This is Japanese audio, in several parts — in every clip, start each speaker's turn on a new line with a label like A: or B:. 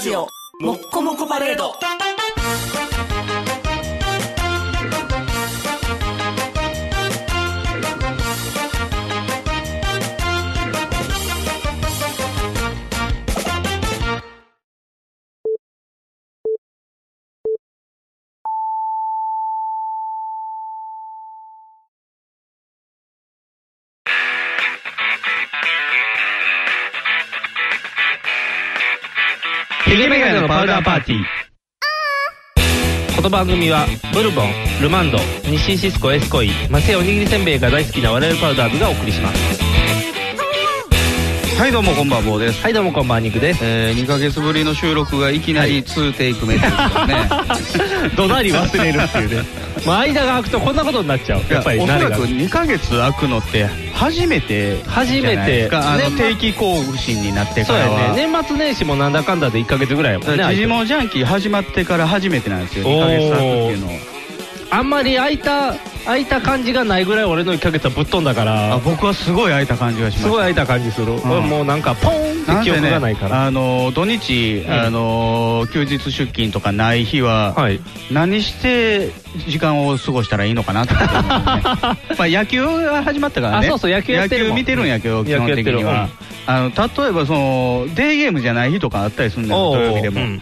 A: ジオもっこもこパレード
B: ヒゲメガネのパウダーパーティー。この番組は、ブルボン、ルマンド、日清シスコエスコイ、マセイおにぎりせんべいが大好きな我々パウダーズがお送りします。
C: はいどうもこんばんは坊です、
B: はい、どうもこんばんは、肉です。
C: えー、2ヶ月ぶりの収録がいきなり2テイク目ということでね、
B: どなり忘れるっていうね。まあ、間が空くとこんなことになっちゃう。やっぱり
C: い や
B: 慣
C: おそ
B: れ
C: ら
B: が
C: く。2ヶ月空くのって初めて
B: 初めて
C: じゃないですかあの
B: ね
C: 定期更新になって
B: そ
C: か
B: う
C: らは
B: やね。年末年始もなんだかんだで1ヶ月ぐらいやもん
C: だ
B: ね
C: から
B: 空い
C: ジ
B: てる。
C: ジモンジャンキー始まってから初めてなんですよ2ヶ月空くっていうの
B: あんまり空いた、空いた感じがないぐらい俺の1ヶ月はぶっ飛んだか
C: あ
B: ら、
C: 僕はすごい空いた感じがしますす
B: ごい空いた感じする。
C: ん
B: もうなんか、ポーンっ
C: な
B: て記
C: んで
B: 憶
C: ね
B: がないから。
C: あの土日、
B: ん
C: あの休日出勤とかない日は、
B: はい。
C: 何して時間を過ごしたらいいのかなって思うね まあ野球が始まったからね
B: あそうそう野球やってるもん
C: 野球見てるんやけど
B: うん
C: 基本的に
B: 野球
C: は
B: やっ
C: あの例えばそのデーゲームじゃない日とかあったりするんだよ
B: お
C: 土
B: ー
C: 曜日でも、
B: うん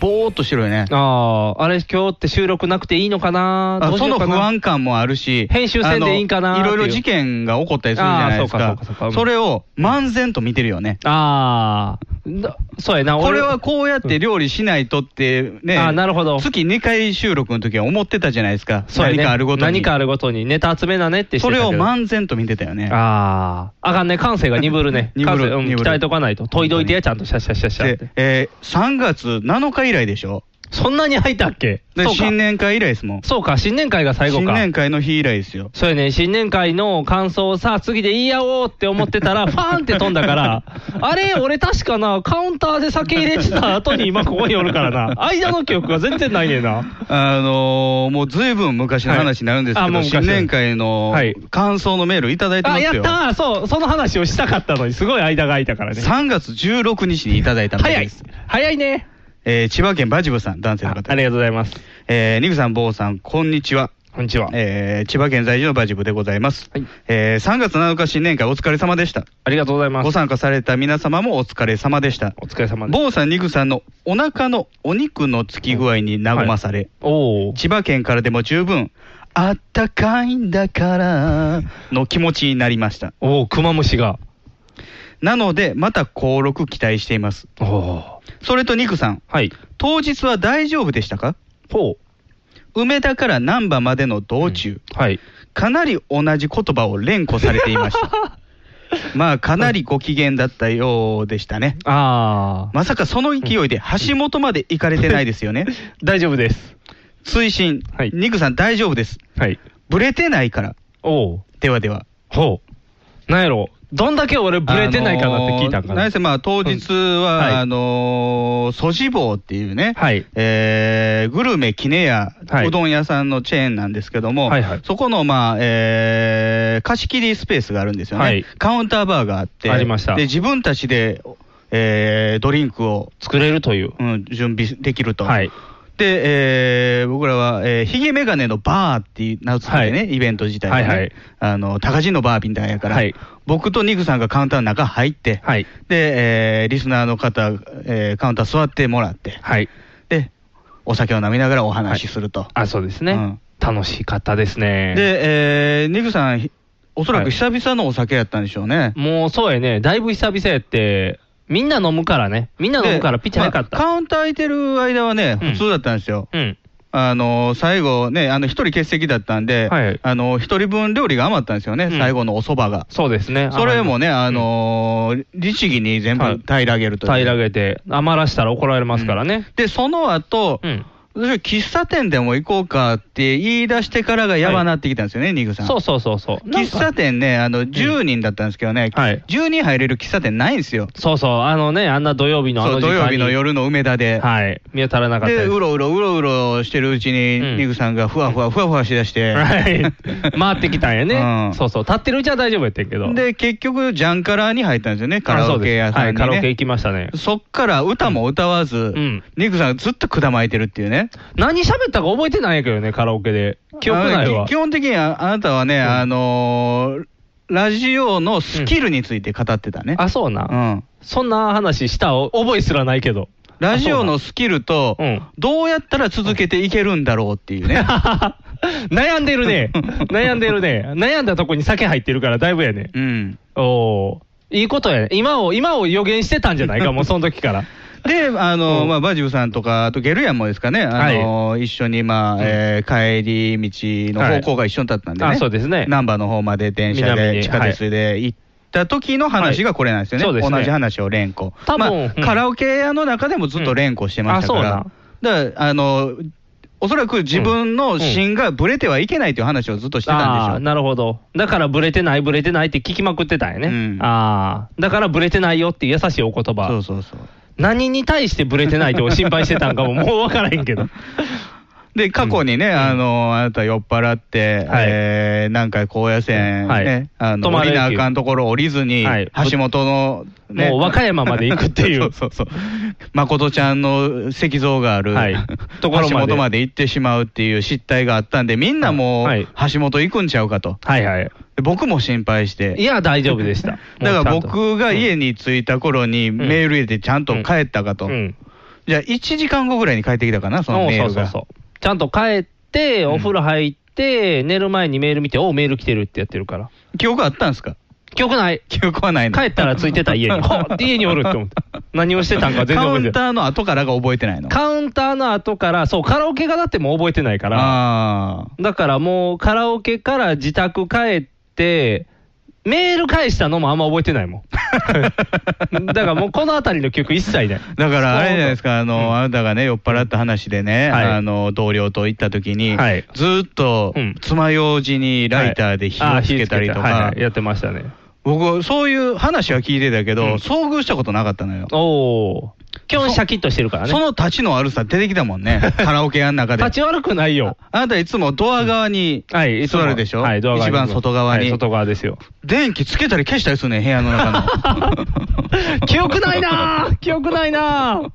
C: ぼーっとしてるよね
B: ああ、あれ今日って収録なくていいのかなど
C: あ
B: うし
C: そ
B: ようか
C: の
B: な
C: 不安感もあるし
B: 編集せんでいいんかな
C: あのいろい
B: っ
C: ろ
B: ていう
C: 事件が起こったりするじゃないです
B: あーそうかそ
C: か
B: うかそ
C: そ
B: うかうん
C: れを漫然と見てるよね
B: ああ、なそうやな、俺
C: これはこうやって料理しないとってね、
B: あーなるほど
C: 月2回収録の時は思ってたじゃないですか、
B: そうやね
C: 何かあるごとに
B: 何かあるごとにネタ集めなねってして
C: そ
B: たけ
C: れ
B: ど
C: を漫然と見てたよね。
B: ああ、あかんね、感性が鈍るね
C: 鈍る
B: 感性うん、
C: 鈍る
B: 鍛えとかないと。研いどいてや、ちゃんとシャッシャッシャッシャって
C: で、。えー3月7日以来でしょ
B: そんなに入ったっけそ
C: で
B: うか
C: 新年会以来ですもん。
B: そうか、新年会が最後
C: 新
B: か。
C: 年会の日以来ですよ。
B: そうやね、新年会の感想をさ、次で言い合おうって思ってた ら、ファーンって飛んだから、あれ、俺確かな、カウンターで酒入れてた後に今ここにおるからな。間の記憶が全然ないねんな。
C: あのー、もうずいぶん昔の話になるんですけど、
B: はいあもう昔
C: 新年会の
B: はい
C: 感想のメールいただいてま
B: あ、
C: す
B: やっ
C: よ。
B: たーそう、その話をしたかったのに、すごい間が空いたからね。
C: 3月16日にいただいたの
B: 早い
C: です。。
B: 早いね。
C: えー千葉県バジブさん、男性の
B: あ
C: 方です。
B: ありがとうございます。
C: えー、ニグさん、坊さん、こんにちは。
B: こんにちは。
C: えー千葉県在住のバジブでございます。
B: はい
C: えー3月7日新年会お疲れ様でした。
B: ありがとうございま
C: ご
B: す。
C: 参加された皆様もお疲れ様でした。
B: お疲れ様です。
C: 坊さん、肉さんのお腹のお肉のつき具合に和まされ、
B: おお。
C: 千葉県からでも十分、あったかいんだからの気持ちになりました。
B: おお、クマムシが。
C: なので、また登録期待しています。
B: おお。
C: それと肉さん、
B: はい。
C: 当日は大丈夫でしたか
B: ほう。
C: 梅田から難波までの道中、
B: はい。
C: かなり同じ言葉を連呼されていました。 まあ、かなりご機嫌だったようでしたね。
B: ああ。
C: まさかその勢いで橋本まで行かれてないですよね。
B: 大丈夫です。
C: 追伸
B: はい、
C: ニクさん大丈夫です。
B: はい。
C: ブレてないから。
B: おお。
C: ではでは。
B: ほう。なんやろどんだけ俺ブレてないかなって聞いたんか
C: あのー
B: な。
C: んせまあ当日は、
B: はい
C: あのー、ソジボウっていうね、
B: はい。
C: えーグルメキネ屋、
B: はいう
C: どん屋さんのチェーンなんですけども、
B: はいはい
C: そこの、まあえー貸し切りスペースがあるんですよね、
B: はい
C: カウンターバーがあって、
B: ありました
C: で自分たちで、えードリンクを、
B: 作れるという。
C: うん、準備できると。
B: はい。
C: で、えー僕らは、えーヒゲメガネのバーって名付けてね、イベント自体がね、
B: はいはい
C: あの、高地のバーみたいやから、
B: はい
C: 僕とニグさんがカウンターの中入って、
B: はい。
C: で、えーリスナーの方、えーカウンター座ってもらって、
B: はい。
C: で、お酒を飲みながらお話しすると。
B: あ、そうです
C: う
B: ね
C: ん。
B: 楽しかったですね。
C: で、えーニグさん、ひおそら
B: は
C: く
B: い
C: 久々のお酒やったんでしょうね。
B: もうそうやね、だいぶ久々やって、みんな飲むからね、みんな飲むからピッチャー早かっ
C: ま
B: た。
C: あカウンター空いてる間はね、
B: うん
C: 普通だったんですよ。
B: うん。
C: あの最後ね、あの1人欠席だったんで、
B: はい
C: あの1人分料理が余ったんですよね、
B: うん
C: 最後のお蕎麦が。
B: そうですね。
C: それもね、あ
B: うん
C: のー律儀に全部
B: はい
C: 平らげるという、
B: 平らげて、余らしたら怒られますからね。
C: で、その後、
B: うん。
C: それ喫茶店でも行こうかって言い出してからがやばなってきたんですよね、ニグさん。
B: そうそうそうそう。なん
C: 喫
B: か
C: 茶店ね、あの10人だったんですけどね、
B: はい
C: 10人入れる喫茶店ないんですよ、
B: そうそう、あのね、あんな土曜日のあ
C: そ
B: の
C: う
B: 時
C: 土
B: 間に
C: 曜日の夜の梅田で、
B: はい、見当たらなかった
C: で
B: です。
C: うろうろうろうろしてるうちに、
B: うん
C: ニグさんがふわふわふわふわしだして、
B: はい。回ってきたんやね。
C: うん
B: そうそう。立ってるうちは大丈夫やってんけど。
C: で結局、ジャンカラに入ったんですよね、
B: あ、
C: カラオケ屋さん
B: そう
C: に、ね
B: ですはい、カラオケ行きましたね。
C: そっから歌も歌わず、
B: うん
C: ニグさんがずっとくだまいてるっていうね。
B: 何喋ったか覚えてないんやけどね、カラオケで。記憶ない
C: あの
B: わ
C: き基。本的にああなたはね、
B: ん
C: あのーラジオのスキルについて語ってたね。
B: あ、そう
C: う
B: な。
C: ん。
B: そんな話した覚えすらないけど。
C: ラジオのスキルと
B: うん、
C: どうやったら続けていけるんだろうっていうね。
B: 悩んでる ね。悩んでるね。悩んだとこに酒入ってるからだいぶやね。
C: うん。
B: おーいいことやね。今を、今を予言してたんじゃないか、もうその時から。
C: で、あのー
B: うん
C: まあ、バジブさんとか、あとゲルヤンもですかね、あのー一緒に、まあ、えー帰り道の方向が一緒だったんでね。
B: はいあそうですね
C: 難波の方まで電車
B: 南
C: で、
B: に
C: 地下鉄で行った時の話がこれなんですよね。
B: はいそうですね
C: 同じ話を連呼。
B: 多分
C: まあ
B: うん
C: カラオケ屋の中でもずっと連呼してましたから。
B: うんあ
C: だから、あのーおそらく自分の芯がぶれてはいけないという話をずっとしてたんでしょう
B: ああー、なるほど。だから、ブレてない、ブレてないって聞きまくってたんやね。
C: うん
B: ああ、だから、ブレてないよっていう優しいお言葉。
C: そうそうそう。
B: 何に対してブレてないって心配してたんかも、もう分からへんけ ど。
C: で、過去にね、あの、あなた酔っ払って、
B: はい
C: えーなんか高野線、
B: はい
C: ね、あの、
B: 泊
C: 降
B: まる
C: り
B: 駅
C: なあかんところ降りずに、
B: はい
C: 橋本の、ね、
B: もう和歌山まで行くっていう
C: そうそうそう。誠ちゃんの石像がある、
B: はい と
C: とこ
B: ころ
C: ろ橋
B: まで
C: 本まで行ってしまうっていう失態があったんで、みんなもう
B: はい、
C: 橋本行くんちゃうかと。
B: はいはい。
C: で僕も心配し
B: い
C: て。
B: や、大丈夫でした。
C: だ
B: も
C: から
B: うちゃんと
C: 僕が家に着いた頃にメール入れてちゃんと帰ったかと。
B: うん。
C: じゃあ1時間後ぐらいに帰ってきたかな、その
B: おう
C: メ
B: そ
C: ー
B: う
C: ル
B: そ
C: が。
B: うそう。ちゃんと帰って、お風呂入って、寝る前にメール見て、おうメール来てるってやってるから。
C: 記憶あったんですか
B: 記憶ない。
C: 記憶はないの
B: 帰ったらついてた 家に。ほっって家におるって思って。何をしてたんか全然
C: カウ
B: 覚え
C: ン
B: てない。
C: ターの後からが覚えてないの
B: カウンターの後から、そう、カラオケがだってもう覚えてないから。
C: あ
B: だからもうカラオケから自宅帰って、メール返したのもあんま覚えてないもん。 だからもうこの辺りの記憶一切ない。
C: ーだからあれじゃないですか、あ
B: うん
C: のあなたがね、酔っ払った話でね、
B: はい
C: あの同僚と行った時に、ず
B: はい
C: ーっと
B: うん
C: 爪楊枝にライターで火をつけたり
B: はいあー火つけた
C: と
B: はい
C: か
B: はい、やってましたね。
C: 僕、そういう話は聞いてたけど、
B: うん
C: 遭遇したことなかったのよ、
B: おお。基本シャキッとしてるから
C: そ
B: ね。
C: の立ちの悪さ、出てきたもんね、 カラオケ屋の中で。
B: 立ち悪くないよ。
C: あなた、いつもドア側に
B: はい、いつも
C: 座るでしょ、
B: はい、ドア側
C: 一
B: に
C: 番外側に、
B: はい外側ですよ。。
C: 電気つけたり消したりするねん、部屋の中 の
B: 記憶ないな ー記憶ないなー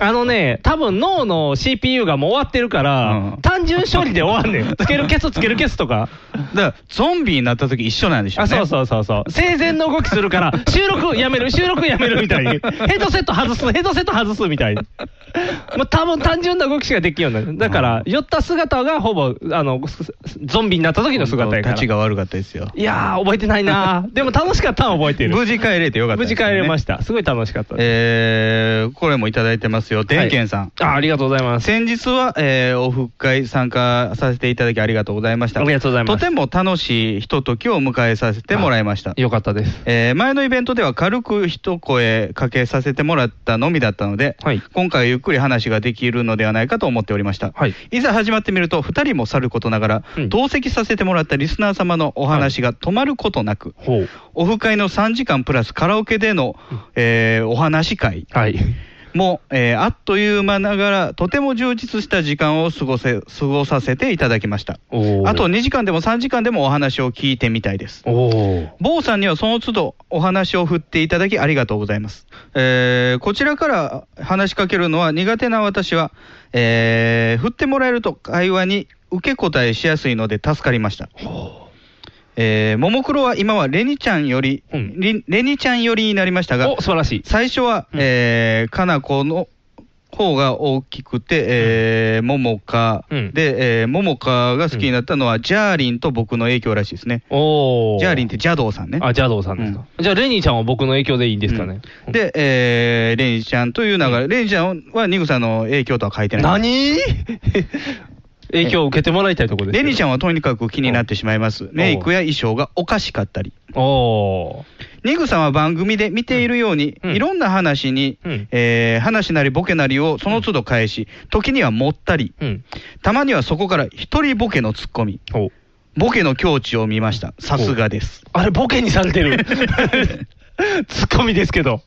B: あのね、多分脳の CPU がもう終わってるから、
C: うん
B: 単純処理で終わんねん。つけるケツつけるケツとか。
C: だから、ゾンビになった時一緒なんでしょ
B: あ
C: ね。
B: そうそうそうそう、生前の動きする から、収録やめる、収録やめるみたいに、ヘッドセット外す、ヘッドセット外すみたいに、もう多分単純な動きしかできんようになる、だから、酔った姿がほぼあのすすゾンビになった時の姿やから、
C: 立ちが悪かったですよ。
B: いやー、覚えてないなー、でも楽しかったのは覚えてる、
C: 無事帰れてよかった、
B: 無事帰れま
C: し
B: した、すごい楽しかった
C: た
B: です。
C: えー、これもいただいてますよ。電ンさん。
B: あありがとうございます。
C: 先日は、えー、オフ会参加させていただきありがとうございました。
B: ありがとうございます
C: とても楽しいひとときを迎えさせてもらいました。
B: よかったです。
C: えー前のイベントでは軽く一声かけさせてもらったのみだったので、
B: はい
C: 今回はゆっくり話ができるのではないかと思っておりました、
B: はい
C: ざ始まってみると2人もさることながら、
B: うん
C: 同席させてもらったリスナー様のお話が止まることなく、
B: ほう。
C: オフ会の3時間プラスカラオケでの、えーお話会
B: はい。
C: も、えーあっという間ながらとても充実した時間を過ごせ過ごさせていただきました
B: おー
C: あと、2時間でも3時間でもお話を聞いてみたいです
B: おー
C: 坊さんにはその都度お話を振っていただきありがとうございます。えーこちらから話しかけるのは苦手な私は、えー振ってもらえると会話に受け答えしやすいので助かりました。えーももクロは今はレニちゃんより、
B: うん
C: レレニちゃんよりになりましたが、
B: お、素晴らしい。
C: 最初は、
B: うん
C: えーかなこの方が大きくて、えー、ももか、
B: うん
C: で、えー、ももかが好きになったのは、ジャーリンと僕の影響らしいですね。
B: おお。
C: ジャーリンって邪道さんね。
B: あ、ジャドーさんですか。じゃあ、レニーちゃんは僕の影響でいいんですかね。
C: うんで、えー、レニちゃんという流れ、レニちゃんはニグさんの影響とは書いてない。
B: 何 影響を受けてもらいたいとこです
C: レニち
B: ゃ
C: ゃんはとにかく気になってしまいます。メイクや衣装がおかしかったり、
B: んおー
C: ニグさんは番組で見ているように、
B: うん
C: いろんな話に、
B: うん
C: えー話なりボケなりをその都度返し、時には盛ったり、
B: うん。
C: たまにはそこから一人ボケのツッコミ、
B: お
C: ボケの境地を見ました。さすがです。
B: あれ、ボケにされてる。 ツッコミですけど。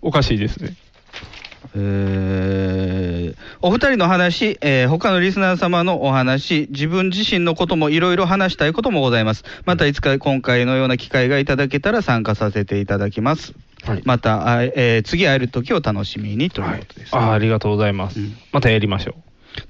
B: おかしいですね。
C: えーお二人の話、えー他のリスナー様のお話、自分自身のこともいろいろ話したいこともございます。またいつか今回のような機会がいただけたら参加させていただきます。
B: はい
C: また、あえー次会える時を楽しみにということです、
B: あーありがとうございます、
C: うん
B: またやりましょ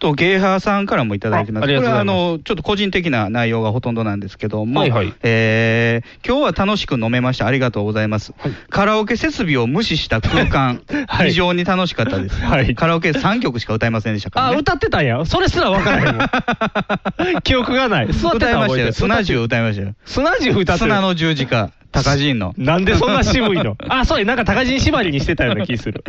C: と、ゲーハーさんからもいただいてます。
B: あありがとうございます
C: これはあの、ちょっと個人的な内容がほとんどなんですけども、
B: はいはい
C: えー今日は楽しく飲めました。ありがとうございます。
B: はい
C: カラオケ設備を無視した空間、
B: はい
C: 非常に楽しかったです。
B: はい
C: カラオケ3曲しか歌いませんでした
B: う。
C: から、
B: あ
C: ね。
B: ー、歌ってたんや。それすらわからへん もん。記憶がない。座って
C: 歌い
B: た
C: まし
B: 覚え
C: た
B: て
C: よ。
B: る。
C: 砂銃歌いましたよ。
B: 砂地歌ってる
C: 砂の十字架、高人の。
B: なんでそんな渋い のあ、そうや、なんか高人縛りにしてたような気する。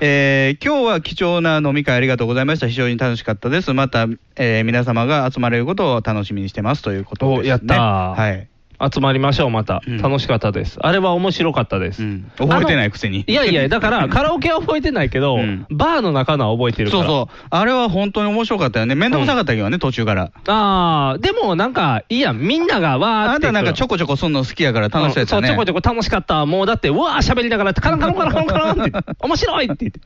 C: えー今日は貴重な飲み会ありがとうございました。非常に楽しかったです。また、えー皆様が集まれることを楽しみにしてますということです、ね。
B: おやったー
C: はい。
B: 集まりましょう、また
C: うん。
B: 楽しかったです。あれは面白かったです。
C: うん覚えてないくせに
B: あのいやいや、だから、カラオケは覚えてないけど、
C: うん
B: バーの中のは覚えてるか
C: そ
B: ら。
C: うそう。あれは本当に面白かったよね。面倒くさかったけどね、途中から。
B: ああ、でもなんか、いいやん、みんながわー
C: あ
B: って。
C: なたなんかちょ
B: こ
C: こちょこすんの好きやから楽しそうやったね。
B: そう、ちょこちょこ楽しかった。もうだって、うわー喋りながら、カランカランカランカランカランって、面白いって言って。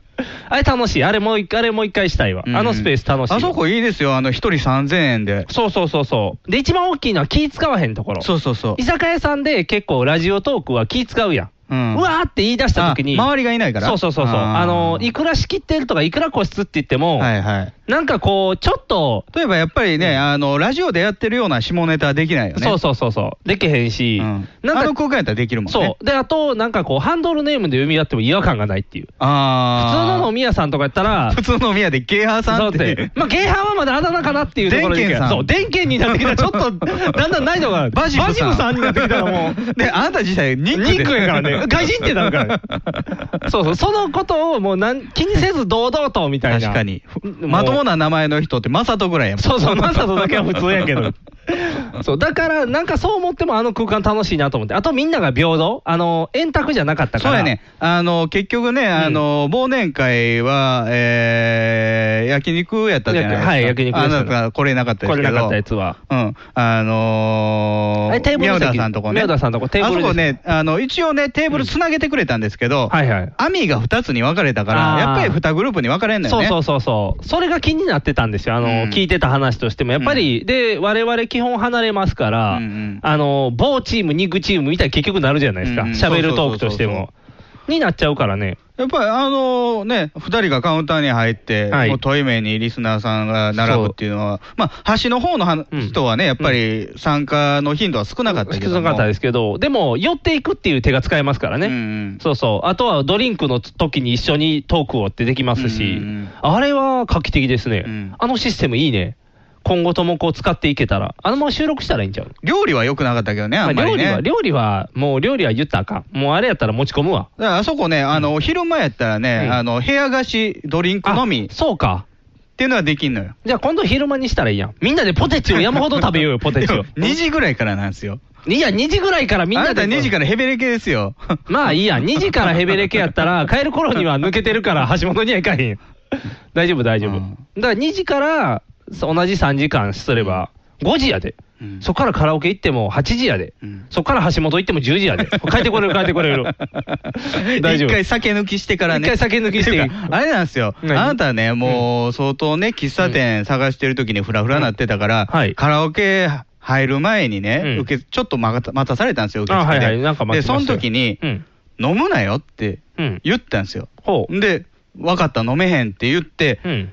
B: あれ楽しい。あれもう一回、あれもう一回したいわ。
C: うん
B: あのスペース楽しい。
C: あそこいいですよ。あの、一人3000円で。
B: そうそうそうそう。で、一番大きいのは気使わへんところ。
C: そうそうそう
B: 居。酒屋さんで結構ラジオトークは気使うやん。う
C: う
B: んわーって言い出した時に。
C: あ周りがいないから
B: そうそうそうそう。
C: あー
B: あの、いくら仕切ってるとか、いくら個室って言っても、
C: はいはい。
B: なんかこう、ちょっと、
C: 例えばやっぱりね、あの、ラジオでやってるような下ネタはできないよね。
B: そうそうそうそう。できへんし、
C: うん
B: なんか
C: あの空間やったらできるもんね。
B: そう。で、あと、なんかこう、ハンドルネームで読み合っても違和感がないっていう。普通
C: あ
B: の飲み屋さんとかやったら、
C: 普通の宮でゲーハーさん
B: そう
C: っ
B: ってて。、まあ、芸派はまだあだ名かなっていうところで
C: 電源さん
B: そう、電源になってきたら、ちょっと、だんだん難易度が、
C: バジブさん
B: になってきたらもう、
C: で、あなた自体ニックで
B: 肉やからね、外人ってなるから、 そうそう、そのことをもうなん気にせず堂々とみたいな、
C: 確かに。
B: もう
C: まともな名前の人ってマサトぐらいやもん。
B: そうそう、マサトだけは普通やけど。 そうだから、なんかそう思っても、あの空間楽しいなと思って、あとみんなが平等、あの円卓じゃなかったか
C: そう
B: ら、
C: やね、あの結局ね、あの忘年会は、えー、焼肉やったじゃないですか、
B: はい焼肉で
C: あ
B: した
C: なたがこれなかったですけど、
B: これなかったやつは
C: うん、あの
B: あれテーブルの席
C: 宮田さんとこね、
B: 宮田さんとこテーブル
C: あ
B: です
C: そこね、あの一応ね、テーブルつなげてくれたんですけど、
B: はいはい、
C: 網が2つに分かれたから、
B: あー
C: やっぱり2グループに分かれんのよ
B: そう
C: ね。
B: そううそうそう、それが気になってたんですよ、あの、
C: うん
B: 聞いてた話としても、やっぱり、で、われわれ基本離れますから、
C: うんうん
B: あの某チーム、肉チームみたいに結局なるじゃないですか、
C: うんうん
B: 喋、るトークとして
C: そうそう
B: も。になっちゃうからね、
C: やっぱりあのね、2人がカウンターに入って、
B: はい
C: もう問い目にリスナーさんが並ぶっていうのは、まあ、端の方のは
B: うん
C: 人はね、やっぱり参加の頻度は少なかったけども、
B: 少なかったですけど、でも、寄っていくっていう手が使えますからね、
C: うんうん
B: そうそう、あとはドリンクの時に一緒にトークをってできますし、
C: うんうん
B: あれは画期的ですね、
C: うん
B: あのシステムいいね、今後ともこう使っていけたら、あのまま収録したらいいんちゃう
C: 料理は良くなかったけどね、あんまりね。
B: まあ料理は、料理は、もう料理は言ったらあかん。もうあれやったら持ち込むわ。
C: だからあそこね、あの、昼間やったらね、
B: うん
C: あの、部屋貸し、ドリンクのみ
B: あそうか。
C: っていうのはできんのよ。
B: じゃあ今度昼間にしたらいいやん。みんなでポテチを山ほど食べよう よ、ポテチを。
C: 2時ぐらいからなんですよ。
B: いや、2時ぐらいからみんなで。
C: あなた2時からヘベレケですよ。
B: まあいいや、2時からヘベレケやった ら、帰る頃には抜けてるから、橋本には行かへん。大丈夫、大丈夫。
C: うん
B: だから2時からそ同じ3時間すれば、5時やで。
C: うん
B: そっからカラオケ行っても8時やで。
C: うん。
B: そっから橋本行っても10時やで。帰ってこれる、帰ってこれる大丈
C: 一
B: 夫。
C: 回酒抜きしてからね。
B: 一回酒抜きして
C: ていうか あれなんですよ。あ
B: 何
C: なたね、もう相当ね、喫茶店探してる時にフラフラなってたから、
B: うんはい
C: カラオケ入る前にね、
B: うん
C: 受けちょっと待た待たされたんですよ、受
B: あは
C: 付
B: い
C: で。
B: はい、なんか待
C: で、
B: って
C: そ
B: ま
C: の
B: したよ
C: 時に、
B: うん。
C: 飲むなよって
B: うん。
C: 言ったんですよ。
B: ほう。
C: で、分かった、飲めへんって言って、
B: うん。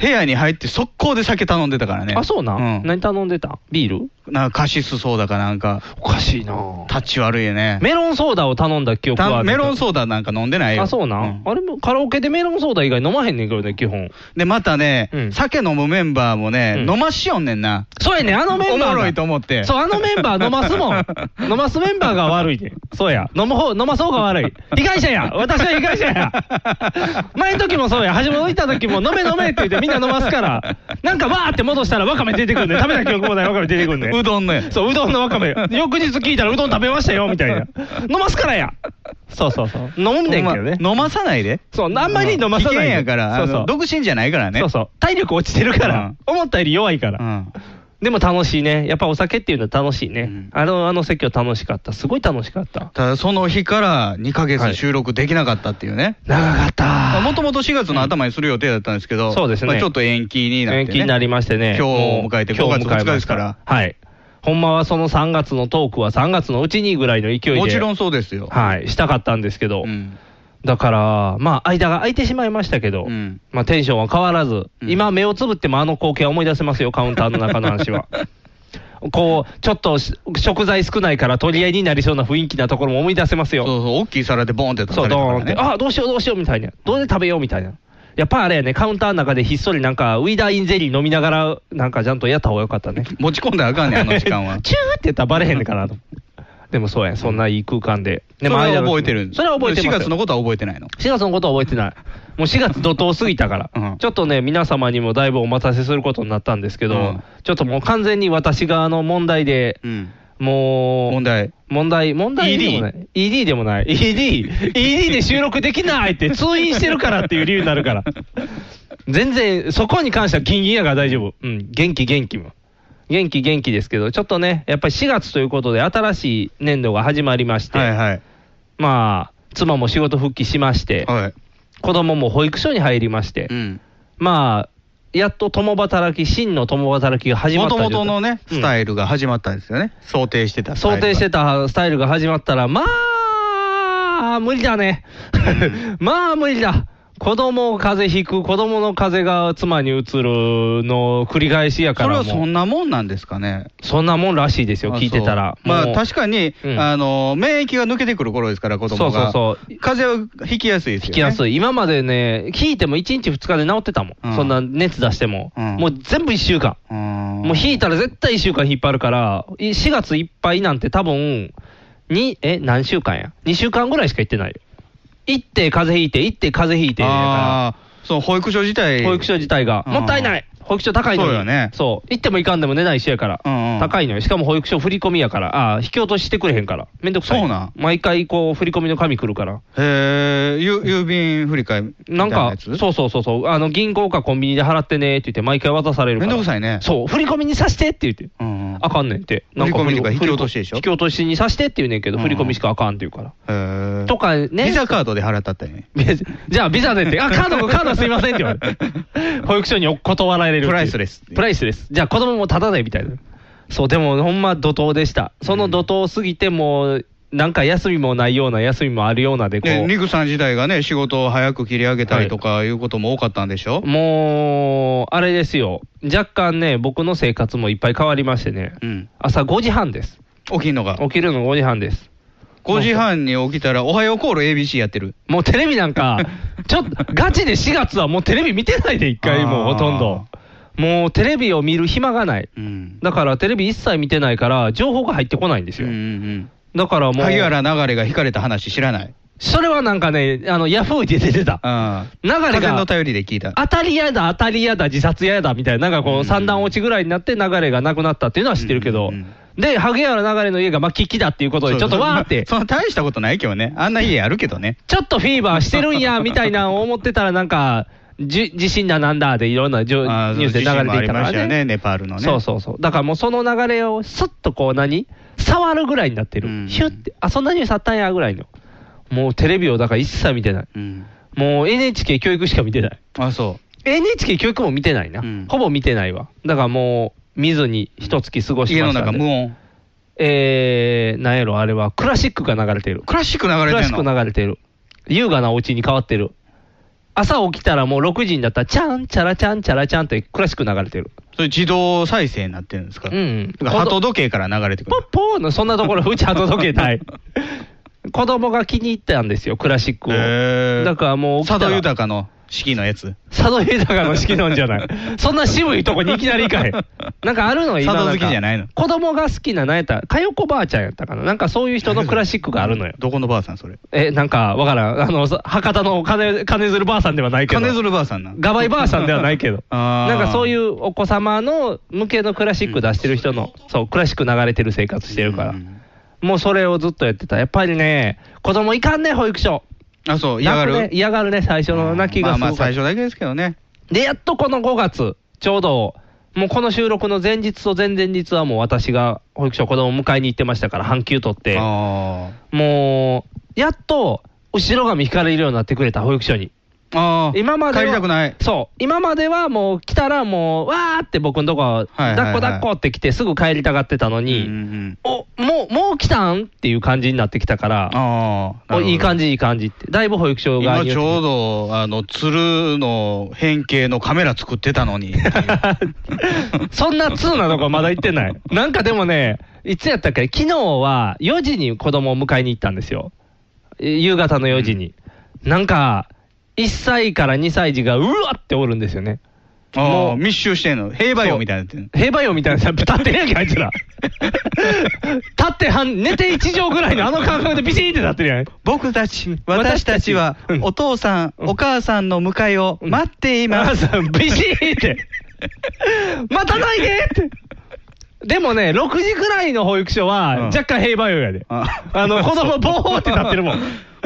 C: 部屋に入って、速攻で酒頼んでたからね。
B: あ、そうな。
C: うん、
B: 何頼んでたビール
C: なんかカシスソーダかなんか、
B: おかしいな
C: タッチ悪いよね。
B: メロンソーダを頼んだ記憶はあ
C: た
B: る
C: メロン
B: ー
C: ソーダなんか飲んでないよ。
B: あ、そうな。
C: ん
B: あれもカラオケでメロンソーダ以外飲まへんねんけどね、基本。
C: で、またね、
B: うん
C: 酒飲むメンバーもね、
B: うん
C: 飲ましよんねんな。
B: そうやねん、あのメンバーが。
C: おもろいと思って
B: そう、あのメンバー飲ますもん。 飲ますメンバーが悪いねん。そうや。飲む方、飲ます方が悪い。被害者や私は被害者や前の時もそうや。橋本行った時も飲め飲めって言ってみんな飲ますから。なんかわーって戻したらワカメ出てくんねん。食べた記憶もないワカメ出てくんねん。め。
C: うどんのや
B: そう、うどんのわかめ。翌日聞いたらうどん食べましたよ、みたいな。飲ますからや。そうそうそう。飲んでんけどね。
C: 飲まさないで
B: そう、あんまり飲まさない。
C: 危険やから
B: そう
C: あ
B: そ
C: の
B: う。
C: 独身じゃないからね
B: そうそう。体力落ちてるから、思ったより弱いから。
C: うん
B: でも楽しいね。やっぱお酒っていうのは楽しいね。
C: うん
B: あの、あの席は楽しかった。すごい楽しかった。
C: ただその日から2ヶ
B: は
C: 月
B: い
C: 収録できなかったっていうね、
B: 長かった。
C: もともと4月の頭にする予定だったんですけど、
B: そうですね
C: まあちょっと延期になって、ね、
B: 延期になりましてね。
C: 今日を迎えて
B: もう
C: 5月
B: 今日を迎えました
C: 2日ですから
B: はい。ほんまはその3月のトークは3月のうちにぐらいの勢いで。
C: もちろんそうですよ。
B: はい。したかったんですけど。
C: うん
B: だから、まあ、間が空いてしまいましたけど、
C: うん
B: まあ、テンションは変わらず、
C: うん
B: 今、目をつぶってもあの光景は思い出せますよ、カウンターの中の話 は。こう、ちょっとし食材少ないから取り合いになりそうな雰囲気なところも思い出せます
C: そう
B: よ。
C: そう、大きい皿でボーンって出
B: そう、
C: され
B: ド
C: たか
B: ー
C: ら
B: ンって、
C: ね。
B: あどうしよう、どうしようみたいな、どれ食べようみたいな。やっぱあれやね、カウンターの中でひっそりなんか、ウィダーインゼリー飲みながら、なんかちゃんとやった方がよかったね。
C: 持ち込んだらあかんねん、あの時間は。
B: チューって言ったらバレへんねんから。でもそうやん、そんないい空間で。 で
C: それ
B: も
C: は
B: 間の
C: 覚えてるんです
B: それは覚えてますよ
C: 4月のことは覚えてないの。
B: 4月のことは覚えてない。もう4月怒涛過ぎたから、
C: うん
B: ちょっとね、皆様にもだいぶお待たせすることになったんですけど、
C: うん
B: ちょっともう完全に私側の問題で、
C: うん。
B: もう、
C: 問題。
B: 問題、問題でもない。ED でもない。ED、ED で収録できない って通院してるからっていう理由になるから。全然、そこに関してはギンギンやから大丈夫。うん、元気元気も。元気元気ですけど、ちょっとね、やっぱり4月ということで新しい年度が始まりまして、
C: はいはい。
B: まあ、妻も仕事復帰しまして、
C: はい。
B: 子供も保育所に入りまして、
C: うん。
B: まあ、やっと共働き、真の共働きが始ま
C: も
B: った
C: ともとのね、スタ
B: イ
C: イルが始まったんですよね。想定してたスタイ
B: 想
C: ルが。
B: 定してたスタイルが始まったら、まあ、無理だね。 まあ、無理だ。子供を風邪ひく、子供の風邪が妻にうつるの繰り返しやか
C: それ
B: ら
C: は
B: もう
C: そんなもんなんですかね。
B: そんなもんらしいですよ、
C: あ
B: 聞いてたら。
C: そうまあ
B: もう
C: 確かに、
B: うん
C: あの免疫が抜けてくる頃ですから、子供が。
B: そうそうそう
C: 風邪は引きやすいですよ、ね。
B: 聞きやす
C: い。
B: い、今までね、聞いても1日2日で治ってたもん、
C: うん
B: そんな熱出しても、
C: うん
B: もう全部1週間、もう引いたら絶対1週間引っ張るから、い4月いっぱいなんて多分、に、え、何週間や ?2 週間ぐらいしか行ってないよ。行って風邪ひいて、行って風邪ひいてやか
C: ああ、そう、保育所自体。
B: ら、保育所自体が、
C: うん
B: もったいない保育所高いのに。
C: そうよね
B: そう行っても行かんでも寝ないしやから。
C: うんうん
B: 高いのよ。しかも保育所振り込みやから。ああ、引き落とししてくれへんから。めんどくさい。
C: そうなん
B: 毎回こう、振り込みの紙来るから。
C: へえ、ゆ郵便振り替えみたい
B: なん
C: な
B: か
C: や、つ
B: そうそうそうそう、あの銀行かコンビニで払ってねって言って、毎回渡されるか
C: めん
B: ら。
C: どくさいね。
B: そう、振り込みにさしてって言って、
C: うんうん。
B: あかんねんって。なん
C: 振り込みとか引き落とし
B: 振り
C: でしょ
B: 引き落としにさしてって言うねんけど、
C: うん
B: 振り込みしかあかんって言うから。
C: へえ。
B: とかね。
C: ビザカードで払ったったよね。
B: ビザ じゃあ、ビザでって、あ、カード、カードすいませんって言われ る。保育所に断られるっていう。
C: プライスレス
B: プライスレス。じゃあ、子供もタダでみたいな。そう、でも、ほんま怒涛でした。その怒涛過ぎて、もう、なんか休みもないような、休みもあるようなで、こ
C: ね、
B: う。
C: ニグさん自体がね、仕事を早く切り上げたりとかいうことも多かったんでしょ、
B: もう、あれですよ、若干ね、僕の生活もいっぱい変わりましてね、
C: うん。
B: 朝5時半です、
C: 起きんのが。
B: 起きるの5時半です、
C: 5時半に起きたら、おはようコール ABC やってる。
B: もうテレビなんか、 ちょっと、ガチで4月はもうテレビ見てないで、1回もうほとんど、もうテレビを見る暇がない、
C: うん。
B: だからテレビ一切見てないから、情報が入ってこないんです
C: うん
B: よ
C: う、ん
B: だから
C: うん。
B: もう、
C: 萩原流れが引かれた話知らない。
B: それはなんかね、あのヤフーで出てた、
C: あ
B: 流
C: あ。
B: れ
C: 風
B: が
C: の。頼りで聞いた。
B: 当たり屋だ、当たり屋だ、自殺屋だみたいな、なんかこ
C: うん
B: う、三段落ちぐらいになって流れがなくなったっていうのは知ってるけど
C: うんうん、
B: で、萩原流れの家が、まあ、危機だっていうことで、ちょっとわーって、
C: そんな大したことないけどね。あんな家あるけどね。
B: ちょっとフィーバーしてるんや、みたいなのを思ってたら、なんか、じ地震だなんだで、いろんなじょニ
C: あー
B: ュースで流れていたか
C: 地震もありま
B: ら
C: したよ
B: ね。
C: ね、ネパールのね。
B: そうそうそう。だからもうその流れを、すっとこう、何触るぐらいになって
C: うん
B: る。ヒュって、あ、そんなニュースあったんや、ぐらいの。もうテレビを、だから一切見てない。
C: うん。
B: もう NHK 教育しか見てない。
C: あ、そ
B: NHK 教育も見てないな、
C: うん
B: ほぼ見てないわだからもう見ずに一月過ご
C: う。
B: し
C: 家
B: ま
C: の
B: したん
C: 中
B: で
C: 無音。
B: えー、なんやろあれはクラシックが流れてる
C: クラシック流
B: ク
C: れ
B: ラ
C: て
B: シ
C: ん
B: ック
C: の
B: 流れてる優雅なお家に変わってる朝起きたらもう6時になったらチャンチャラチャンチャラチャンってクラシック流れてる
C: それ自動再生になってるんですか
B: うんうん
C: だから鳩時計から流れてく
B: ポッ
C: る。
B: ポーのそんなところうちは届けた い子供が気に入ったんですよクラシックを、
C: へー
B: だからもう起きた
C: 佐
B: ら
C: 渡豊の式のやつ。
B: 佐渡裕隆の式なんじゃ ない。そんな渋いとこにいきなり行 かへん。なんかあるの今
C: 佐渡好き
B: なんか
C: じゃないの
B: 子供が好きな、なんやったかよこばあちゃんやったかな。なんかそういう人のクラシックがあるのよ。
C: どこのばあさんそれ。
B: え、なんか、わからん。あの、さ博多の金、金鶴ばあさんではないけど。
C: 金鶴ばあさんなん。。
B: ガバイばあさんではないけど
C: あー
B: なんかそういうお子様の向けのクラシック出してる人の、そう、クラシック流れてる生活してるから。
C: うん
B: もうそれをずっとやってた。やっぱりね、子供いかんね、保育所。
C: あ、そう、嫌がる。
B: 泣くね嫌がるね、最初の泣きがす
C: まあまあ
B: ごかっ
C: 最
B: た。
C: 初だけですけどね。
B: で、やっとこの5月、ちょうど、もうこの収録の前日と前々日はもう私が保育所子供迎えに行ってましたから、半休取って、
C: あ
B: もう、やっと、後ろ髪引かれるようになってくれた、保育所に。
C: ーあー。
B: 今までは
C: 帰りたくない。
B: そう、今まではもう来たらもう、わーって僕のとこ、
C: いはいはい
B: 抱っこ抱っこって来て、すぐ帰りたがってたの
C: う
B: に、
C: んうん
B: おもう、もう来たんっていう感じになってきたから、
C: ああ。
B: おいい
C: じ。
B: 感じ、いい感じって、だいぶ保育所が
C: 今ちょうど、あの、鶴の変形のカメラ作ってたの に。
B: そんな通なとこまだ行ってない。なんかでもね、いつやったっけ、昨日は4時に子供を迎えに行ったんですよ。え夕方の4時に。なんか、1歳から2歳児がうわっておるんですよね。
C: あ
B: も
C: あ、
B: う
C: 密集してんの。兵馬俑みたいになってんの。
B: 兵馬俑みたいなさ、立ってるやんけ、あいつ ら。立ってはん、寝て1畳ぐらいのあの感覚でビシーンって立ってるやん。
C: 僕たち、
B: 私たちはお
C: 父さん、お母さんの迎えを
B: 待
C: ってい
B: 今田さん、ビシーンって。待たないでって。でもね、6時ぐらいの保育所
C: うん
B: は、若干兵馬俑やで。
C: あ
B: あの、子供、ボーって立ってる もん。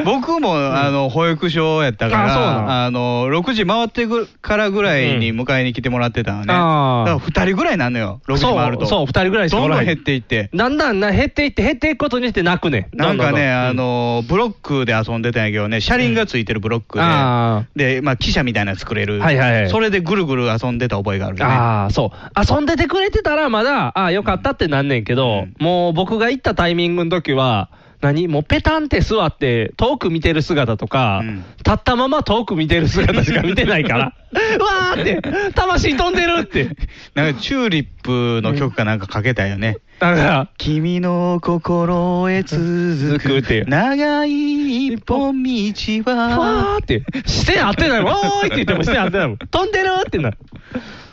C: 僕も、あの保育所やったか
B: あそうなの
C: ら、あの6時回ってぐからぐらいに迎えに来てもらってたのね、だ
B: あー
C: から2人ぐらいなんのよ、6時回ると。
B: そうそう二人ぐらいしか
C: ど
B: お
C: ん
B: ら
C: ど
B: へ
C: ん
B: ん
C: 減っていって、
B: だんだんな減っていって、減っていくことにして泣くね。
C: なんか
B: どどど
C: ね、あ、のブロックで遊んでたんやけどね、車輪がついてるブロック
B: うんあ
C: で、でまあ、汽車みたいなの作れる、
B: はいはいはい
C: それでぐるぐる遊んでた覚えがあるね。
B: ああ、そう。遊んでてくれてたら、まだ、ああ、よかったってなんねんけど、
C: うん
B: もう僕が行ったタイミングの時は、何もうペタンって座って、遠く見てる姿とか、
C: うん
B: 立ったまま遠く見てる姿しか見てない から、うわーって、魂飛んでるって。
C: なんかチューリップの曲かなんかかけたよね。
B: だから、
C: 君の心へ続
B: くっていう
C: 長い一本道
B: わーって、して合ってないもん、おーいって言ってもして合ってないもん、飛んでるってなる。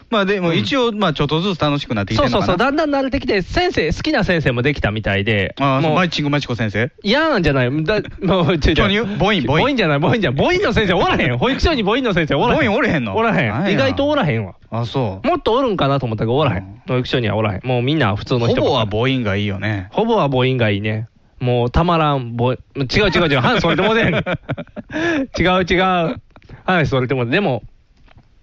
C: まあでも一応、まあちょっとずつ楽しくなってきて
B: そう
C: るの
B: そう
C: かな
B: そう、だんだん慣れてきて、先生、好きな先生もできたみたいで、
C: ああ
B: もう
C: マイチングマチコ先生
B: 嫌なんじゃないだ もう、ちょいちょい
C: 巨乳ボインボイン
B: ボインじゃない、ボインじゃない。ボインの先生おらへ ん。保育所にボインの先生おらへん。
C: ボインおれへんの
B: おら
C: なん
B: へ
C: や
B: ん。意外とおらへんわ。
C: あ、そう。
B: もっとおるんかなと思ったけど、おらへ
C: うん
B: ん。保育所にはおらへん。もうみんな普通の
C: ほ
B: 人ばっかり
C: ぼは母音がいいよね。
B: ほぼは母音がいいね。もうたまらん、ボイ違う違う違う、話それてもうてん。違う 違う、話それてもうてでも、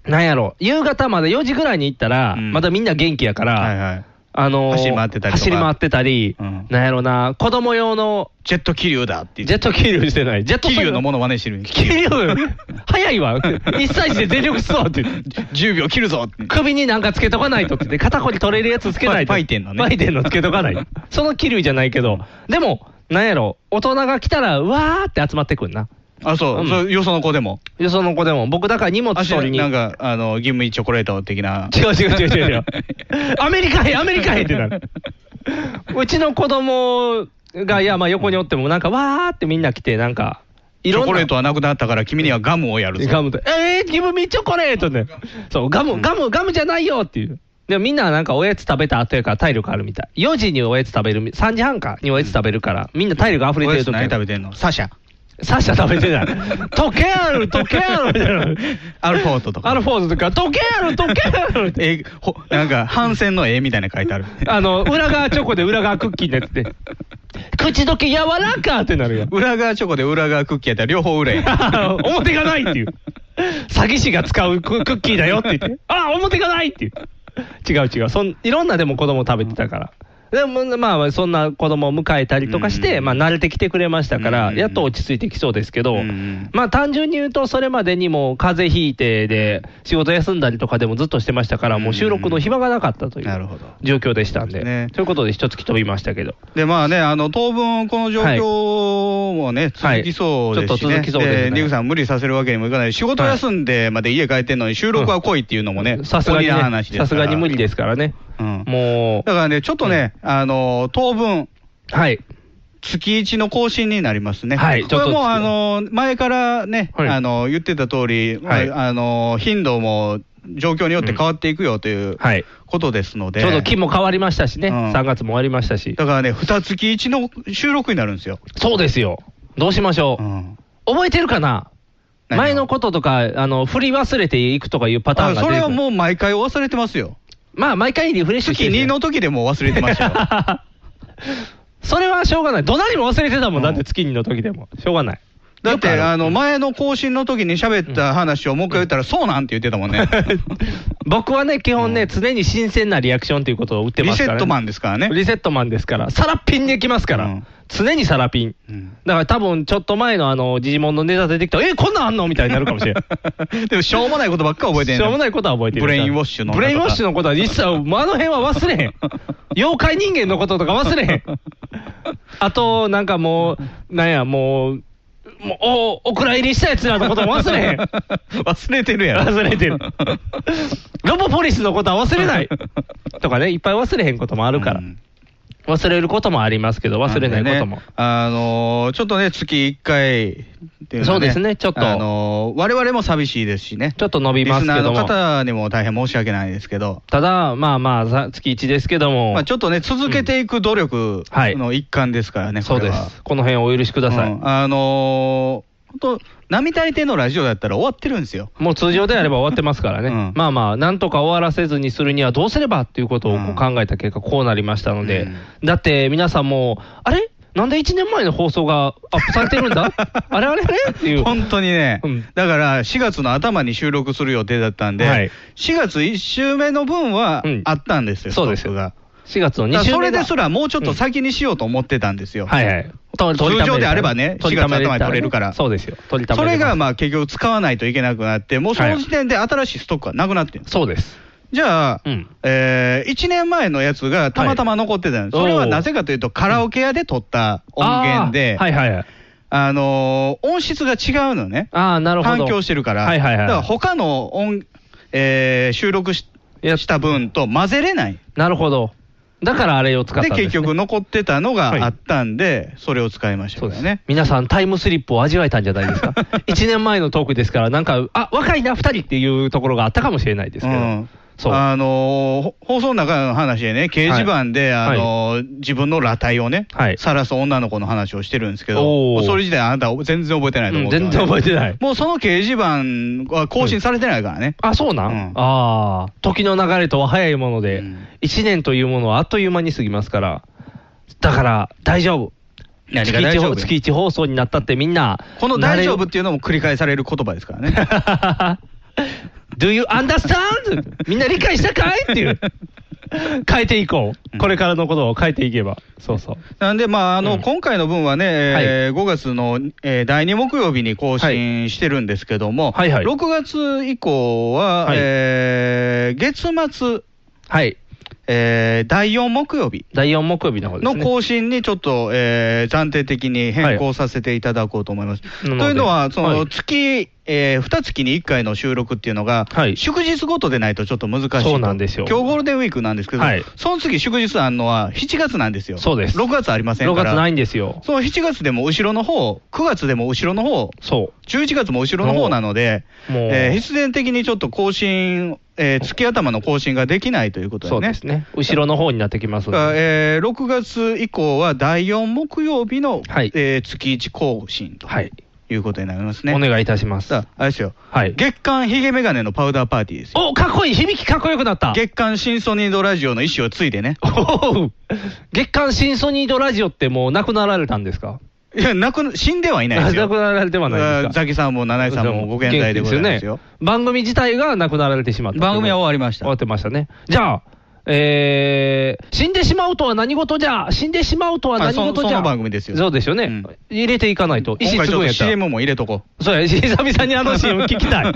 B: なんやろ、夕方まで4時ぐらいに行ったら、
C: うん
B: まだみんな元気やから、
C: はいはい。
B: あのー
C: 走り回ってたりとか
B: 走り回ってたり
C: うん
B: なんやろな、子供用の
C: ジェット気流だって
B: ジ
C: 言
B: ェ
C: っ
B: ット気流してない。ジェッ
C: て。
B: ト
C: 気流のも
B: の。
C: の真似して る。
B: 気流早い わ。一歳児で全力しそうって言って。
C: 10秒切るぞって。
B: 首になんかつけとかないとって言って、肩こり取れるやつつけないと。
C: パイパイテンのね
B: パイテンのつけとかない。その気流じゃないけど、でも、なんやろ、大人が来たら、うわーって集まってくんな。
C: あ、そうう。
B: ん
C: そうよその子でも。
B: よその子でも、僕だから荷物
C: あ、し
B: 取りに。
C: なん
B: 違
C: か、あの、ギムイチョコレート的な。
B: う違う違う違う 違う。アメリカへ、アメリカへってなる。うちの子供が、いや、まあ横におっても、なんか、わーってみんな来て、なんか、い
C: チ
B: ろ
C: ョ
B: んな。
C: コレートはなくなったから君にはガムをやるぞ。
B: ガムと、えー、ギブミチョコレートね。そう、ガム、ガム、ガムじゃないよっていう。でもみんななんかおやつ食べた後やから体力あるみたい。4時におやつ食べるみ、3時半かにおやつ食べるから、みんな体力溢れて
C: お
B: る
C: やつ
B: 時
C: 何食べてんのサシャ。
B: サッシャ食べて ない。溶けある、溶けあるみたい
C: アルフォートと
B: な。ア
C: か。
B: ルフォーズとか、溶けある、溶けあるって。
C: えほなんか、反戦の絵みたいなの書いてある。。
B: あの、裏側チョコで裏側クッキーのやつで。口どけ柔らかってなるよ
C: 裏側チョコで裏側クッキーやったら両方裏や。
B: 表がないっていう。詐欺師が使うククッキーだよって言 って、あ表がないっていう。違う違うそん、いろんなでも子供食べてたから。でもまあ、そんな子供を迎えたりとかし
C: うんうん
B: て、
C: うん
B: まあ、慣れてきてくれましたか
C: うんう
B: ら、
C: んうん
B: やっと落ち着いてきそうですけど
C: うんうん、
B: まあ、単純に言うと、それまでにもう風邪ひいてで、仕事休んだりとかでもずっとしてましたから、もう収録の暇がなかったとい
C: なるほ
B: う
C: ど
B: 状況でしたんで、
C: ね
B: ということで、一月飛びましたけど。
C: で、まあね、あの、当分、この状況もね、
B: はい
C: 続きそうですし
B: ちょっと
C: ね。
B: 続きそうですね
C: リグさん無理させるわけにもいかない。仕事休んでまで家帰ってんのに収録は来いっていうのもね、
B: さすがに
C: 無理な
B: ね
C: 話、ですから
B: さすがに無理ですからね。
C: うん
B: も
C: だからね、ちょっとね、あの、当分、
B: う、はい。
C: 月一の更新になりますね。
B: はい
C: これはもう、
B: ちょっと
C: あの、前からね、
B: はい
C: あの、言ってた通り、
B: はい
C: まああの、頻度も状況によって変わっていくよという
B: はい。
C: ことですので、
B: ちょうど木も変わりましたしね、
C: うん
B: 3月も終わりましたし、
C: だからね、二月一の収録になるんですよ。
B: そうですよ、どうしましょう、
C: うん
B: 覚えてるかな、
C: 何を
B: 前のこととか、あの振り忘れていくとかいうパターン
C: あ
B: が
C: そ
B: 出て
C: れ
B: く
C: は
B: る
C: もう毎回忘れてますよ。
B: まあ、毎回リフレッシュして
C: 月
B: る
C: 2の 時でもう忘れて ましたよ。
B: それはしょうがない、どなりも忘れてたもん、
C: うん
B: だって月2の時でも、しょうがない。
C: だって、
B: よくる
C: あの、前の更新の時に喋った話をもう一回言ったら、そうなんて言ってたも んね。
B: 僕はね、基本ね、常に新鮮なリアクションということを打ってます
C: リ
B: か
C: セ
B: ら、
C: ットマンですからね。
B: リセットマンですから、サラピンできますから、
C: うん
B: 常にサラピン。
C: うん
B: だから多分ちょっと前のあの、ジジモンのネタ出てきたら、え、こんなんあんのみたいになるかもし れない。
C: でも、しょうもないことばっか覚えてん
B: し
C: の
B: ょうもないことは覚えてる。
C: ブレインウォッシュの
B: ブレインウォッシュのことは一切、もうあの辺は忘れへ ん。妖怪人間のこととか忘れへん。あと、なんかもう、なんや、もう、もうお、お蔵入りしたやつらのことも忘れへ ん。
C: 忘れてるや ん。
B: 忘れてるロボポリスのことは忘れ ない。とかね、いっぱい忘れへんこともあるから。
C: うん
B: 忘れることもありますけど、忘れないことも
C: んで。ねあのーちょっとね、月1回っていうのは
B: そうですねちょっと
C: あのー我々も寂しいですしね。
B: ちょっと伸びますけども
C: リスナーの方にも大変申し訳ないですけど。
B: ただ、まあまあ、さ月1ですけども、
C: まあ、ちょっとね、続けていく努力
B: はい
C: の一環ですからね、
B: そうで
C: これは
B: す。この辺お許しください。
C: うんあのー、本当、並大抵のラジオだったら終わってるんですよ。
B: もう通常であれば終わってますからね、
C: うん
B: まあまあ、なんとか終わらせずにするにはどうすればっていうことをこ
C: うん
B: う考えた結果、こうなりましたので、
C: う
B: だって皆さんもう、あれなんで1年前の放送がアップされてるん だあれあれあれっていう、
C: 本当にね、
B: うん
C: だから4月の頭に収録する予定だったんで、
B: はい
C: 4月1週目の分は
B: うん
C: あったんですよ、
B: そうです
C: ストックが。
B: 4月の
C: だ
B: 2
C: から
B: 週
C: そ
B: 目
C: れ
B: が
C: ですらもうちょっと先にしようと思ってたんですよ。
B: はいはい、と
C: 通常であればね
B: 取りためれたら
C: 4月頭に取れるから
B: そうですよ、取りため
C: それ
B: れ
C: が
B: ます
C: まあ結局使わないといけなくなって、もうその時点で新しいストックはなくなってるんです
B: そうです、
C: じゃあ、
B: うん
C: え1年前のやつがたまたま残ってたんです、
B: はい
C: それはなぜかというと、カラオケ屋で撮った音源で、
B: あーはいはいはい、
C: あのー音質が違うのね、
B: ああ、なるほど、
C: 反響してるから、
B: はいはい
C: だから
B: はい、
C: 他の音、えー収録し
B: や
C: した分と混ぜれない、
B: なるほど、だからあれを使ったん
C: で
B: です、ね、
C: 結局残ってたの
B: はい
C: があったんで、それを使いました
B: そ
C: か
B: うで
C: ら
B: す
C: ね
B: ね。。皆さん、タイムスリップを味わえたんじゃないですか。1年 前のトークですから、なんか、あ若いな、2人っていうところがあったかもしれないですけど、
C: うん
B: そう、は
C: あのーほ放送の中の話でね、掲示板で、
B: はい
C: あのー自分の裸体をね、
B: はい
C: 晒す女の子の話をしてるんですけど、
B: おー
C: それ自体、あなた、全然覚えてないと
B: うん
C: 思うけど
B: 全
C: ね、
B: 然覚えてない。
C: もうその掲示板は更新されてないからね、
B: あ、そうなん、
C: うん
B: ああ、時の流れとは早いもので、
C: うん
B: 1年というものはあっという間に過ぎますから、だから大丈夫。
C: 何が大丈夫
B: 月一月一放送になったってみんな、
C: この大丈夫っ
B: 慣
C: ていうのも繰り返される言葉ですからね。
B: れ Do you understand? みんな理解したかいって いう。変えていこ
C: う
B: う。
C: ん
B: これからのことを変えていけば。そうそう。
C: なんで、まあ、あの、
B: うん
C: 今回の分はね、えー5月の、えー第2木曜日に更新してるんですけども、
B: はいはいはい
C: 6月以降は、
B: はい
C: えー月末、
B: はい。
C: えー第4木曜日
B: 第4木曜日の方です
C: の
B: ね。
C: 更新にちょっと、えー暫定的に変更させていただこうと思います。
B: なので
C: というのは、そ
B: は
C: の
B: い
C: 月、え2月に1回の収録っていうのが、
B: はい
C: 祝日ごとでないとちょっと難しいと
B: そうなんですよ
C: 今日ゴールデンウィークなんですけど、
B: はい
C: その次、祝日あるのは7月なんですよ、
B: そうです
C: 6月ありません
B: 6
C: から、
B: 月ないんですよ。
C: その7月でも後ろの方、9月でも後ろの方、
B: そ
C: 11月も後ろの方なので、
B: う。もう。
C: えー必然的にちょっと更新、えー月頭の更新ができないということ
B: そう
C: で
B: で
C: ね。
B: すね。後ろの方になってきます
C: だ
B: ので
C: からえー6月以降は第4木曜日の、
B: はい
C: えー月1更新と
B: はい。
C: いうことになりますね。
B: お願いいたします
C: さ。ああれですよ、
B: はい。
C: 月刊ヒゲメガネのパウダーパーティーですよ。
B: おかっこいい響きかっこよくなった
C: 月刊シンソニードラジオの意思を継いでね。
B: おう月刊シンソニードラジオってもうなくなられたんですか
C: いや、なく死んではいないですよ。
B: なくなられてはないですか
C: ザキさんも七井さんもご健在でございますよ。
B: 番組自体がなくなられてしまった。
C: 番組は終わりまし
B: 終
C: た
B: わ。ってましたね。じゃあ、えー、死んでしまうとは何事じゃ死んでしまうとは何
C: まあそ
B: 事じゃ、
C: その番組ですよ
B: そうですよね。
C: うん
B: 入れていかないと。意思
C: 今回
B: つ
C: ちょ
B: く
C: っ
B: んや
C: と
B: ったら。
C: CM も入れとこ
B: そうや、久々にあ の CM 聞きたい。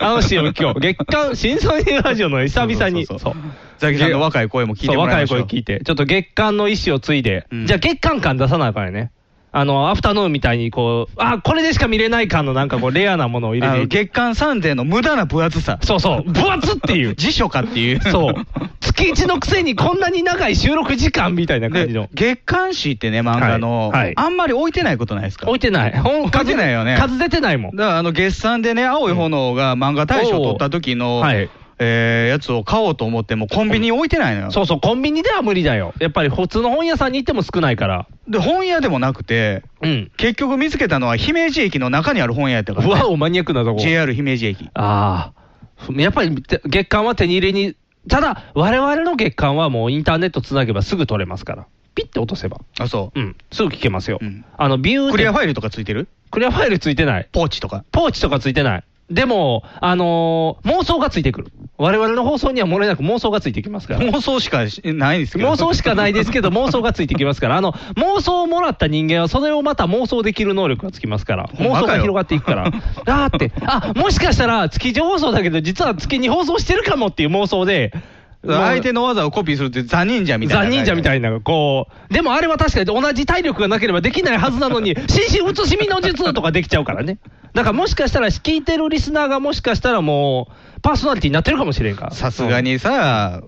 B: あの CM 今日、月刊、新ソニーラジオの久々に、
C: そ
B: そうう
C: そうそうザキさんの若い声も聞いて
B: そう
C: も
B: 若
C: らいま
B: い
C: しょう
B: 声聞いて、ちょっと月刊の意思を継いで
C: うん、
B: じゃあ月刊感出さなあかんよね。あの、アフタヌーンみたいに、こう、あ、これでしか見れない感のなんかこう、レアなものを入
C: あ
B: れ
C: の
B: てい
C: 月間3000の無駄な分厚さ
B: く。、そう そう、分厚っていう。
C: 辞書かっていう、
B: そう。月一のくせにこんなに長い収録時間みたいな感じ
C: で
B: の。
C: 月刊誌ってね、漫画の、
B: はいはい
C: あんまり置いてないことないですか
B: 置いてない。本
C: 置いてないよね
B: 数出てないもん。
C: だからあの月産でね、青い炎が漫画大賞取った時の、
B: おーはい
C: えーやつを買おうと思っても、コンビニ置いてないのよ。
B: そうそう、コンビニでは無理だよ。やっぱり普通の本屋さんに行っても少ないから。
C: で、本屋でもなくて、
B: うん。
C: 結局見つけたのは、姫路駅の中にある本屋やったから
B: う
C: ね、
B: わお、マニアックなとこ。
C: JR 姫路駅。
B: ああ。やっぱりて月間は手に入れに、ただ、我々の月間はもうインターネットつなげばすぐ取れますから。ピッて落とせば。
C: あ、そう
B: う。ん。すぐ聞けますよ。
C: うん
B: あの、ビューって
C: クリアファイルとかついてる
B: クリアファイルついてない。
C: ポーチとか。
B: ポーチとかついてない。でも、あのー妄想がついてくる。我々の放送には漏れなく妄想がついてきますから。
C: 妄想しかしないんですけど。
B: 妄想しかないです けど、妄想がついてきますから、あの妄想をもらった人間は、それをまた妄想できる能力がつきますから、
C: ほん
B: 妄
C: まかよ
B: 想が広がっていく から、だーって、あもしかしたら月1放送だけど、実は月に放送してるかもっていう妄想で、
C: 相手の技をコピーするって、ザ・忍者みたいな。
B: ザ・忍者みた
C: い
B: いな、こう、でもあれは確かに同じ体力がなければできないはずなのに、心身移し身の術とかできちゃうからね。だからもしかしたら、聞いてるリスナーがもしかしたらもう、パーソナリティになってるかもしれんから。
C: な。さすがにさ、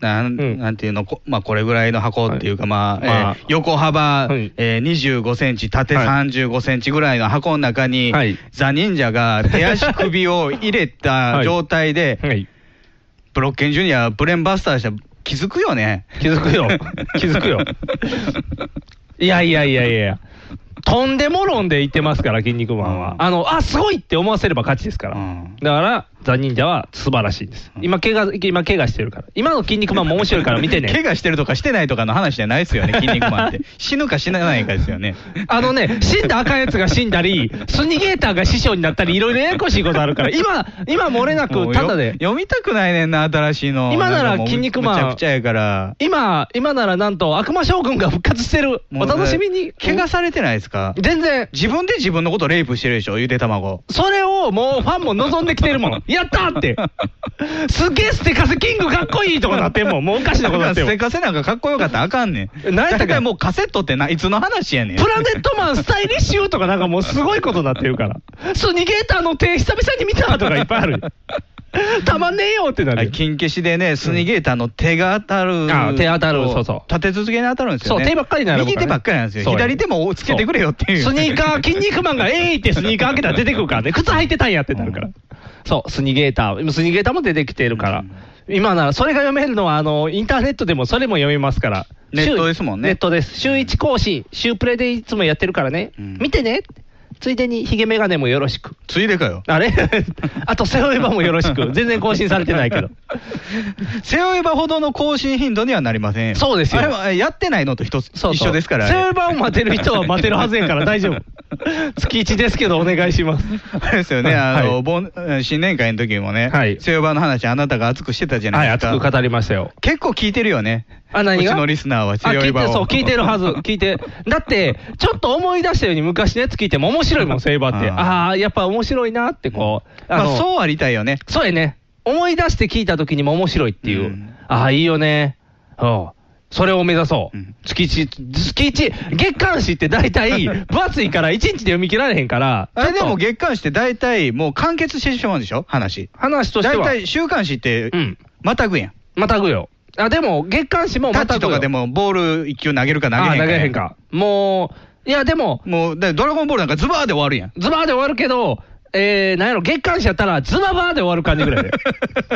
C: なん
B: うん
C: なんていうの、こまあ、これぐらいの箱っていうか、まあ、えー
B: まあ
C: 横
B: は
C: 幅、
B: い
C: えー25センチ、縦
B: はい
C: 35センチぐらいの箱の中に、
B: はい
C: ザ・忍者が手足首を入れた
B: はい
C: 状態で、
B: はい
C: ブロッケンジュニア、ブレンバスターしたら気づくよね。
B: 気づく よ。気づくよ。いやいやいやいや。とんでも論で言ってますから、筋肉マンは
C: う。ん
B: あの、あ、すごいって思わせれば勝ちですから。
C: うん
B: だから、ザ・忍者は素晴らしいです。今、怪我、今、怪我してるから。今の筋肉マンも面白いから見て
C: 怪
B: ね。
C: 我してるとかしてないとかの話じゃないですよね、筋肉マンって。死ぬか死なないかですよね。
B: あのね、死んだ赤いやつが死んだり、スニゲーターが師匠になったり、いろいろややこしいことあるから、今、今漏れな
C: も
B: く、
C: う
B: ただ
C: よ
B: で。
C: 読みたくないねんな、新しいの。
B: 今なら
C: んかもう
B: 筋肉マン
C: むちゃくちゃやから。
B: 今、今ならなんと悪魔将軍が復活してる。
C: も
B: お
C: う
B: 楽しみに。
C: 怪我されてないですか
B: 全然。
C: 自分で自分のことレイプしてるでしょ、ゆで卵。
B: それをもうファンも望んできてるもん。やったーって。すげえステカスキングかっこいいとかなってんもん。もうおかしなことになってん
C: せ
B: もん。
C: かせなんかかっこよかったらあかん ねん。
B: 何やったっけ
C: 大体もうカセットってないつの話やねん。
B: プラネットマンスタイリッシュとかなんかもうすごいことになってるから。スニゲーターの手久々に見たとかいっぱいある。たまんねえよってな
C: あ
B: る
C: れ
B: よ。
C: 金消しでね、スニゲーターの手が当たる、
B: あ手当たるそうそう
C: 立て続けに当たるんですよね、
B: そう手ばっかりになるからね
C: 右手ばっかりなんですよ、
B: そう
C: 左手もつけてくれよっていう、
B: スニーカー、筋肉マンがえいってスニーカー開けたら出てくるからね。靴履いてたんやってなるから。そう、スニゲーター。今スニゲーターも出てきてるから。今なら、それが読めるのは、あの、インターネットでもそれも読めますから。
C: ネットですもん
B: 週
C: ね
B: ネットです。週1更新、週プレでいつもやってるからね。
C: うん
B: 見てね。ついでに、ヒゲメガネもよろしく。
C: ついでかよ、
B: あれ あと、背負えばもよろしく。全然更新されてないけど。
C: 背負えばほどの更新頻度にはなりませんよ、
B: そうですよ
C: あれはやってないのと一つ
B: そうそう
C: 一緒ですから、あ
B: 背
C: れ
B: 負えばを待てる人は待てるはずやから大 丈夫。月1ですけど、お願いします。
C: あれですよね、あの、
B: はい
C: 忘新年会の時もね、
B: はい
C: 背負えばの話、あなたが熱くしてたじゃ
B: は、
C: ないいです
B: 熱
C: か、
B: く語りましたよ。
C: 結構聞いてるよね、
B: あ、何が
C: うちのリスナーは背負い場
B: あ
C: を
B: 聞いて、そう、聞いてる はず。聞いて。だって、ちょっと思い出したように昔のやつ聞いても面白いもん、セイバーって。
C: あ ー
B: ああー、やっぱ面白いなってこう。
C: ま
B: あ
C: あ
B: の、そう。
C: そうありたいよね、
B: やね。思い出して聞いた時にも面白いっていう。
C: うん
B: ああ、いいよね。うん。それを目指そう。
C: うん
B: 月一、月一、月刊誌って大 体、分厚いから1日で読み切られへんから、
C: あれで
B: ちょ
C: も
B: っと
C: 月刊誌って大体もう完結してしまうんでしょ、話。
B: 話として
C: 大
B: は、
C: 体週刊誌って
B: うん、
C: またぐやん。
B: またぐよ。あ、でも、月刊誌も
C: タ
B: ま
C: ッ
B: た
C: チ
B: ぐ
C: と
B: よ。
C: かでもボール1球投げるか投げへん
B: あ
C: か
B: ー
C: や。
B: 投げへんか。もう、いや、でも、
C: もう、だからドラゴンボールなんかズバーで終わるやん。
B: ズバーで終わるけど、えー、なんやろ、月刊誌やったら、ズババーで終わる感じぐ らいで、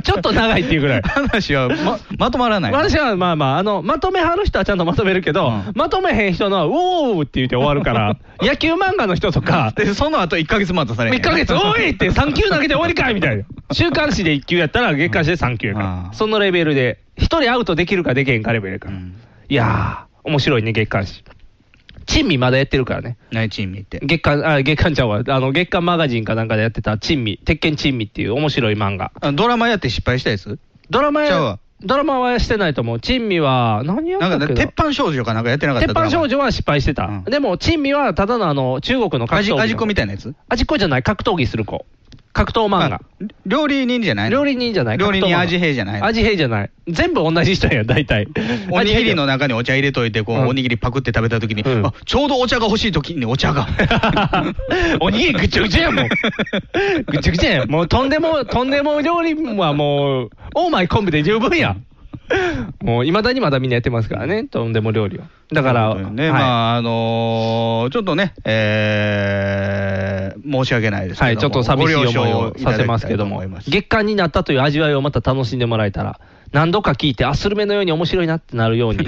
B: ちょっと長いっていうぐらい。
C: 話は ままとまらない。
B: 私はまあまあ、あの、まとめはる人はちゃんとまとめるけど、
C: うん
B: まとめへん人のは、ウォーって言って終わる から、野球漫画の人とか、
C: で、その後1ヶ月待たされへん
B: 1ヶ月、おいって3球投げて終わりかいみたいな。週刊誌で1球やったら、月刊誌で3球やか
C: う
B: ら。
C: ん
B: そのレベルで、1人アウトできるかできへんかレベルや
C: う
B: から。
C: ん。
B: いやー、面白いね、月刊誌。珍味まだやってるからね。
C: 何チーム行って。
B: 月刊、あ、月刊ちゃうわ。あの、月刊マガジンかなんかでやってた、珍味、鉄拳珍味っていう面白い漫画。
C: あドラマやって失敗したやつ
B: ドラマ
C: ちゃうわ
B: や、ドラマはしてないと思う。珍味は、何やったっ
C: な
B: けな
C: んかね鉄板少女かなんかやってなかった
B: 鉄板少女は失敗してた。
C: うん
B: でも、珍味はただのあの、中国の格闘技
C: 味
B: の。
C: 味子みたいなやつ
B: 味っ子じゃない、格闘技する子。格闘漫
C: まあ
B: 画。
C: 料理人じゃないの
B: 料理人じゃない
C: 料理人
B: 格闘漫画
C: 味兵じゃないの
B: 味変じゃない。全部同じ人やん、大体。
C: おにぎりの中にお茶入れといて、こ
B: うん
C: う、おにぎりパクって食べたときに、
B: うん
C: あちょうどお茶が欲しいときにお茶が。
B: おにぎりぐちゃぐちゃやもん。ぐちゃぐちゃやん。もうとんでも、とんでも料理はもう、オーマイコンビで十分や。もう、いまだにまだみんなやってますからね、とんでも料理は。 だから、
C: ね、
B: はい
C: まあ、あのーちょっとね、えー申し訳ないですけど
B: はい、
C: も
B: ちょっと寂しい
C: ご了承
B: 思いをさせますけど
C: い
B: も
C: ただきたいと思いま、す
B: 月間になったという味わいをまた楽しんでもらえたら、何度か聞いて、あ、スルメのように面白いなってなるよ うに。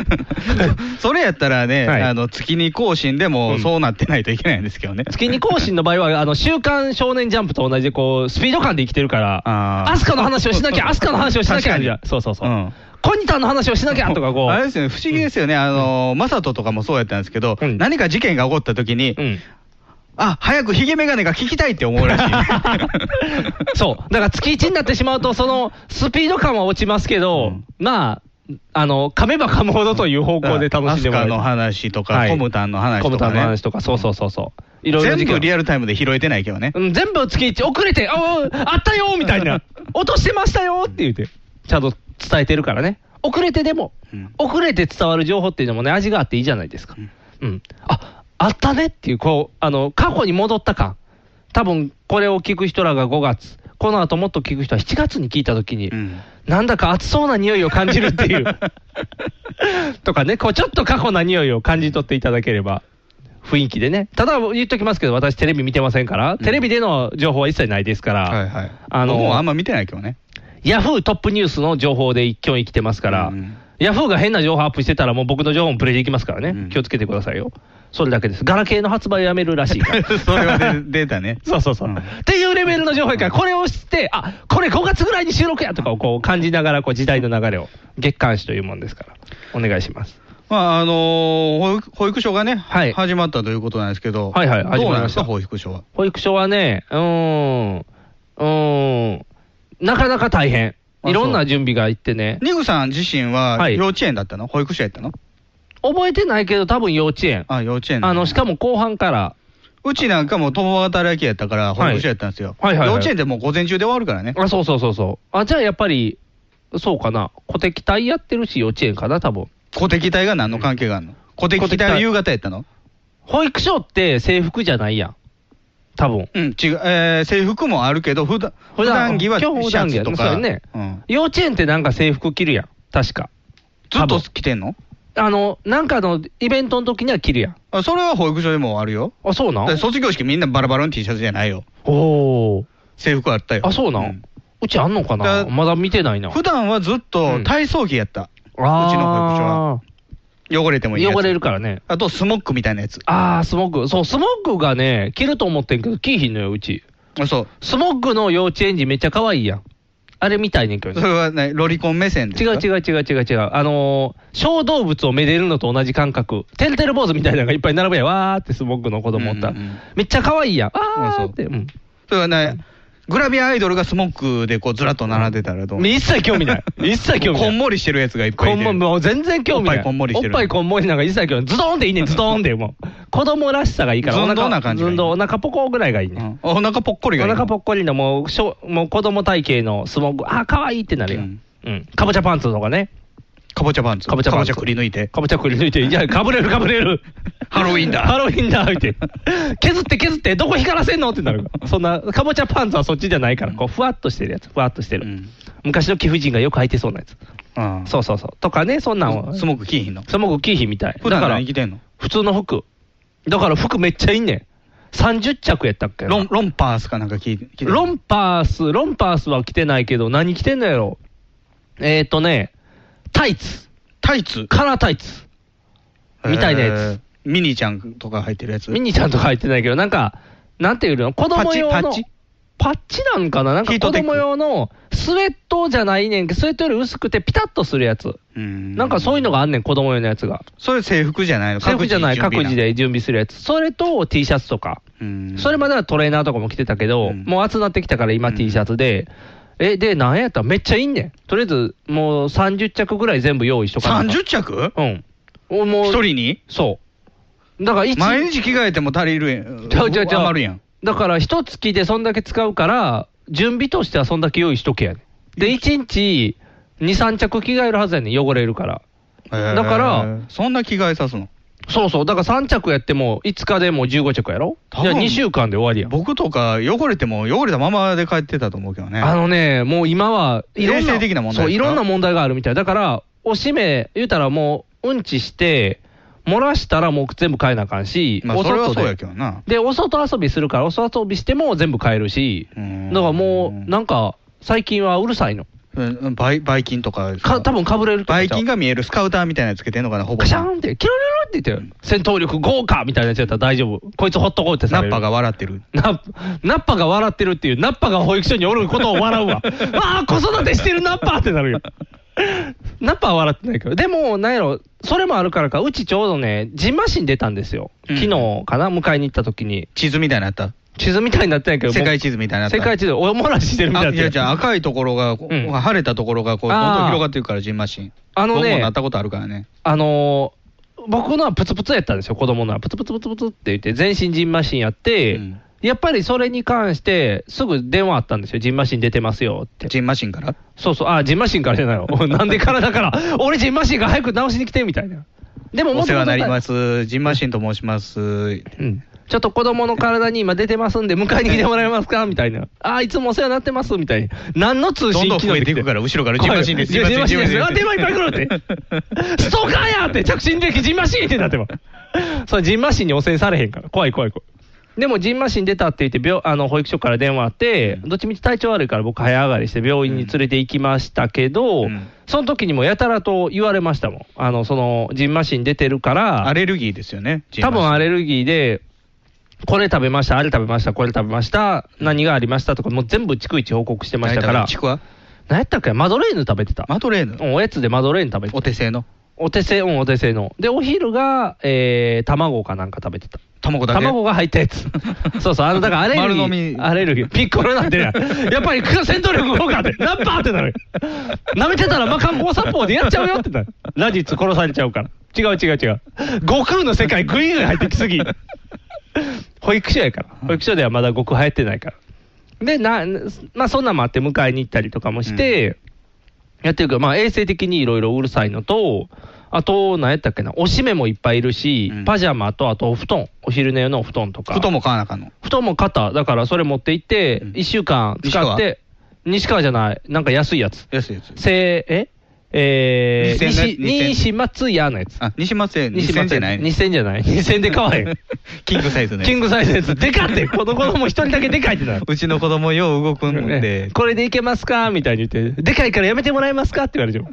C: それやったらね、
B: はい
C: あの月に更新で
B: う
C: も
B: ん
C: そうなってないといけないんですけどね。
B: 月に更新の場合は、あの、週刊少年ジャンプと同じで、こう、スピード感で生きてるから、
C: あー
B: アスカの話をしなきゃ、アスカの話をしなきゃ、
C: 確かに
B: みたいなそうそうそう。
C: うん
B: コニタンの話をしなき ゃとか、こう。
C: あれですよね、不思議ですよね、あのー、マサトとかもそうやったんですけど、
B: うん
C: 何か事件が起こったときに、
B: うん。
C: あ早くヒゲメガネが聞きたいって思うらしい。
B: そう。だから月1になってしまうと、その、スピード感は落ちますけど、
C: うん
B: まあ、あの、噛めば噛むほどという方向で楽しんでもら
C: ア
B: える
C: スカの話とか、
B: はい
C: コムタンの話
B: コム
C: と
B: タ
C: か
B: ンの
C: ね
B: 話。とか、そうそうそうそう。いろいろ
C: 全部リ
B: ア
C: アルタイムで拾えてないけどね。
B: うん、全部月1、遅れて、あーあったよーみたい な、落としてましたよーって言って、ちゃんと伝えてるからね、遅れてでも、
C: うん
B: 遅れて伝わる情報っていうのもね、味があっていいじゃないですか。うん、ああったねっていう、こうあの過去に戻った感、多分これを聞く人らが5月、この後もっと聞く人は7月に聞いたときに、
C: うん
B: なんだか暑そうな匂いを感じるって いう。とかね、こうちょっと過去な匂いを感じ取っていただければ、雰囲気でね、ただ言っときますけど、私、テレビ見てませんから、テレビでの情報は一切ないですから、
C: はいはい。
B: あの
C: もうあんま見てないけどね。
B: ヤフートップニュースの情報で一挙生きてますから、
C: うん
B: ヤフーが変な情報アップしてたら、もう僕の情報もプレイできますからね、
C: うん
B: 気をつけてくださいよ、それだけです、ガラケーの発売をやめるらしいから。
C: それはで出たね。
B: そうそうそう、
C: うん
B: っていうレベルの情報やから、これを知って、あこれ5月ぐらいに収録やとかをこう感じながら、こう時代の流れを、月刊誌というもんですから、お願いします。
C: まあ、あのー保育保育所がね、
B: はい
C: 始まったということなんですけど、
B: はいはい
C: ど
B: 始ま
C: うな
B: り
C: んで
B: ますし
C: か、
B: た
C: 保育所は。
B: 保育所はね、うーん、うーん、なかなか大変、
C: あ
B: いろん
C: そ
B: な
C: う
B: 準備がいってね、
C: ニグさん自身は
B: はい
C: 幼稚園だったの、保育所やったの
B: 覚えてないけど、多分幼稚園、
C: あ、幼稚園なんだ
B: あのしかも後半から、
C: うちなんかも共働きやったから、保育所やったんですよ。
B: はいはいはいはい
C: 幼稚園でもう午前中で終わるからね。
B: あそうそうそうそう、あじゃあやっぱり、そうかな、古敵隊やってるし、幼稚園かな、多分
C: 小敵隊が何の関係があるの小敵隊は夕方やったの
B: 保育所って制服じゃないやん、多分
C: うん、違う、えー制服もあるけど、普段普段着はシ
B: 今日普
C: ャ
B: 段着
C: ツ
B: や
C: と
B: そう
C: か、
B: やね
C: うん
B: 幼稚園ってなんか制服着るやん、確か。
C: ずっと着てんの
B: あの、なんかのイベントの時には着るやん。
C: あそれは保育所でもあるよ。
B: あ、そうな
C: だから
B: ん
C: 卒業式みんなバラバラの T シャツじゃないよ。
B: おー。
C: 制服あったよ。
B: あ、そうなん、うちあんのか
C: だ
B: なまだ見てないな。
C: 普段はずっと体操着やった。うちの保育所は汚れてもいいやつ。
B: 汚れるからね。
C: あとスモックみたいなやつ。
B: あー、スモッグ。そう、スモッグがね、着ると思ってんけど、着いひんのよ、うち。
C: あそう。
B: スモッグの幼稚園児めっちゃ可愛いやん。あれ見たいねんけど
C: そ
B: ね。
C: れはね、ロリコン目線です
B: 違
C: か
B: う違う違う違う違う。あのー小動物をめでるのと同じ感覚。てるてる坊主みたいなのがいっぱい並べやんわーってスモッグの子供おったら
C: うんうんうん
B: めっちゃ可愛いやん。あーって。うん
C: それはね、グラビアアイドルがスモックでこうずらっと並んでたらどう
B: 一切興味ない。 一切興味
C: こ
B: なんい。
C: もりしてるやつがいっぱい
B: こ
C: い
B: ん
C: て
B: もんもう全然興味ない。
C: おっぱいこんもりしてる
B: おっぱいこんもりなんか一切興味ない。ズドンでいいねん、ズドン で。もう。子供らしさがいいから。
C: 寸胴
B: お腹
C: な感じがい
B: 寸
C: い
B: 胴お腹ポコぐらいがいいね。
C: うんお腹ぽっこり
B: お
C: がいいの
B: 腹ぽっこりのもうしょもう子供体型のスモーク、あー、可愛いってなるよ、
C: う
B: うんんかぼちゃパンツとかね、
C: かぼちゃパンツ
B: かぼちゃパンツ
C: くり抜いて
B: かぼちゃくり抜いて、いや、かぶれる、かぶれる、
C: ハロウィンだ
B: ハロウィンだ、言って、削って、削って、どこ光らせんのってなるから、そんな、かぼちゃパンツはそっちじゃないから、こうふわっとしてるやつ、ふわっとしてる、
C: うん
B: 昔の貴婦人がよく履いてそうなやつ、
C: うん
B: そうそうそう、とかね、そんなんを、
C: スモック着いひんの
B: そもごきひみたい。
C: 普
B: だ
C: 段
B: から
C: 何、着てんの
B: 普通の服。だから服めっちゃいいねん。30着やったっけな
C: ロンロンパースかなんか着い着てんの
B: ロンパース、ロンパースは着てないけど、何着てんのやろえーとね、タイツ。
C: タイツ
B: カラータイツ。みたいなやつ
C: えーミニちゃんとか入ってるやつ
B: ミニちゃんとか入ってないけど、なんか、なんていうの子供用
C: パッ
B: の
C: チ。
B: パッチなんかななんか
C: ヒー
B: 子
C: トテック
B: 供用のスウェットじゃないねんけど、スウェットより薄くてピタッとするやつ。
C: な
B: なんかそういうのがあんねん、子供用のやつが。
C: それ制服じゃないの
B: 制服じゃない、各自
C: 準備
B: で準備するやつ。それと T シャツとか。
C: なうん
B: それまではトレーナーとかも着てたけど、
C: うん
B: もう暑なってきたから今 T シャツで、え、で、なんやったらめっちゃいいんねん。とりあえず、もう30着ぐらい全部用意しとかなあかん。
C: 30着
B: うん。おもう、
C: 一人に
B: そう。だから一
C: 毎日着替えても足りるやん
B: ちゃうちゃうちゃう
C: 余るやん
B: だから一月でそんだけ使うから、準備としてはそんだけ用意しとけやねん。で、1日2、3着着替えるはずやねん、汚れるから。だから
C: へーそんな着替えさすの
B: そうそう、だから3着やっても、5日でもう15着やろ
C: 多
B: じ
C: 分
B: ゃあ2週間で終わりやん。
C: 僕とか汚れても汚れたままで帰ってたと思うけどね
B: あのね、もう今は、いろん
C: 衛
B: な
C: 生的な問題ですか
B: そう、いろんな問題があるみたい。だから、おしめ、言うたらもう、うんちして、漏らしたらもう全部変えなあかんし、
C: まあ
B: お
C: それは
B: 外
C: そうや
B: で。
C: けどな
B: で、お外遊びするから、お外遊びしても全部変えるし、
C: う
B: だ
C: ん
B: からもう、なんか、最近はうるさいの。
C: うんばいばい菌とか
B: か多分かぶれると
C: ば
B: 思
C: いう
B: ちゃう
C: 菌が見えるスカウターみたいなやつつけてんのかなほぼ
B: カシャーンって、キュルルルって言って、戦闘力豪華みたいなやつやったら大丈夫。こいつほっとこうってさ
C: ナ
B: れ
C: ッ
B: る
C: パが笑ってる
B: ナッナッパが笑ってるっていう、ナッパが保育所におることを笑 うわ。わあ、子育てしてるナッパってなるよ。ナッパは笑ってないけど、でも、なんやろ、それもあるからか、うちちょうどね、ジンマシン出たんですよ。
C: うん
B: 昨日かな、迎えに行った時に。
C: 地図みたいなのあった
B: 地図みたいになってないけど、
C: 世界
B: 地
C: 地図みたいなのあった
B: 世界地図、おもらししてるみたい
C: あ
B: に
C: い
B: な
C: や
B: っ
C: じ
B: て
C: ゃあ
B: あ
C: 赤いところが、こう
B: うん
C: 晴れたところがこうどんどん広がっていくからジンマシン
B: あのね
C: 僕もなったことあるからね
B: のー僕のはプツプツやったんですよ、子供のは。プツプツプツプツって言って、全身ジンマシンやって、
C: うん
B: やっぱりそれに関して、すぐ電話あったんですよ、ジンマシン出てますよって。
C: ジンマシンから
B: そうそう、あ、ジンマシンからじゃないの。 なんでからだから、俺ジンマシンが早く直しに来てみたいな。でも、。
C: お世話になりますすジンマシンと申します
B: うん。ちょっと子供の体に今出てますんで、迎えに来てもらえます かみたいな。あ、いつもお世話になってますみたいな。何の通
C: どん
B: 信
C: どん増えていくから後ろからジンマシンです
B: ジンマシンです。
C: ジン
B: あ、
C: マシンで
B: 電話いっぱい来るって。ストーカーやって、着信履歴ジンマシンってなってます。それジンマシンに汚染されへんから。怖い怖い怖い。でも、ジンマシン出たって言って病、あの保育所から電話あって、どっちみち体調悪いから、僕、早上がりして病院に連れて行きましたけど、
C: うん
B: その時にもやたらと言われましたもん、あのそのジンマシン出てるから、
C: アレルギーですよね
B: 多分ア
C: れ
B: レルギーで、これ食べました、あれ食べました、これ逐一食べました、何がありましたとか、もう全部逐一報告してましたから、
C: ちくわ
B: 何やったっけ、マドレーヌ食べてた、
C: マトレーヌ
B: うんおやつでマドレーヌ食べて
C: お
B: た、
C: 手製の
B: お手製、うん、お手製の、で、お昼が、えー、卵かなんか食べてた。
C: 卵だけ
B: 卵が入ったや つ。そうそう、あの、だからアレルギ
C: 丸飲み
B: ー。アレルギー。ピッコロなんてね、やっぱり戦闘力豪華 って、ナッパーってなる。舐めてたら魔漢方殺法でやっちゃうよってなる。ラジッツ殺されちゃうから。違う違う違う。悟空の世界グイグイ入ってきすぎ。保育所やから。保育所ではまだ悟空流行ってないから。で、な、まあそんなんもあって迎えに行ったりとかもして、やってるけど、まあ衛生的にいろいろうるさいのと、あと、何やったっけな、おしめもいっぱいいるし、
C: うん
B: パジャマと、あとお布団、お昼寝用のお布団とか。
C: ふとも買わなあかんの
B: 布団も肩、だからそれ持って行って
C: うん、
B: 1週間使って、西川じゃない、なんか安いやつ。
C: 安いやつ
B: せえ、えー、
C: 2000
B: 西、
C: 2000
B: 西松屋のやつ。
C: あ西松江
B: 西
C: 西
B: 松
C: 松
B: 屋
C: じゃないね
B: 2000じゃない ?2000 で買わへん。
C: キングサイズね
B: キングサイズのやつ。でかって、この子供一人だけでかいってなる。
C: うちの子供よう動くん
B: ね
C: で、
B: これでいけますかみたいに言って、でかいからやめてもらえますかって言われても。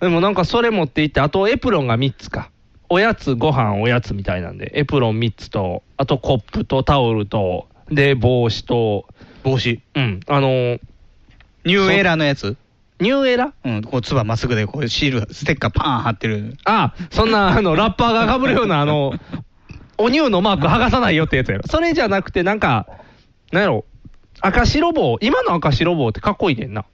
B: でもなんかそれ持って行って、あとエプロンが3つか。おやつ、ご飯、おやつみたいなんで、エプロン3つと、あとコップとタオルと、で、帽子と、
C: 帽子
B: うん、あのー、
C: ニューエラーのやつ
B: ニューエラ
C: うん、こう、つばまっすぐで、こう、シール、ステッカーパーン貼ってる。
B: あそんな、あの、ラッパーがかぶるような、あの、おニューのマーク剥がさないよってやつやろ。それじゃなくて、なんか、なんやろ、赤白棒、今の赤白棒ってかっこいいねんな。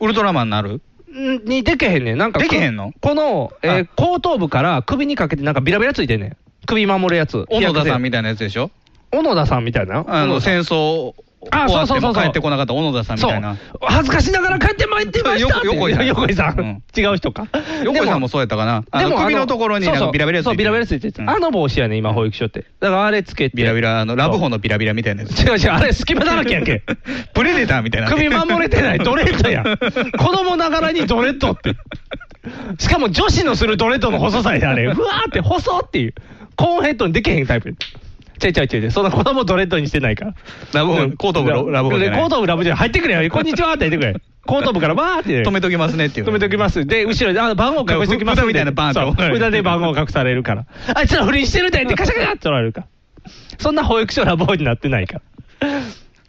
C: ウルトラマンなる
B: んにでけへんねん。なんかく、
C: でけへんの
B: この、えー
C: あ
B: 後頭部から首にかけて、なんかビラビラついてんねん。首守るやつ。
C: 小野田さん
B: み
C: みたいなやつでしょ
B: 小野田さんみたいな。
C: あの、戦争
B: あ
C: 終わっ
B: そうそうそう
C: ても
B: そう
C: 帰ってこなかった小野田さんみ
B: そう
C: たいな。
B: 恥ずかしながら帰ってまいってましたって
C: よ横井さ ん
B: 横井さん、違う人か
C: 横井さんもそうやったかなあの、首のところに、なんかビラビラつ
B: そうそう
C: いて
B: そうビラビラついてる
C: る。
B: あの帽子やね今保育所ってだからあれつけて
C: ビラビラ、あの、ラブホのビラビラみたいなや つ。
B: 違う違うあれ隙間だらけやん け
C: プレデターみたいな。
B: 首守れてないドレッド やん子供ながらにドレッドってしかも女子のするドレッドの細さやあれふわーって細っていうコーンヘッドにできへんタイプちゃいちゃいちゃいちゃいそんな子供ドレッドにしてないから
C: ラブホ後頭部ララブホじゃない
B: 後頭部ラブホじゃない入ってくれよこんにちはって入ってくれ後頭部からわーって
C: 止めときますねっていう。
B: 止めときます。で、後ろで、あの、番号隠しておきますんで。
C: ふ札みたいなバーンと
B: そう札で番号隠されるから。あいつら不倫してるでってカシャカシャって取られるから。そんな保育所ラボになってないから。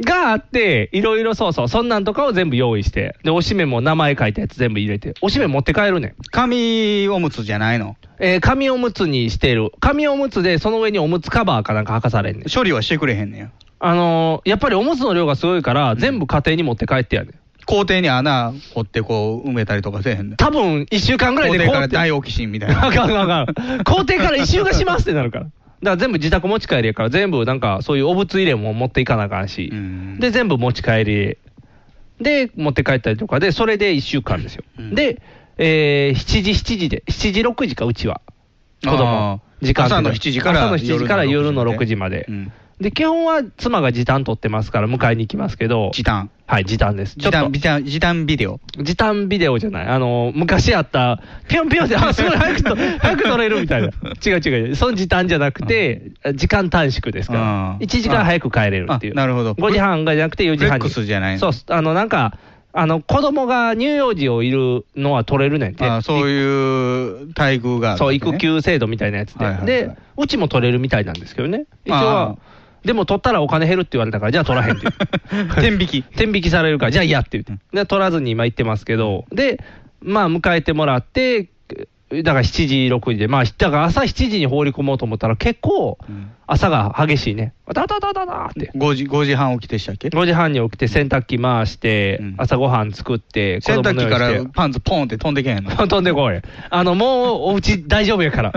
B: があって、いろいろそうそう、そんなんとかを全部用意して、で、おしめも名前書いたやつ全部入れて、おしめ持って帰るねん。
C: 紙おむつじゃないの。
B: えー紙おむつにしてる。紙おむつで、その上におむつカバーかなんか履かされんねん。
C: 処理はしてくれへんねや。
B: あのーやっぱりおむつの量がすごいから、全部家庭に持って帰ってやねん。
C: 校庭に穴掘ってこう埋めたりとかせえへんねん。
B: 多分、1週間ぐらい
C: 校
B: で
C: 庭から
B: こう
C: 大オキシンみたい
B: あ
C: な。
B: かんあかんあかん。校庭から異臭がしますってなるから。だから全部自宅持ち帰りやから、全部なんかそういうお物入れも持っていかなあかんし、
C: うん
B: で、全部持ち帰り、で、持って帰ったりとかで、それで1週間ですよ。
C: うん
B: で、えー7時、7時で、7時、6時か、うちは、子
C: あ
B: 供、
C: ー
B: 時間的に
C: 朝の7時から
B: 朝の7時から夜の6時まで。
C: うん
B: で、基本は妻が時短取ってますから、迎えに行きますけど、
C: 時短。
B: はい、時短です。ちょ
C: 時
B: っと
C: 短、時短、時短ビデオ。
B: 時短ビデオじゃない、あの昔あった、ぴょんぴょんって、あすごい早くと早く撮れるみたいな、違う違う、その時短じゃなくて、時間短縮ですから、
C: あー
B: 1時間早く帰れるっていう、
C: あなるほど
B: 5時半がじゃなくて4時半
C: フレックスじゃないの
B: そうっすあのなんか、あの子供が乳幼児をいるのは取れるねんて、
C: あーそういう待遇がある
B: そう、
C: わけね
B: 育休制度みたいなやつで、
C: はいはいはい
B: で、うちも取れるみたいなんですけどね、一応は
C: あ、
B: でも取ったらお金減るって言われたから、じゃあ取らへんっていう。
C: 天引き。
B: 天引きされるから、じゃあ嫌って言って、で取らずに今行ってますけど、で、まあ、迎えてもらって、だから7時、6時で、まあ、だから朝7時に放り込もうと思ったら、結構
C: うん、
B: 朝が激しいね、ダダダダダーって、
C: 5時、5時半起きでしたっけ
B: 5時半に起きて、洗濯機回して、
C: うん
B: 朝ごはん作って、
C: 洗濯機か
B: 子供の用
C: ら
B: 意して
C: パンツポンって飛んでけへん の。
B: 飛んでこい。あの、もうお家大丈夫やから。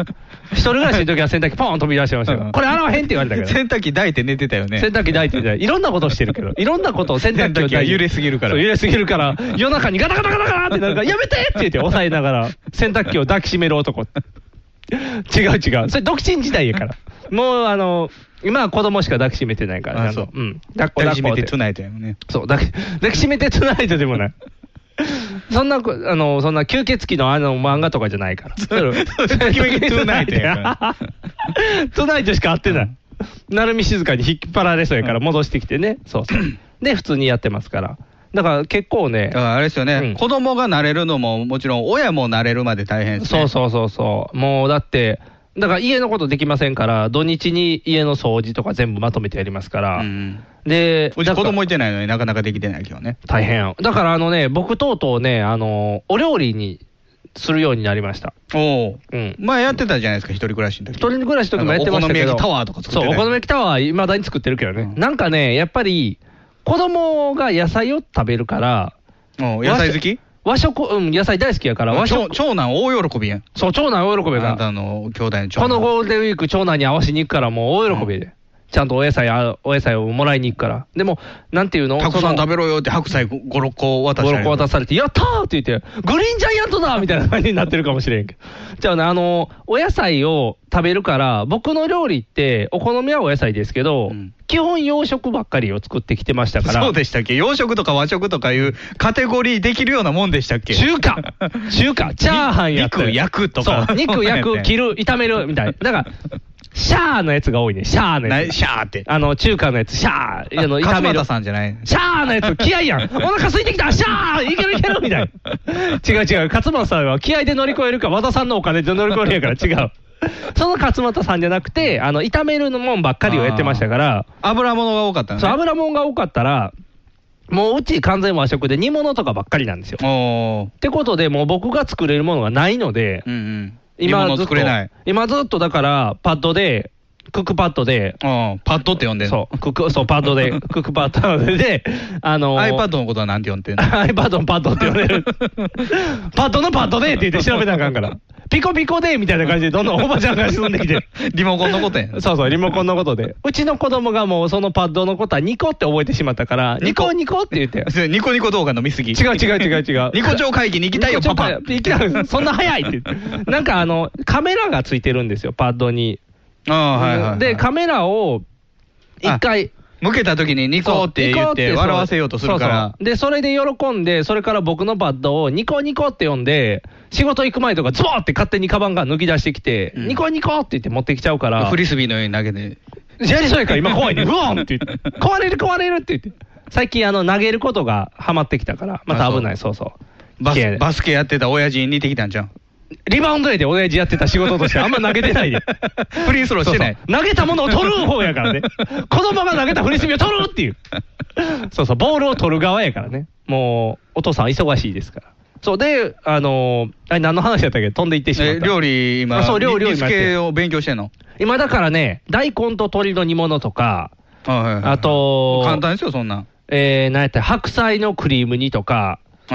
B: 一人暮らしの時は洗濯機ポーン飛び出してました
C: うん
B: よ。これ洗わへんって言われたけど。
C: 洗濯機抱いて寝てたよね。
B: 洗濯機抱いてて、いろんなことしてるけど、いろんなことを洗 濯機を抱いて
C: 洗濯機は揺れすぎるから
B: そう揺れすぎるから、夜中にガタガタガタガタってなるから、やめてって言って抑えながら、洗濯機を抱きしめる男。違う違う。それ独身時代やから。もう、あの、今は子供しか抱きしめてないから、
C: あ
B: の
C: そう
B: うん。抱っこ
C: 抱き
B: 抱
C: し
B: っこ
C: め
B: って
C: てトゥナイトやもんね。
B: そう、抱き 抱きしめてトゥナイトでもない。 そんなこ、あの、そんな吸血鬼のあの漫画とかじゃないから。。
C: そうときめきトゥナイトやから
B: トゥナイトしか合ってない。なるみ静かに引っ張られそうやから戻してきてね。そう そう。で、普通にやってますから。だから結構ね
C: だか、らあれですよね、
B: うん
C: 子供が慣れるのももちろん親も慣れるまで大変ですね。
B: そうそうそうそう。もうだって、だから家のことできませんから、土日に家の掃除とか全部まとめてやりますから。
C: うん
B: で、
C: うち
B: だか
C: 子
B: ら
C: 供いてないのになかなかできてないけどね。
B: 大変。だからあのね、僕とうとうね、あの、お料理にするようになりました。
C: おお、
B: うん
C: 前やってたじゃないですか、一人暮らしの時
B: 一人暮らしとかもやってましたけど。
C: お好み焼きタワーとか作ってた
B: そう、
C: よ
B: お
C: ね
B: 好み焼きタワー、いまだに作ってるけどね。
C: うん
B: なんかね、やっぱり、子供が野菜を食べるから、
C: おう野菜好き
B: 和食、うん、野菜大好きやから、和
C: 長
B: 食、
C: 長男大喜びやん。
B: そう、長男大喜び
C: あ
B: や
C: な
B: から
C: たの兄弟の長
B: この
C: 男。
B: ゴールデンウィーク、長男に合わしに行くから、もう大喜びで。ちゃんとお野菜、あお野菜をもらいに行くから。でも、なんていうの
C: たくさん
B: その
C: 食べろよって白菜5、6個渡
B: ボ
C: さ
B: ロ
C: れ
B: コ
C: る。
B: 渡されて、やったーって言って、グリーンジャイアントだみたいな感じになってるかもしれんけど。じゃあね、あの、お野菜を食べるから、僕の料理って、お好みはお野菜ですけど、
C: うん
B: 基本洋食ばっかりを作ってきてましたから、
C: そうでしたっけ洋食とか和食とかいうカテゴリーできるようなもんでしたっけ
B: 中華、 中華、チャーハンやったり
C: 肉焼くとか
B: そう、肉焼く、切る、炒める、みたいな。だから、シャーのやつが多いね、シャーの
C: な
B: や
C: い
B: つ。
C: シャーって。
B: あの、中華のやつ、シャー、あの炒め
C: 勝
B: る
C: 俣。さんじゃない
B: シャーのやつ、気合いやん。お腹空いてきた、シャーいけるいけるみたいな。違う違う、勝俣さんは気合で乗り越えるか、和田さんのお金で乗り越えるやから違う。その勝俣さんじゃなくて、あの、炒めるのもんばっかりをやってましたから、
C: 油物が多かったのね。
B: そう、油もんが多かったら、もううち完全和食で煮物とかばっかりなんですよ。っ
C: おー
B: てことで、もう僕が作れるものがないので、
C: うんうん。
B: 今
C: 煮
B: ず
C: 物
B: っと
C: 作れない。
B: 今ずっとだから、パッドで、クックパッドで、
C: うんパッドって呼んでんの
B: そう、クック、そう、パッドで、クックパッドで、あのー
C: iPad のことはなんて呼んでんの
B: iPad のパッドって言われる。 パッドのパッドでって言って調べなあかんから。ピコピコでみたいな感じでどんどんおばちゃんが進んできて。
C: リモコンのことやん。
B: そうそう、リモコンのことで。うちの子供がもうそのパッドのことはニコって覚えてしまったから、ニコニコって言って。
C: それニコニコ動画の見すぎ。
B: 違う違う違う違う。
C: ニコ超会議に行きたいよ、
B: ニコ
C: パ
B: ちょ
C: パ
B: っ。と行きたいそんな早いって言って。なんかあの、カメラがついてるんですよ、パッドに。
C: あーはいはいはい。
B: で、カメラを、一回、
C: 向けた時にニコって言って
B: そう
C: 笑わせようとするから
B: そうそ。うでそれで喜んでそれから僕のパッドをニコニコって呼んで仕事行く前とかズボーって勝手にカバンが抜き出してきて、
C: うん
B: ニコニコって言って持ってきちゃうから
C: フリスビーのように投げて。
B: やりそうやから 今怖いねうわんって言って壊れる壊れるって言って最近あの投げることがハマってきたからまた危ないそうそう
C: バ
B: 危険
C: スバスケやってた親父に似てきたんじゃん。
B: リバウンドやで親父やってた仕事としてあんま投げて ないで
C: フリースローしてない
B: そう。そう投げたものを取る方やから ね子供が投げたフリスビーを取るっていうそうそうボールを取る側やからねもうお父さんは忙しいですからそうであのーあれ何の話やったっけ飛んでいってしまっ
C: え
B: た
C: 料理今、
B: あそう料理料
C: 煮
B: 理
C: 付けを勉強してんの
B: 今だからね大根と鶏の煮物とか
C: あはいはいはい
B: あと
C: 簡単ですよ、そんなん。
B: えー、何やったら白菜のクリーム煮とか
C: あ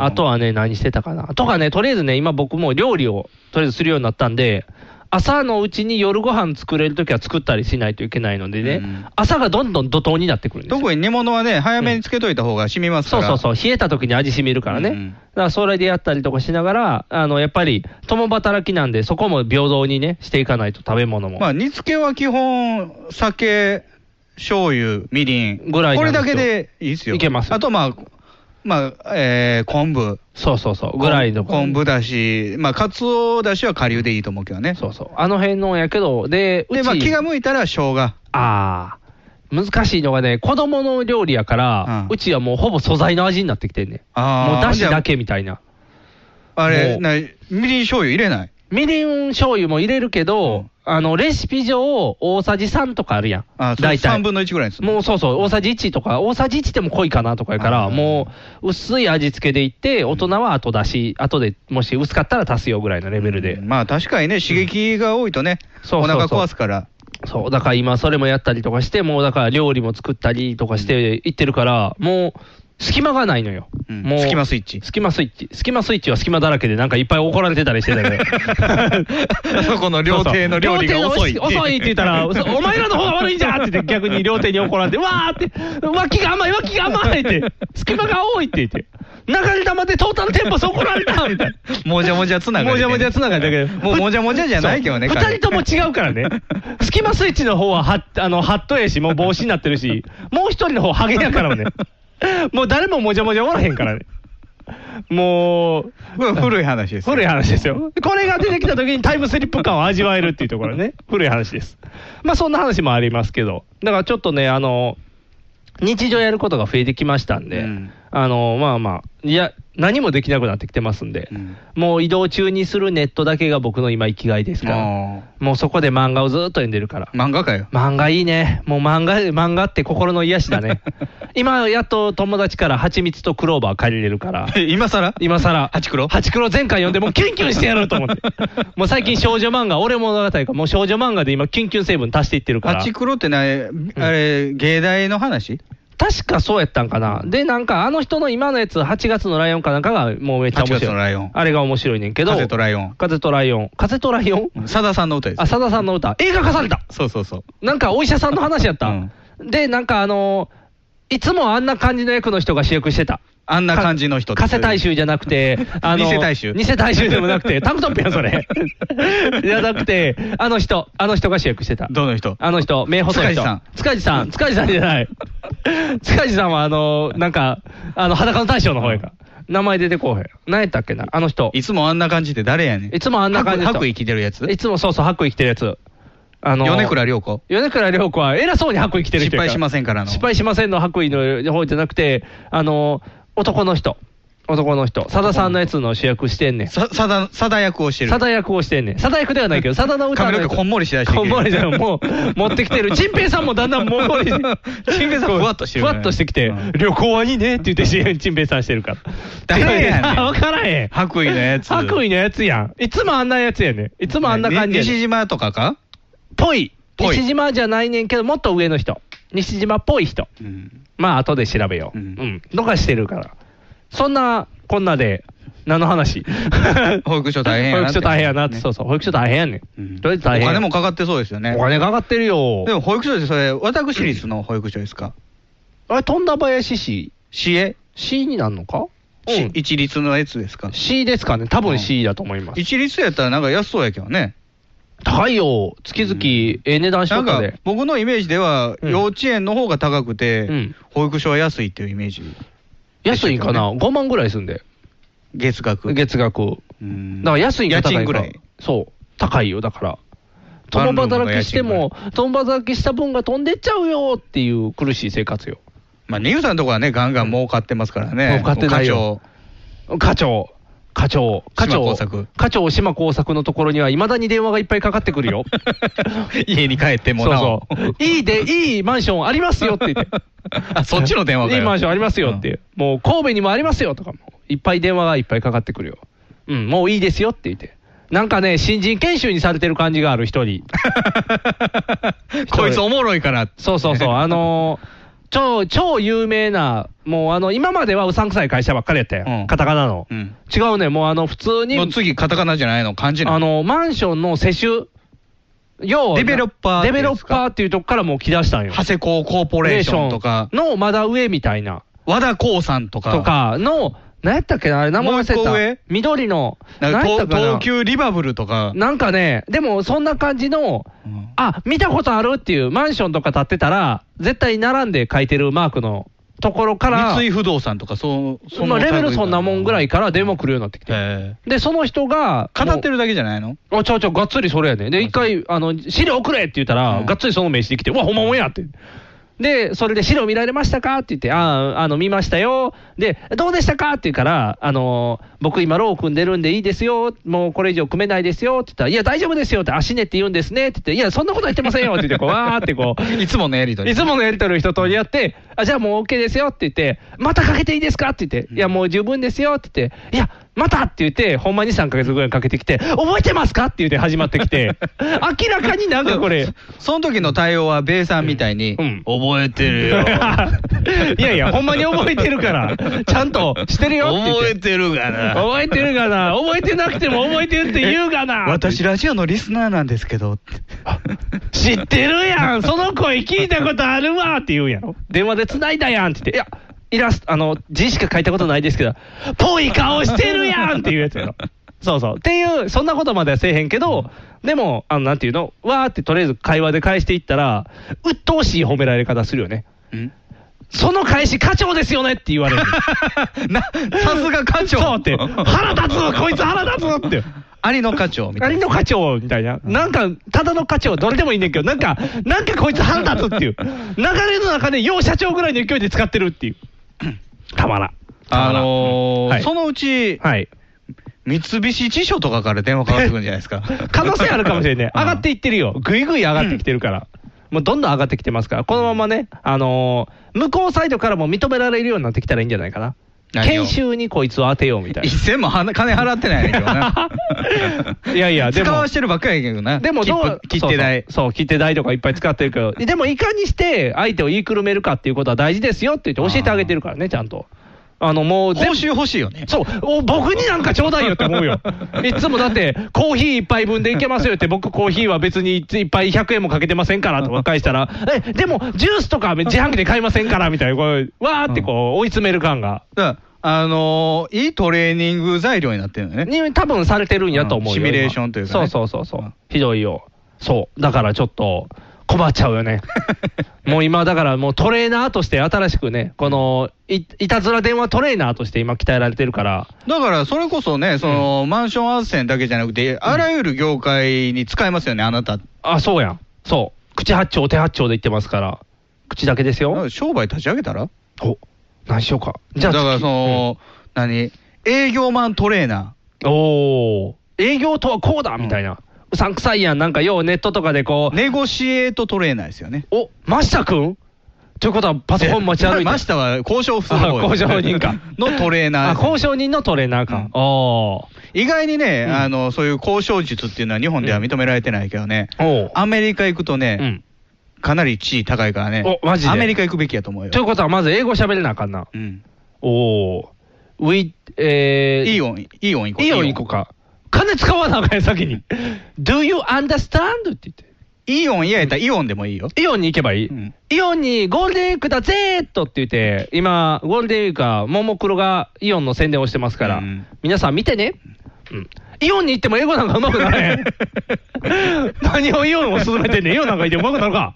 C: ー
B: あとはね、何してたかな。とかね、とりあえずね、今僕もう料理をとりあえずするようになったんで、朝のうちに夜ご飯作れるときは作ったりしないといけないのでね、
C: うん
B: 朝がどんどん怒涛になってくるんですよ。
C: 特に煮物はね、早めにつけといた方が染みます
B: そ
C: か
B: う
C: ら。
B: そうそう、冷えた時に味しみるからね、
C: うん
B: だからそれでやったりとかしながら、あのやっぱり共働きなんで、そこも平等にね、していかないと、食べ物も。
C: まあ、煮付けは基本、酒、醤油、みりん。
B: ぐらい
C: こ
B: な
C: れ
B: んですよ
C: だけでいいですよ。
B: いけます
C: あと、まあ、まあ、えー、昆布。
B: そうそうそう、ぐらいの。
C: 昆布だし、まあ、かつおだしは下流でいいと思うけどね。
B: そうそう、あの辺のやけど、で、うち
C: で、まあ、気が向いたら生姜。
B: あー難しいのがね、子供の料理やから、
C: う
B: うんちはもうほぼ素材の味になってきてんねん。
C: あー
B: もうだしだけみたいな。
C: あれ、
B: もう
C: な、みりん醤油入れない。
B: みりん醤油も入れるけど、
C: うん
B: あのレシピ上、大さじ3とかあるやん、
C: あ、
B: 大体。
C: 3分の1ぐらいですね。
B: もうそうそう、大さじ1とか、大さじ1でも濃いかなとかやか
C: あ
B: ら、
C: ー
B: もう薄い味付けでいって、大人は後出し、後でもし薄かったら足すよぐらいのレベルで
C: う、んまあ、確かにね、刺激が多いとね、
B: そう
C: お
B: そうそう
C: 腹壊すから。
B: そう、だから今、それもやったりとかして、もうだから料理も作ったりとかしていってるから、もう隙間がないのよ、
C: うん
B: もう
C: 隙間スイッチ。
B: 隙間スイッチ、隙間スイッチは隙間だらけで、なんかいっぱい怒られてたりしてたけど
C: そこの 料亭の料理が遅い
B: そう そう料亭の遅いって言った ら、そお前らの方が悪いんじゃんって言って、逆に料亭に怒られて、わーって、脇が甘い、脇が甘いって、隙間が多いって言って、流れ玉でトータルテンポス怒られたみたいな。
C: もじゃもじゃつながりで。
B: もじゃもじゃつながりだけど
C: もうもじゃもじゃじゃないけどね。
B: そう
C: 彼
B: 二人とも違うからね。スキマスイッチの方は、は、あの、ハットやし、もう帽子になってる し、もう一人の方ハゲやからね。もう誰ももじゃもじゃおらへんからね。もう、
C: これ古い話ですよ。
B: 古い話ですよ。これが出てきた時にタイムスリップ感を味わえるっていうところね。古い話です。まあそんな話もありますけど。だからちょっとね、あの、日常やることが増えてきましたんで、
C: うん
B: あの、まあまあ、いや、何もできなくなってきてますんで、
C: うん
B: もう移動中にするネットだけが僕の今生きがいですから、
C: あ
B: もうそこで漫画をずっと読んでるから。
C: ー漫画かよ。
B: 漫画いいね。もう漫画、漫画って心の癒しだ ね。今、やっと友達から蜂蜜とクローバー借りれるから。
C: 今更
B: 今さら、
C: ハチクロ
B: ハチクロ前回読んで、もうキュンキュンしてやろうと思 って、もう最近、少女漫画、俺物語か、もう少女漫画で今、キュンキュン成分足していってるか
C: ハ
B: ら、
C: チクロってな、あれ、芸大の話
B: 確かそうやったんかな、で、なんか、あの人の今のやつ、8月のライオンかなんかが、もうめっちゃ面
C: 8月
B: 白
C: の
B: い、
C: ライオン
B: あれが面白いねんけど、
C: 風とライオン
B: 風とライオン、風とライオン、
C: さださんの歌です。
B: あ、さださんの歌、映画化された、
C: そうそうそう。
B: なんかお医者さんの話やった、
C: うん
B: で、なんか、あのーいつもあんな感じの役の人が主役してた。
C: あんな感じの人
B: 加瀬大衆じゃなく て、
C: 偽大衆
B: 偽大衆でもなくて、タンクトップやん、そ れ。じゃなくて、あの人、あの人が主役してた。
C: どの人
B: あの人、目細い人。
C: 塚
B: 塚地さん。塚地さんじゃない。塚地さんは、あの、なんか、あの、裸の大将の方やから。名前出てこうへん。何やったっけな、あの人。
C: いつもあんな感じって誰やねん。
B: いつもあんな感じの人
C: 白白衣着てるやつ
B: いつもそうそう、白衣着てるやつ。あの、
C: 米倉涼子。
B: 米倉涼子は偉そうに白衣着てる人や
C: 失敗しませんからの
B: 失敗しませんの白衣の方じゃなくて、あの男の人、男の人、さださんのやつの主役してんねん。
C: さ、さだ、さだ役をしてる。
B: さだ役をしてんねん。さだ役ではないけど、さだの歌のやつ
C: 髪の毛こんもりしだして
B: こんもりだよ、もう、持ってきてる。ちんぺいさんもだんだんもんもり。ちんぺいさん
C: ふわっとしてるね
B: ふわっとしてきて、
C: うん
B: 旅行はいいねって言って、 ちんぺいさんしてるから。
C: 誰やねん
B: わからへん。
C: 白衣のやつ。
B: 白衣のやつやん。いつもあんなやつやねん。いつもあんな感じやねん
C: 西島とかか
B: ぽい。
C: ぽい
B: 西島じゃないねんけど、もっと上の人。西島っぽい人。
C: うん。
B: まあ、後で調べよう。
C: う
B: うんん。とかしてるから。そんな、こんなで、何の話
C: 保育所大変やな
B: 保育所大変やなって、
C: ね
B: そうそう。保育所大変やね
C: うん
B: ん。とりあえず大変。
C: お金もかかってそうですよね。
B: お金かかってるよ。
C: でも保育所でそれ、私 立の保育所ですか
B: あれ、富田林市、
C: 市営、
B: C になるのかう
C: 市
B: ん
C: 一律のやつですか
B: C ですかね。多
C: うん
B: 分 C だと思います。
C: 一律やったらなんか安そうやけどね。
B: 高いよ。月々、ええ値段し
C: な
B: よ
C: ん
B: っ
C: か
B: たで。
C: 僕のイメージでは、
B: うん
C: 幼稚園の方が高くて、
B: うん
C: 保育所は安いっていうイメージ。
B: 安いんかな。5万ぐらいすんで。
C: 月額。
B: 月額。
C: うん
B: だから安いんか
C: 家
B: 高いん
C: 賃
B: か
C: ぐらい。
B: そう、高いよ、だから。
C: ワンル
B: 共
C: ームの
B: 働きしても、共働きした分が飛んでっちゃうよっていう苦しい生活よ。
C: まあ、ニューさんとこはね、ガンガン儲かってますからね。
B: 儲かってない よ課長、課長、課
C: 島耕
B: 長
C: 作、
B: 課長、島耕作のところには、いまだに電話がいっぱいかかってくる よ。
C: 課長。家に帰っても
B: そう
C: なお。。
B: そう、いいで、いいマンションありますよって言って
C: あそっちの電話か
B: い
C: よ
B: いマンションありますよって、もう神戸にもありますよとかも、いっぱい電話がいっぱいかかってくるよ。うん、もういいですよって言って。なんかね、新人研修にされてる感じがある、一人。
C: こいつおもろいから。
B: そうそうそう、あのー超、超有名な、もうあの、今まではうさんくさい会社ばっかりやったやん、
C: うん
B: カタカナの。
C: うん
B: 違うね、もうあの、普通に、
C: もう次、カタカナじゃないの、漢字な
B: あ
C: の。
B: の、マンションの世襲、要は
C: デベロッパー
B: デベロッパーっていうとこからもう来だしたんよ。
C: 長谷工コーポレーションとか、
B: のまだ上みたいな。
C: 和田光さんとか、
B: とかの、何やったっけなあれ、名前忘
C: もう一個
B: れ
C: 上
B: た。緑の、
C: な
B: 何
C: んか
B: やった
C: 東
B: かな
C: 東急リバブルとか、
B: なんかね、でもそんな感じの、
C: うん
B: あ見たことあるっていう、マンションとか建ってたら、絶対並んで書いてるマークのところから、
C: 三井不動産とか、そうそ
B: ま
C: の
B: あ、レベル
C: 類か
B: そんなもんぐらいから電話来るようになってきて、
C: へ
B: で、その人が、
C: え語って
B: る
C: るだけじゃないの
B: あちゃうちゃう、がっつりそれやねで、一回あの、資料くれって言ったら、
C: うん
B: がっつりその名刺で来て、うわ、ほんまもんやって。で、それで資料見られましたかって言って、あーあの、見ましたよ。で、どうでしたかって言うから、あのー僕今、ロー組んでるんでいいですよ。もうこれ以上組めないですよ。って言ったら、いや、大丈夫ですよって、足ねって言うんですね。って言って、いや、そんなことは言ってませんよ。って言って、こう、わーってこう、
C: いつものやりとり。
B: いつものやり取りを一通りやって、あじゃあもう OK ですよって言って、またかけていいですかって言って、いや、もう十分ですよって言って、いや、またって言って、ほんまに3ヶ月ぐらいかけてきて、覚えてますかって言って始まってきて、明らかになんかこれ、
C: その時の対応は、ベイさんみたいに、
B: うん
C: 覚えてる よ。
B: いやいや、ほんまに覚えてるから、ちゃんとしてるよって言って。
C: 覚えてるがな。
B: 覚えてるがな、覚えてなくても覚えてるって言うがな、
C: 私、ラジオのリスナーなんですけど、
B: 知ってるや ん、その声聞いたことあるわって言うんやろ、電話で繋いだやんって言って、いや、イラスト、あの字しか書いたことないですけど、ぽい顔してるやんっていうやつやろ、そうそう、っていう、そんなことまではせえへんけど、でも、あのなんていうの、わーってとりあえず会話で返していったら、鬱陶しい褒められ方するよね、その返し、課長ですよねって言われる、
C: なさすが課長
B: そうって、腹立つ、こいつ腹立つって。
C: ありの課長みたい
B: 何
C: な。
B: の課長みたいな、なんか、ただの課長、どれでもいいねんけど、なんか、なんかこいつ腹立つっていう、流れの中で、よう社長ぐらいの勢いで使ってるっていう、たまらん、
C: あのー
B: はい
C: そのうち、
B: はい、。
C: 三菱地所とかから電話かかってくるんじゃないですか
B: 可能性あるかもしれ ない、上がっていってるよ、ぐいぐい上がってきてるから、もうどんどん上がってきてますから、このままね、あのー向こうサイドからも認められるようになってきたらいいんじゃないかな、
C: 何を
B: 研修にこいつを当てようみたいな。
C: 1000もはな金払ってないねんけどな
B: 。いやいやでも
C: 使わしてるばっかりやけどな。
B: でもどう
C: 切符切手代
B: そうそうそう切手代とかいっぱい使ってるけど、でもいかにして相手を言いくるめるかっていうことは大事ですよって言って教えてあげてるからね、ちゃんと。あのもう全
C: 報
B: 部
C: 酬欲しいよね。
B: そうお僕になんかちょうだいよって思う よ、いつもだって、コーヒー一杯分でいけますよって、僕、コーヒーは別に一杯100円もかけてませんからとか返したら、えでも、ジュースとか自販機で買いませんからみたいな、こうわーってこう追い詰める感が、
C: だからあのーいいトレーニング材料になってるのね。
B: に多分されてるんやと思うよ
C: うんシミュレーションというかね
B: 今そうそうそうそううんひどいよそうだからちょっと困っちゃうよ ねもう今だからもうトレーナーとして新しくねこのいいたずら電話トレーナーとして今鍛えられてるから
C: だからそれこそね、そのマンション斡旋だけじゃなくて、あらゆる業界に使えますよね、あなた。
B: あそうやんそう口八丁手八丁で言ってますから口だけですよ
C: 商売立ち上げたら
B: お何しようか
C: じゃあだから
B: 次
C: その、何営業マントレーナ
B: うんおお営業とはこうだみたいな、うさんくさいやんなんかようネットとかでこ
C: ー、
B: う、
C: ネゴシエートトレーナーですよね。
B: お真下君ということはパソコン持ち歩いて
C: ましたは交渉不通
B: あ交渉人か
C: のトレーナ
B: あ
C: ーですね、
B: 交渉人のトレーナーか。お
C: 意外にね、
B: うん
C: あのそういう交渉術っていうのは日本では認められてないけどね、
B: ーお
C: アメリカ行くとね、
B: うん。
C: かなり地位高いからね、
B: おマジで
C: アメリカ行くべきやと思うよ
B: とい。うことは、まず英語喋れなあかんな。
C: うん、
B: おお。ウィ、えー、
C: イ
B: よ。
C: オン、イオン行こう。
B: いいよ、行こうか。金使わなあかんや、先に。Do you understand? って言って。
C: イオン嫌やったらイオンでもいいよ。
B: イオンに行けばいい、
C: うん
B: イオンにゴールデンウィークだぜーっとって言って、今、ゴールデンウィークは、ももクロがイオンの宣伝をしてますから、
C: うん
B: 皆さん見てね。うんイオンに行っても英語なんかうまくなれへ ん。何をイオンを勧めてんねん。イオンなんか行ってうまくなるか。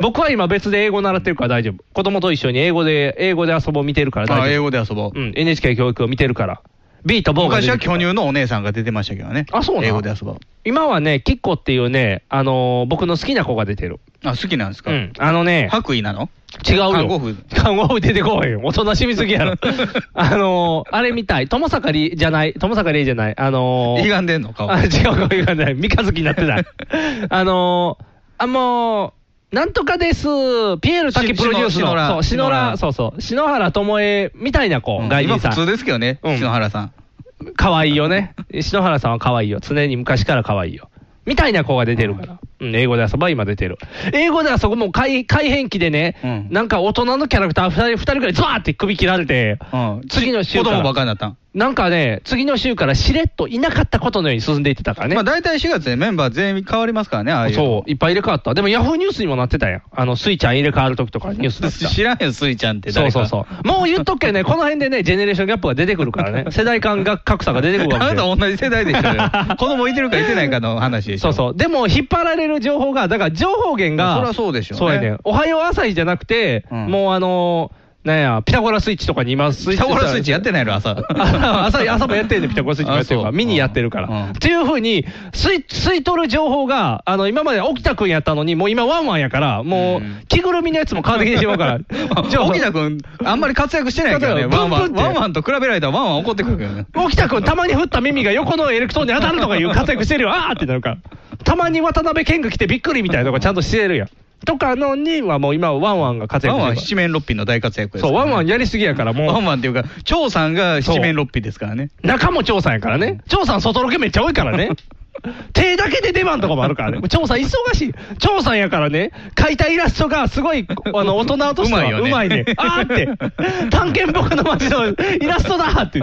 B: 僕は今別で英語習ってるから大丈夫。子供と一緒に英語で、英語で遊ぼう見てるから大
C: あ英
B: 丈夫。
C: 語で遊ぼう。
B: うん、NHK 教育を見てるから。ビートボーが出
C: 昔
B: て
C: は
B: くるか
C: 巨
B: ら
C: 乳のお姉さんが出てましたけどね。
B: あそうなん
C: 英語で遊ぼう。
B: 今はね、キッコっていうね、あのー僕の好きな子が出てる。
C: あ、好きなんですか、
B: うん。あのね、
C: 白衣なの
B: 違うよ。
C: 看護婦
B: 看護婦出てこいよ。大人しみすぎ やろ。あのー、あれみたい。友坂りじゃない。友坂りじゃない。あのー、
C: 歪んでん の顔。
B: あ、違う顔がない。三日月になって ない。あのー、あ、もう、なんとかです。ピエール滝プロデュース
C: し篠原
B: の。そう、篠原、
C: 篠原
B: そうそう。篠原智恵みたいな子、
C: うん
B: 外
C: 今
B: 人さ
C: 普通
B: ん。
C: ですけどね、
B: うん
C: 篠原さん。
B: 可愛いよね。篠原さんは可愛いよ。常に昔から可愛いよ。みたいな子が出てるから。うん、英語で遊ば今出てる。英語ではそこもう改改変期でね、
C: うん
B: なんか大人のキャラクター2人、二人くらい、ズワーって首切られて、
C: うん、
B: 次の週
C: 子
B: から
C: 供ばっかりになったん、
B: なんかね、次の週からしれっといなかったことのように進んでいってたからね。
C: まあ、大体4月でメンバー全員変わりますからね、ああいうの
B: そう、いっぱい入れ替わった。でもヤフーニュースにもなってたやん。あの、スイちゃん入れ替わるときとかニュー スだった。
C: 知らんよ、スイちゃんって
B: そう
C: 誰
B: そ
C: か
B: うそう。もう言っとくけどね、この辺でね、ジェネレーションギャップが出てくるから ね、世代間が格差が出てくる
C: あ
B: わ け
C: な
B: で
C: た同じ世代でし ょ、子供いてるかいてないかの話でし
B: そ
C: ょ。
B: うそう。でも、引っ張られる情報が、だから情報源が、
C: そりゃそうでしょうね
B: そうやねんおはよう朝日じゃなくて、
C: うん
B: もうあのーなんや、ピタゴラスイッチとかに今スイッチ
C: タゴラスイッチやってないの、朝。
B: あ 朝朝もや ってんねんピタゴラスイッチもやってるか
C: あ
B: ら、
C: そう
B: ミニやってるか
C: うん
B: ら。っていうふうに、吸い吸い取る情報が、あの今まで沖田君やったのに、もう今、ワンワンやから、も
C: うん
B: う着ぐるみのやつも変わってきてしまうから、
C: じゃあ、沖田君、あんまり活躍してないからね、
B: 活躍
C: ワンワン
B: プンプンって
C: ワンワンと比べられたら、ワンワン怒ってくるけどね。
B: 沖田君、たまに振った耳が横のエレクトーンに当たるとかいう活躍してるよ、あーってなるから、たまに渡辺謙が来てびっくりみたいなとかちゃんとしてるやん。とかのにはもう今、ワンワンが活
C: ワ
B: 躍
C: ン
B: してる
C: ワ
B: から
C: ン七面六臂の大活躍ですか
B: そ
C: ら
B: う、
C: ね、
B: ワンワンやりすぎやから、も
C: ワン
B: う、
C: ワンっていうか、張さんが七面六臂ですからね。
B: 中も張さんやからね、張さん、外ロケめっちゃ多いから ね。手だけで出番とかもあるからね、張さん、忙しい、張さんやからね、描いたイラストがすごいあの大人としては
C: うまいよね
B: うまいね、あー って、探検僕の街のイラストだーって、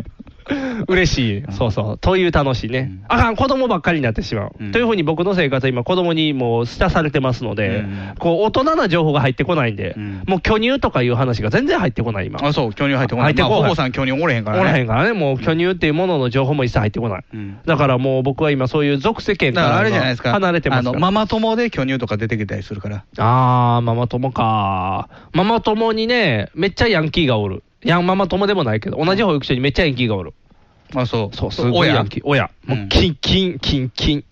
B: 嬉しい、そうそう、という楽しいね、
C: うん
B: あかん、子供ばっかりになってしまう。
C: うん
B: というふうに僕の生活は今、子供にもう捨されてますので、
C: うん
B: こう大人な情報が入ってこないんで、
C: うん
B: もう巨乳とかいう話が全然入ってこない、今。
C: あ、そう、巨乳入ってこな
B: 入
C: い。
B: って
C: ま
B: こ
C: あ、
B: ない
C: ほぼさん巨乳おれへんからね。
B: おらへんからね、もう巨乳っていうものの情報も一切入ってこない。
C: うん
B: だからもう僕は今、そういう属世間
C: だ
B: か
C: から
B: ら
C: あれじゃないですか。
B: 離れてます
C: あ
B: か
C: の、
B: ら。
C: ママ友で巨乳とか出てきたりするから。
B: あー、ママ友か。ママ友にね、めっちゃヤンキーがおる。ヤンママ友でもないけど、同じ保育所にめっちゃヤンキーがおる。
C: あ、そう。
B: そう、すごいヤンキー。親。
C: うん
B: もう、キンキン、キンキン。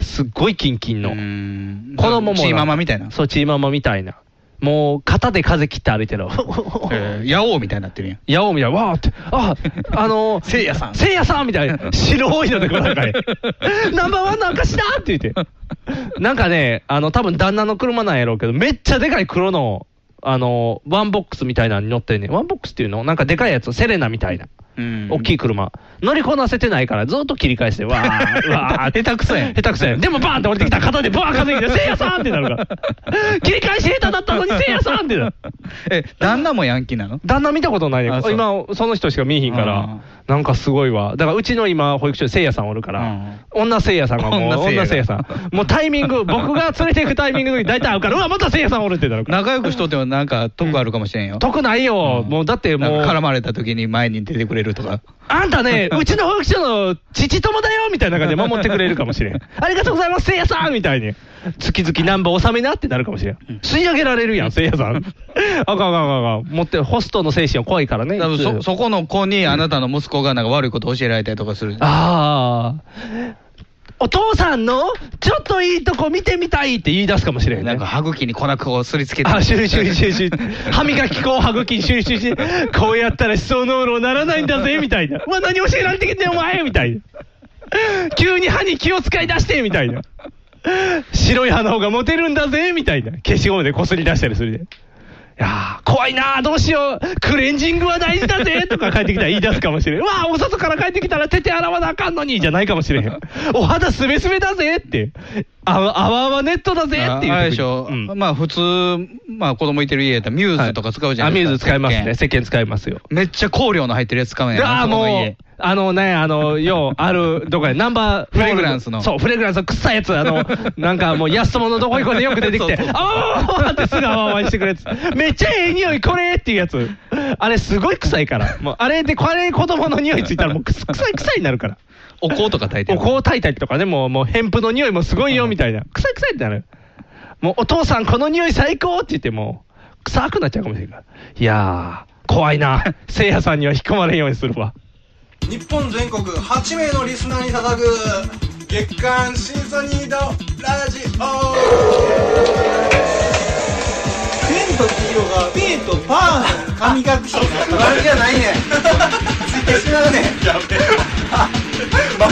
B: すっごいキンキンの。
C: の
B: 子供もな。
C: チーママみたいな。
B: そう、チーママみたいな。もう、肩で風切って歩いてる。
C: えー、ヤオウみたいになってるやん。
B: ヤオみたいな、わーって、 あ、あのー、
C: せいやさん
B: せいやさんみたいな、白いのでこうなんか ね、ナンバーワンの証だって言って、なんかね、あの、多分旦那の車なんやろうけど、めっちゃでかい黒の、あのー、ワンボックスみたいなのに乗ってんねん、ワンボックスっていうのなんかでかいやつ、セレナみたいな。
C: うん
B: 大きい車、乗りこなせてないから、ずっと切り返して、わ ー、わー、
C: 下手くそやん
B: 下手くそやん、でもバーンって降りてきた、肩でバーン風いて、せいやさんってなるから、切り返し下手だったのに、せいやさんってなる。
C: え、旦那もヤンキーなの
B: 旦那見たことないね
C: あそうん
B: 今その人しか見えひんか
C: うん
B: らなんかすごいわだからうちの今保育所にせいやさんおるから、女せいやさんがもう
C: 女
B: 女
C: せ
B: せ
C: い
B: いや
C: やが
B: さんもうタイミン グ僕が連れて行くタイミングの時大体会うからうわまたせいやさんおるってなるから
C: 仲良くしとってもなんか得あるかもしれんよ。
B: 得ないよ、
C: うん
B: もうだってもう
C: なんか絡まれた時に前に出てくれるとか。
B: あんたね、 うちの保育所の父友だよみたいな感じで守ってくれるかもしれん。ありがとうございます、せいやさんみたいに。月々ナンバー納めなってなるかもしれん。吸い上げられるやん、せいや さん。あかんあかんあかんあかん。持って、ホストの精神は怖いからね。
C: 多分
B: い
C: そ、
B: つ
C: そこの子にあなたの息子がなんか悪いこと教えられたりとかする。
B: ああ。お父さんのちょっといいとこ見てみたいって言い出すかもしれんね。
C: なんか歯茎に粉くをすりつけて。
B: あ、シュリシュリシュリ シュリ。歯磨き粉、歯茎、シュリシュリシュリ。こうやったら思想のうろならないんだぜ、みたいな。うわ、何教えられてきてんお前みたいな。急に歯に気を使い出して、みたいな。白い歯の方がモテるんだぜ、みたいな。消しゴムでこすり出したりするで。いやー怖いなーどうしようクレンジングは大事だぜとか帰ってきたら言い出すかもしれん。うわあ、お外から帰ってきたら手手洗わなあかんのにじゃないかもしれへん。お肌すべすべだぜって。あわあわあわネットだぜ
C: あ
B: っていう時に。
C: あれでしょ、
B: うん
C: まあ普通、まあ子供いてる家やったらミューズとか使うじゃないですか。
B: アミューズ使いますね。
C: 石鹸
B: 石鹸使いますよ。
C: めっちゃ香料の入ってるやつ使うんや
B: ああ、
C: そこの
B: もう
C: 家。。
B: あのね、あの、よう、ある、どこや、ナンバー
C: フレグランスの
B: そう、フレグランスの臭いやつ、あ の、なんかもう、安物のどこ行こうでよく出てきて、
C: そうそう
B: あわわわってすぐあわわわしてくるやつ。めっちゃええ匂い、これっていうやつ。あれ、すごい臭いから。もう、あれで、これ、子供の匂いついたら、もう、くす臭い臭いになるから。
C: お香とか炊いて
B: お
C: る。
B: 香を炊いたりとかね、もう、もう、ヘンプの匂いもすごいよ、みたいな。臭い臭いってなる。もう、お父さん、この匂い最高って言っても、臭くなっちゃうかもしれないから。いやー、怖いな。 せいやさんには引き込まれんようにするわ。
D: 日本全国8名のリスナーに捧ぐ月刊シンソニードラジオペンと黄色がペンとパーの神隠しになった悪じゃないねついてしまうねや べ死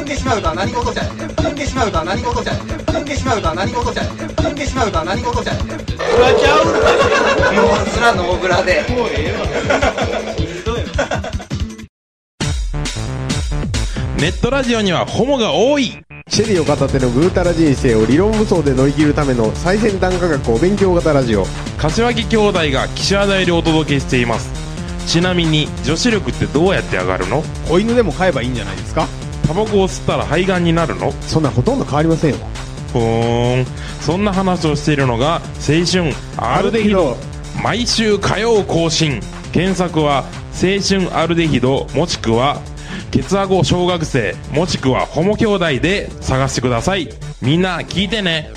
D: んでしまうとは何事じゃやね死んでしまうとは何事じゃやね死んでしまうとは何事じゃやね死んでしまうとは何事じゃやねブラちゃうもうすらノーブラでもうええわしんどいわ
E: ネットラジオにはホモが多いシェリーを片手のぐうたら人生を理論武装で乗り切るための最先端科学お勉強型ラジオ
F: 柏木兄弟が岸和田よりお届けしていますちなみに女子力ってどうやって上がるの
E: 子犬でも飼えばいいんじゃないですか
F: タバコを吸ったら肺がんになるの
E: そんなほとんど変わりませんよ
F: ふーんそんな話をしているのが青春アルデヒド毎週火曜更新検索は青春アルデヒドもしくはケツアゴ小学生もしくはホモ兄弟で探してくださいみんな聞いてね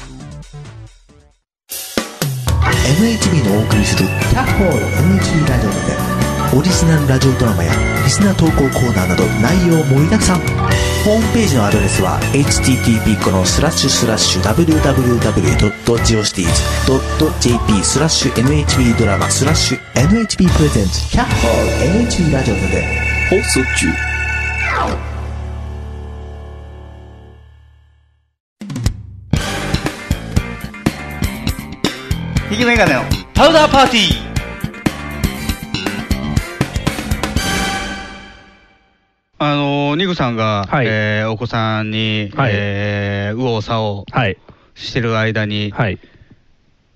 G: NHB のお送りする「キャッホール NHB ラジオ」でオリジナルラジオドラマやリスナー投稿コーナーなど内容盛りだくさんホームページのアドレスは http このスラッシュスラッシュ www.geocities.jp スラッシュ NHB ドラマスラッシュ NHB プレゼンツキャッホール NHB ラジオで
A: 放送中
C: 引きメガネの
H: パウダーパーティー
C: あのーニグさんが、
B: はい
C: えーお子さんに、
B: はい
C: えー右往左往
B: はい。
C: してる間に、
B: はい。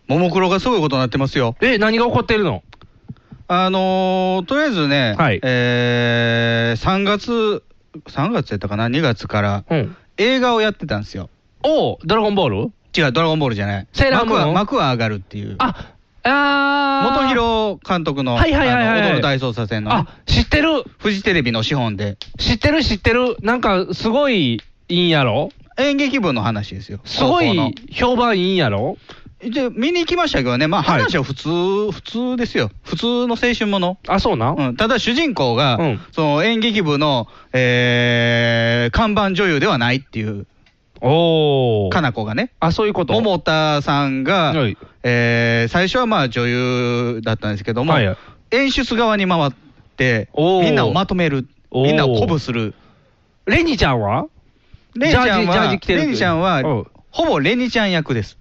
C: ももクロがすごいことになってますよ。
B: え、何が起こってるの
C: あのーとりあえずね、
B: はい
C: えー3月、3月やったかな、2月から
B: うん。
C: 映画をやってたんですよ。
B: おうドラゴンボール
C: 違う、ドラゴンボールじゃない。
B: セーラームーン
C: 幕は幕は上がるっていう。
B: あ、あー。
C: 元弘監督の、
B: はいはいはいはい
C: あの踊る大捜査線の、
B: あ、知ってる。
C: フジテレビの資本で、
B: 知ってる知ってる。なんか、すごい、いいんやろ
C: 演劇部の話ですよ。
B: すご
C: 高校の
B: い、評判いいんやろ
C: で見に行きましたけどね、まあ、
B: はい
C: 話は普通、普通ですよ、普通の青春もの。
B: あ、そうなん、
C: うん、ただ主人公が、
B: うん
C: その演劇部の、えー看板女優ではないっていう、
B: おお。
C: かな子がね、
B: あ、そういうこと。
C: 桃田さんが、
B: はい
C: えー最初はまあ女優だったんですけども、
B: はいはい
C: 演出側に回って、
B: おー
C: みんなをまとめる、
B: おー
C: みんなを鼓舞する、
B: レニちゃん は
C: レニちゃん
B: ジャージジャー
C: は
B: ジ、着てる
C: レニちゃん
B: う
C: は
B: ん
C: ほぼレニちゃん役です。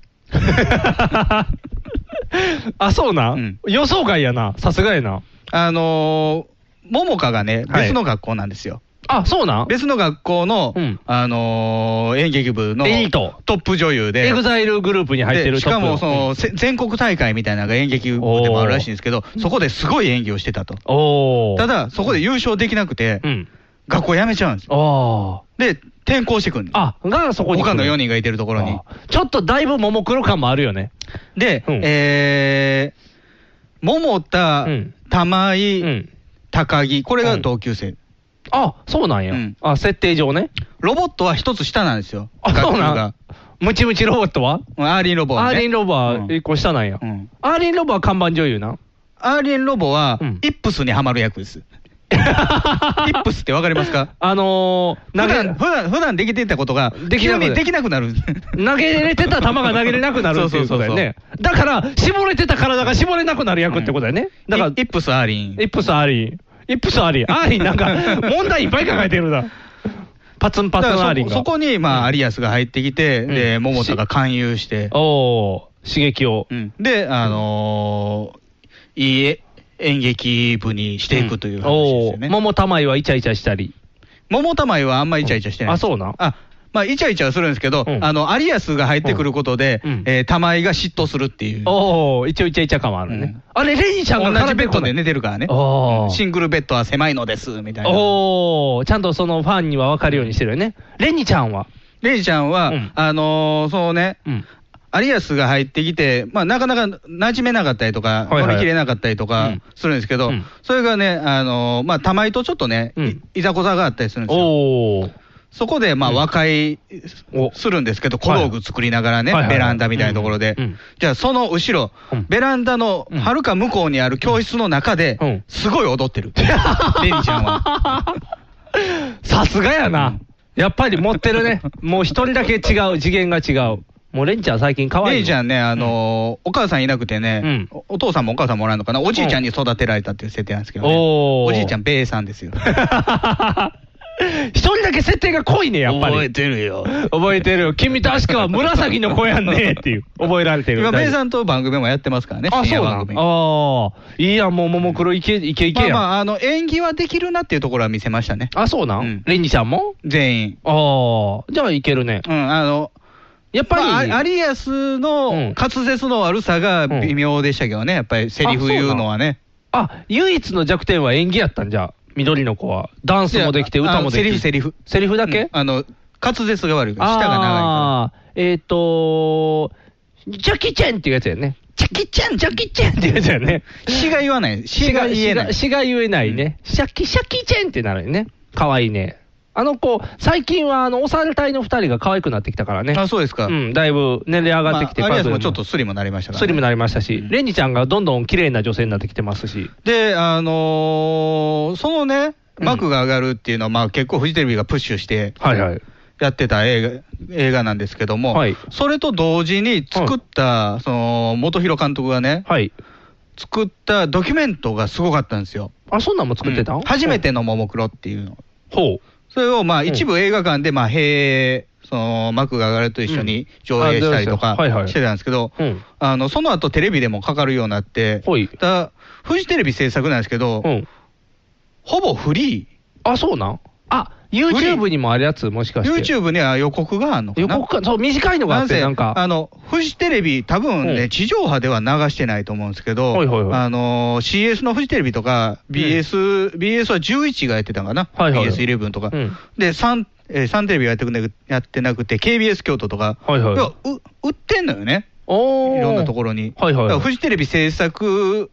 B: あ、そうなん、
C: うん
B: 予想外やな。さすがやな。
C: あのー、桃香がね、
B: はい
C: 別の学校なんですよ。
B: あ、そうなん
C: 別の学校の、
B: うん
C: あのー演劇部の
B: エリート
C: トップ女優で、
B: エグザイルグループに入って
C: で
B: る
C: しかも
B: ト
C: そ
B: ッ
C: の、せ全国大会みたいなのが演劇部でもあるらしいんですけど、そこですごい演技をしてたと。
B: プのおお。
C: た、だ、そこで優勝できなくて、
B: うん。
C: 学校辞めちゃうんですよ。
B: ああ。
C: で、転校してくんです。
B: あ、がそこに来る。
C: 他の4人がいてるところに
B: あ。ーちょっとだいぶももクロ感もあるよね。
C: で、
B: うん
C: えー、桃田、
B: うん
C: 玉
B: う
C: 井、
B: ん。
C: 高木、これが同級生。
B: あ、そうなんや。
C: うん
B: あ、設定上ね。
C: ロボットは一つ下なんですよ。
B: あ、そう
C: 学級
B: な
C: が
B: ん。ムチムチロボットは、
C: うんアーリンロボ、ね。
B: アーリン・ロバー
C: う
B: 一
C: ん
B: 個下なんや。
C: うん
B: アーリン・ロバー看板女優 な。
C: アーリンロボは、
B: うん
C: イップスにはまる役です。
B: イ
C: イップスってわかりま すか
B: あの
C: 普
B: ー、
C: 段
B: 投
C: 普段普段できてたことが、
B: できな
C: 急
B: くなる
C: にできなくなる。
B: げ、投げれてた球が投げれなくなるっていうことだよね。だから、絞れてた体が絞れなく なる役ってことだよね。だから、
C: イイップスアーリン。
B: イップスアーリー。イップスアーリー。アーリーなん か、問題いっぱい抱えてるな。パツンパ
C: だ
B: ツン
C: からそ
B: アーリーが。
C: そこに、まあ、アリアスが入ってきて、
B: ん
C: で、桃田が勧誘して、
B: おー、刺激を。
C: うんで、あのーいいえ演劇部にしていくという話ですよね。
B: おー桃玉井はイチャイチャしたり。
C: 桃玉井はあんまイチャイチャしてない、
B: あそうなん
C: あまあ、イチャイチャはするんですけど、
B: うん
C: あの、アリアスが入ってくることで、
B: うん
C: えー玉井が嫉妬するっていう。
B: おお、一応イチャイチャ感はあるね。
C: うん
B: あれ、レニちゃんが
C: 同じベッドで寝
B: ね。
C: てるからね。
B: おー
C: シングルベッドは狭いのです、みたいな。
B: おお、ちゃんとそのファンには分かるようにしてるよね。レニちゃんは。
C: レイちゃんは、
B: うん
C: あのーそうね、
B: うん。
C: アリアスが入ってきて、まあ、なかなか馴染めなかったりとか、
B: はいはい
C: 乗り切れなかったりと
B: う
C: か
B: ん
C: するんですけど、
B: うん
C: それがね、あのーまあ、玉井とちょっとね、
B: うん
C: いいざこざがあったりするんですよ。
B: おお。
C: そこで、まあ、和解
B: お
C: するんですけど、小道具作りながらね、
B: はいはいはい
C: ベランダみたいなところで、
B: うんうん
C: じゃあ、その後ろ、
B: うん
C: ベランダの
B: うん
C: はるか向こうにある教室の中で、
B: うん
C: すごい踊っ てる、レイちゃんは。
B: さすがやな。やっぱり持ってる ね。もう一人だけ違う。次元が違う。もうレニちゃん最近可愛い。
C: レイちゃん
B: ん。
C: ね、あのーお母さんいなくてね、
B: うん
C: おお父さんもお母さんもおらんのかな、おじいちゃんに育てられたっていう設定なんですけどね、
B: おー
C: おじいちゃん、米さんですよ。
B: 一人だけ設定が濃いね、やっぱり。
H: 覚えてるよ。
B: 覚えてる。君確か紫の子やんねっていう。覚えられてる。
C: 今、ベイさんと番組もやってますからね、
B: あ、
C: 深
B: そ
C: 夜
B: うな
C: 番
B: ん
C: 組。
B: ああ。いいやん、もう、ももクロいけ、いけいけ
C: まあ
B: やん。
C: まあ、あの、演技はできるなっていうところは見せましたね。
B: あ、そうなん、
C: うん
B: レンジちゃんも
C: 全員。
B: ああ。じゃあいけるね。
C: うん、あの、
B: やっぱり、
C: まあアリアス
B: うん
C: の滑舌の悪さが微妙でしたけどね、やっぱりセリフ言うのはね。
B: あ、唯一の弱点は演技やったんじゃ。緑の子は。ダンスもできて、
C: いや
B: 歌もできて。
C: あのセリフセリフ
B: セリフだけ、
C: うんあの、滑舌が悪い。舌が長いから。
B: ああー、えっ、とジャッキーチェンっていうやつやね。ジャッキーチェン、ジャッキーチェンっていうやつやね。
C: 詩が言わない。詩が言えない。
B: 詩が言えないね。シャッキシャッキーチェンってなるよね。可愛いね。あの子、最近はあの、おされ隊の二人が可愛くなってきたからね。
C: あ、そうですか。
B: うん、だいぶ年齢上がってきて、
C: まあアリアス
B: パ
C: も
B: ズル
C: ちょっとスリムになりましたから、
B: ス
C: ね。
B: リムになりましたし、レンジちゃんがどんどん綺麗な女性になってきてますし。
C: で、あのーそのね、
B: うん
C: 幕が上がるっていうのは、まあ、結構フジテレビがプッシュして
B: はいはい。
C: やってた映画映画なんですけども、
B: はい
C: それと同時に作った、その元弘監督がね、
B: はい。
C: 作ったドキュメントがすごかったんですよ。
B: あ、そんなんも作ってたん、
C: うん初め。てのももクロっていうの。
B: ほう。
C: それをまあ
B: うん
C: 一部映画館で、まあ、へその幕が上がると一緒に上映したりと
B: あ
C: か
B: 上映したりはいはい
C: してたんですけど
B: うん、
C: あのその後テレビでもかかるようになって、
B: ほい
C: だからフジテレビ制作なんですけど
B: う、ん。
C: ほぼフリ
B: あ、そうなんあ、YouTube にもあるやつ、もしか
C: ー、
B: して。
C: YouTube には予告があるのか
B: 予
C: な。
B: 告か、そう、短いのがあ
C: な
B: っ
C: ぜ
B: て、なんか。
C: あのフジテレビ、多分
B: う
C: ね、
B: ん
C: 地上波では流してないと思うんですけど、
B: はいはいはい
C: あの CS のフジテレビとか、BS、BS は11がやってたんかな、
B: はいはいはい
C: BS11 とか、
B: うん
C: で、サンえーサンテレビはやってくねやってなくて、KBS 京都とか、
B: はいはい
C: 要う売ってんのよね、
B: おー
C: いろんなところに。
B: はいはいはい
C: だからフジテレビ制作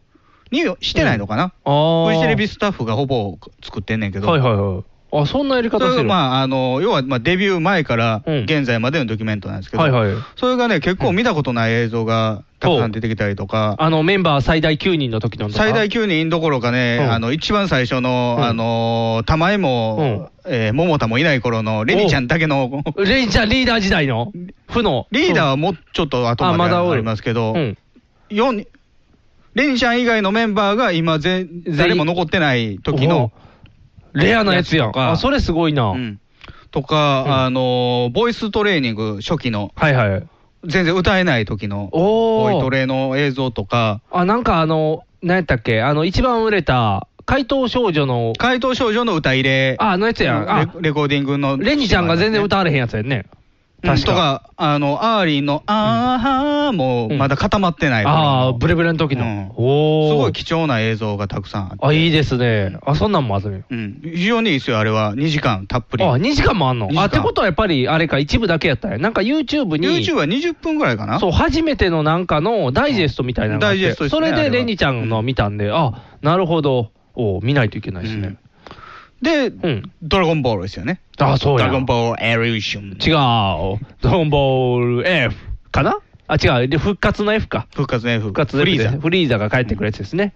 C: にしてないのかな、
B: あー
C: フジテレビスタッフがほぼ作ってんねんけど。
B: はいはいはい。あ、そんなやり
C: そ
B: 方
C: れ
B: して
C: が
B: る。
C: まあ、あの要はまあデビュー前から
B: うん
C: 現在までのドキュメントなんですけど、
B: はいはい。
C: それがね、結構見たことない映像がたくさん出てきたりとか、
B: あの、メンバー最大9人の時のとか
C: 最大9人どころかね、
B: うん
C: あの一番最初の、
B: うん
C: あの玉井も、えー桃田もいない頃のレニちゃんだけの、
B: レイちゃんリーダー時代の負の。
C: リーダーはもうちょっと後
B: あ
C: ま
B: ま
C: で
B: だお
C: あ
B: る
C: りますけど、
B: うん。
C: 四人レニちゃん以外のメンバーが今全、
B: 員
C: 誰も残ってない時の、
B: レアなやつや
C: やつと
B: ん。
C: か
B: あ、それすごいな。
C: うんとか、
B: うん
C: あのボイストレーニング初期の、
B: はいはい。
C: 全然歌えない時の。
B: お
C: ボイト
B: ー。
C: レの映像とか、
B: あ、なんかあの、何やったっけあの、一番売れた、怪盗少女の、
C: 怪盗少女の歌入れ、
B: あ、あのやつやん。あ、
C: レレコーディングの、
B: レニちゃんが全然歌われへんやつやんね。
C: うん
B: 確
C: と
B: か。
C: か、あの、アーリンの、あーはーもまだ固まってない。
B: ああ、ブレブレの時の。
C: うん
B: おー。
C: すごい貴重な映像がたくさんあって。
B: あ、いいですね。あ、そんなんもあるね。
C: うん。非常にいいですよ、あれは。2時間たっぷり。
B: あ、2時間もあんの
C: 二時間
B: あ、ってことはやっぱり、あれか、一部だけやったんやなんか YouTube に、
C: YouTube は20分ぐらいかな
B: そう、初めてのなんかのダイジェストみたいなのがあって、
C: うんダイジェストですね
B: それ
C: あ
B: で
C: れは
B: レニちゃんの見たんで、あ、なるほど。お見ないといけないですね。
C: で、
B: ん
C: ドラゴンボールですよね。
B: あ、そう
C: ド
B: や。
C: ラ
B: 違
C: ゴン
B: う。
C: ボールエリューション。
B: ドラゴンボール F かなあ、違う。で、復活の F か。
C: 復活ね、復
B: 復活の
C: フ
B: F
C: リー
B: で
C: ザ。
B: フリーザが帰ってくるやつですね。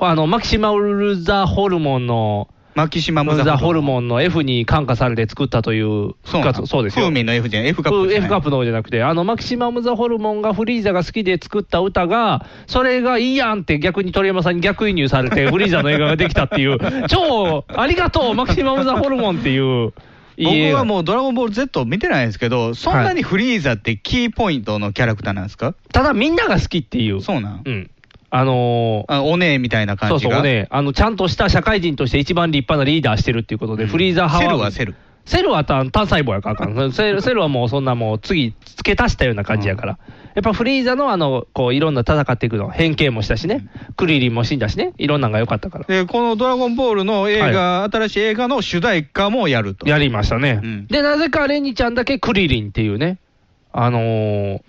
B: あの、マキシマルザホルモンの、
C: マキシマム
B: ザ
C: ザ
B: ホ
C: ホル
B: ル
C: モン。
B: モンの F に感化されて作ったという
C: そう
B: 復
C: な
B: 活、
C: の
B: そうですよ
C: フー。ミンの F じゃん、F カップじゃな
B: F
C: い。
B: カップの方じゃなくて、あのマキシマム・ザ・ホルモンがフリーザが好きで作った歌が、それがいいやんって逆に鳥山さんに逆輸入され て、フリーザの映画ができたっていう、超ありがとう、マキシマム・ザ・ホルモンっていう、いい映
C: 僕
B: 画
C: はもうドラゴンボール Z を見てないんですけど、そんなにフリーザってキーポイントのキャラクターなんですか、
B: ただみんなが好きっていう、
C: そうなん、
B: うん、あのー
C: あお姉みたいな
B: そ
C: 感
B: う
C: じ
B: そう
C: が。
B: ね、あのちゃんとした社会人として一番立派なリーダーしてるっていうことで、フリーザ派
C: セ
B: は、
C: ルはセル。
B: セルは単単細胞やからあかん。セルセルはもうそんなもう次付け足したような感じやから。やっぱフリーザのあの、こういろんな戦っていくの。変形もしたしね。クリリンも死んだしね。いろんなのが良かったから。
C: で、このドラゴンボールの映画、新しい映画の主題歌もやると。
B: やりましたね。
C: うん
B: で、なぜかレニちゃんだけクリリンっていうね。あのー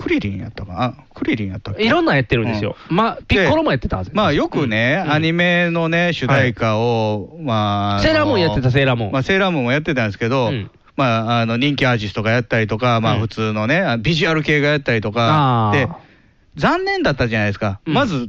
C: クリリンやったかなあクリリンやったっけ
B: いろんなのやってるんですよ。まあ、ピッコロもやってたはず。
C: まあよくね、
B: うん
C: アニメのね、主題歌を、まあ。
B: セーラームーンやってた、セーラームーン。
C: まあ、セーラームーンもやってたんですけ
B: う
C: ど、
B: ん
C: まあ、あの人気アーティストがやったりとか、
B: う
C: まあ、
B: ん
C: 普通のね、あビジュアル系がやったりとか
B: あ、ー
C: で残念だったじゃないですか、
B: うん
C: まず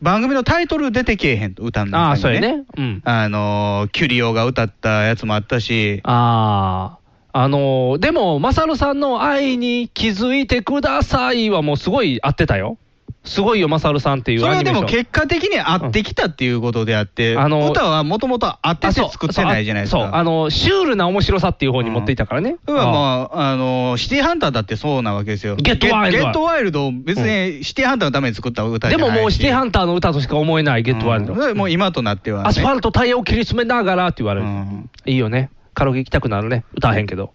C: 番組のタイトル出てけえへんと、歌の
B: ああ、そ
C: 中
B: う
C: に
B: や
C: ね
B: ね。うん。
C: あのーキュリオが歌ったやつもあったし、
B: ああ。あのーでも、マサルさんの愛に気づいてくださいはもうすごい合ってたよ。すごいよ、マサルさんっていう
C: それ
B: ア
C: は
B: ニメ
C: で
B: ーション。
C: も結果的に合ってきたっていうことであって、
B: うんあの
C: 歌はもともと合ってて作ってないじゃないですか。
B: そう、あの、シュールな面白さっていう方に持っていたからね。
C: 要はまあ、あの、シティハンターだってそうなわけですよ。
B: ゲットワイルド
C: ゲゲットワイルドを別にシティハンターのために作った歌じ
B: で
C: ゃない
B: も
C: し
B: もうシティハンターの歌としか思えない、ゲットワイルド。
C: うんだからもう今となっては、ね。
B: アスファルトタイヤを切り詰めながらって言われる。
C: うん
B: いいよね。カラオケ行きたくなるね。歌わへんけど。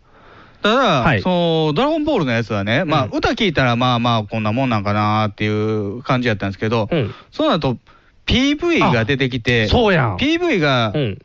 C: ただ、
B: はい
C: そのドラゴンボールのやつはね、まあ、
B: うん
C: 歌聞いたら、まあまあ、こんなもんなんかなっていう感じやったんですけど、
B: うん
C: その後 PV が出てきて、
B: そうやん。
C: PV が、
B: うん。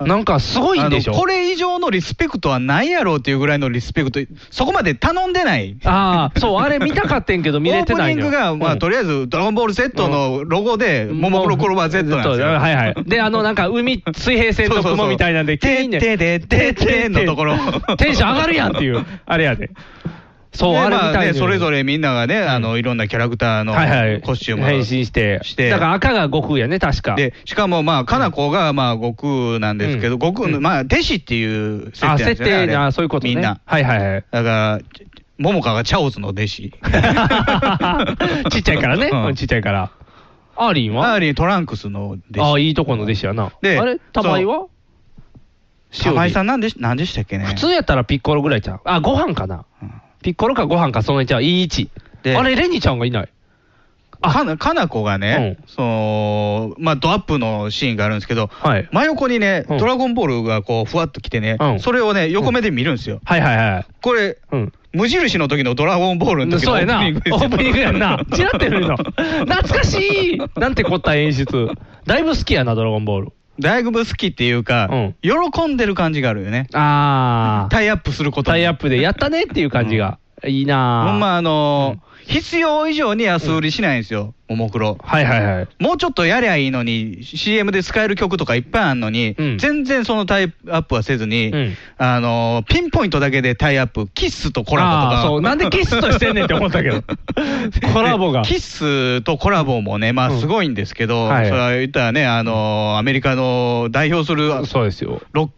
B: なんかすごいんでしょ
C: あのこれ以上のリスペクトはないやろうっていうぐらいのリスペクト、そこまで頼んでない。
B: ああ、そう、あれ見たかってんけど見れてない
C: オープニ
B: の
C: ン
B: よ。
C: グが、まあ、
B: うん
C: とりあえず、ドラゴンボール Z のロゴで、ももクロクロバ Z なんですよ。
B: はいはい。 で、あの、なんか、海、水平線
C: そう
B: と
C: そうそう
B: 雲みたいなんで、
C: て
B: 急にね
C: ててててのところ
B: テンション上がるやんっていう、あれやで。そう、
C: で
B: あれみ
C: まあ
B: たい
C: ね、
B: に。
C: それぞれみんながね、あの、いろんなキャラクターの
B: はいはい、
C: コスチューム、
B: 変身して。
C: して
B: だから赤が悟空やね、確か。
C: で、しかもまあ、かなこがまあ、悟空なんですけど、
B: うん
C: 悟空の、
B: うん
C: まあ、弟子っていう設定なん
B: あ、
C: です
B: 設
C: よね。
B: 定
C: れ
B: な、そういうことね。
C: みんな。
B: はいはい はい。
C: だから、桃花がチャオズの 弟子。
B: ちっちゃいからね。
C: うん
B: うんちっちゃいから。アーリン
C: アー
B: は
C: リートランクスの
B: あ
C: 弟
B: あ、
C: 子。
B: いいとこの弟子やな。あ
C: で
B: れ玉井は
C: 玉井さ
B: ん。
C: んなんでし、なんでしたっけね。
B: 普通やったらピッコロぐらいちゃう。あ、ご飯かな。ピッコロかご飯か、その辺ちゃう。いい位置。
C: で
B: あれ、レニちゃんがいない。あ
C: かな、かなこがね、
B: うん
C: その、まあ、ドアップのシーンがあるんですけど、
B: はい
C: 真横にね、
B: うん
C: ドラゴンボールがこう、ふわっと来てね、
B: うん
C: それをね、横目で見るんですよ。
B: はいはいはい。
C: これ、
B: うん。
C: 無印の時のドラゴンボールの時の
B: そ
C: オ
B: うや
C: ープ
B: な。オ
C: ニングですよ
B: ープニングやんな。 チラってるの。懐かしいなんてこった演出。だいぶ好きやな、ドラゴンボール。
C: だいぶ好きっていうか、
B: うん
C: 喜んでる感じがあるよね。
B: あー。
C: タイアップすることに
B: タイアップでやったねっていう感じが。いいなぁ。
C: ほんまあのー必要以上に安売りしないんですよ、ももクロ。
B: はいはいはい。
C: もうちょっとやりゃいいのに、CM で使える曲とかいっぱいあんのに、
B: うん
C: 全然そのタイアップはせずに、
B: うん
C: あのーピンポイントだけでタイアップ、キッスとコラボと
B: あ
C: か。
B: ーそう、なんでキスとしてんねんって思ったけ ど。コラボが。
C: キッスとコラボもね、まあ
B: うん
C: すごいんですけど、
B: はい
C: それは言ったらね、あのーアメリカの代表する
B: そうですよ。
C: ロッ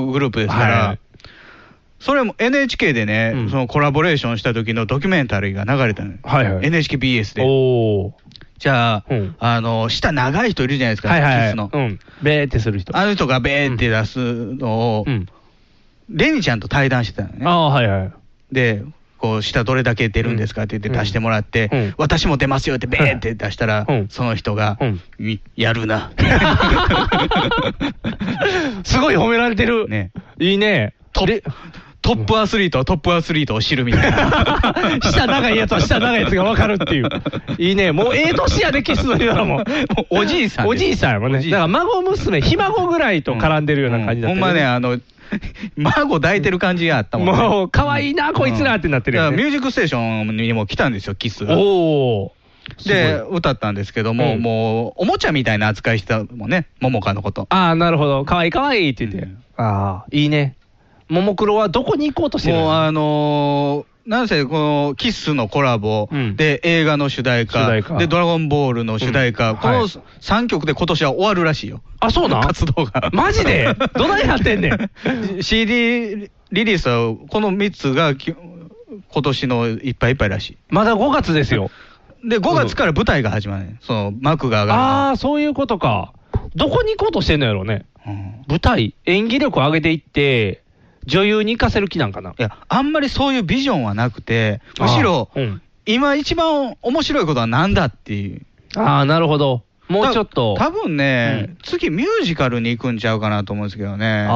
C: クグループですから、
B: はい
C: それも NHK でね、
B: うん
C: そのコラボレーションした時のドキュメンタリーが流れたのよ、
B: はいはい
C: NHKBS で。
B: おー。
C: じゃあ、
B: うん
C: あの舌長い人いるじゃないですか、
B: はいはい
C: キ
B: はい。
C: スの、
B: うん。べーってする人。
C: あの人がベーって出すのを、
B: うん。
C: レニちゃんと対談してたの
B: あ
C: ね。
B: あ、はいはい。
C: でこう舌どれだけ出るんですかって言っ
B: うん
C: て出してもらって、
B: うん
C: 私も出ますよってベーって出したら、
B: うん
C: その人が、
B: うん
C: みや るな
B: すごい褒められてる。
C: ね
B: いいね。
C: トップトップアスリートはトップアスリートを知るみたいな
B: 下長いやつは下長いやつが分かる っていう。いいね。もうええ年やで、キスの人はもう。
C: もうおじいさん
B: おじいさんやもんね。だから孫娘、ひ孫ぐらいと絡んでるような感じだった
C: ほんまね、あの、 孫抱いてる感じがあったもんね。
B: もう、可愛いな、こいつらってなってる
C: だ
B: よ
C: からミ
B: ね。
C: ュージックステーションにも来たんですよ、キスが。
B: おー。
C: で、
B: すごい、
C: 歌ったんですけども、
B: うん
C: もう、おもちゃみたいな扱いしてたもんね、桃花のこと。
B: ああ、なるほど。可愛い可愛いって言って
C: うん。
B: ああ、いいね。ももクロはどこに行こうとしてる
C: もう、
B: の
C: あのーなんせ、この、キスのコラボ、
B: うん
C: で、映画の主題歌
B: 主題歌
C: で、ドラゴンボールの主題歌、
B: うん
C: この
B: はい
C: 3曲で今年は終わるらしいよ。
B: あ、そうなん
C: 活動が。
B: マジでどないな ってんねん。
C: CD リリースは、この3つがき、今年のいっぱいいっぱいらしい。
B: まだ5月ですよ。
C: で、5月から舞台が始まるね、その幕が上
B: あ
C: が
B: あ、そういうことか。どこに行こうとしてんのやろうね。
C: るの、うん。
B: 舞台、演技力を上げていって、女優に行かせる気なんかない
C: や、あんまりそういうビジョンはなくて、むしろ、
B: あーうん
C: 今、一番面白いことはなんだっていう、
B: ああ、なるほど。もうちょっと。
C: た多分ね、
B: うん
C: 次、ミュージカルに行くんちゃうかなと思うんですけどね、あ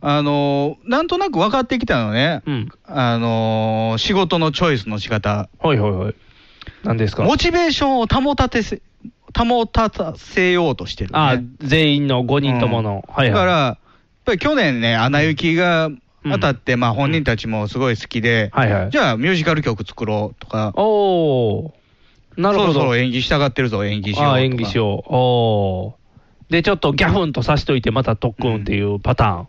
B: ああ。
C: のーなんとなく分かってきたのね、
B: うん。
C: あのー仕事のチョイスの仕方、
B: はいはいはい。何ですか
C: モチベーションを保たてせ保たせようとしてる、ね。
B: ああ、全員の5人ともの。はいはい。
C: だから、やっぱり去年ね、穴行きが当たって、まあ本人たちもすごい好きで、
B: はいはい。
C: じゃあミュージカル曲作ろうとか、
B: おー。なるほど。
C: そろそろ演技したがってるぞ、演技しようと
B: あ
C: か。
B: あ、演技しよう。おー。で、ちょっとギャフンとさしといて、また特訓っていうパター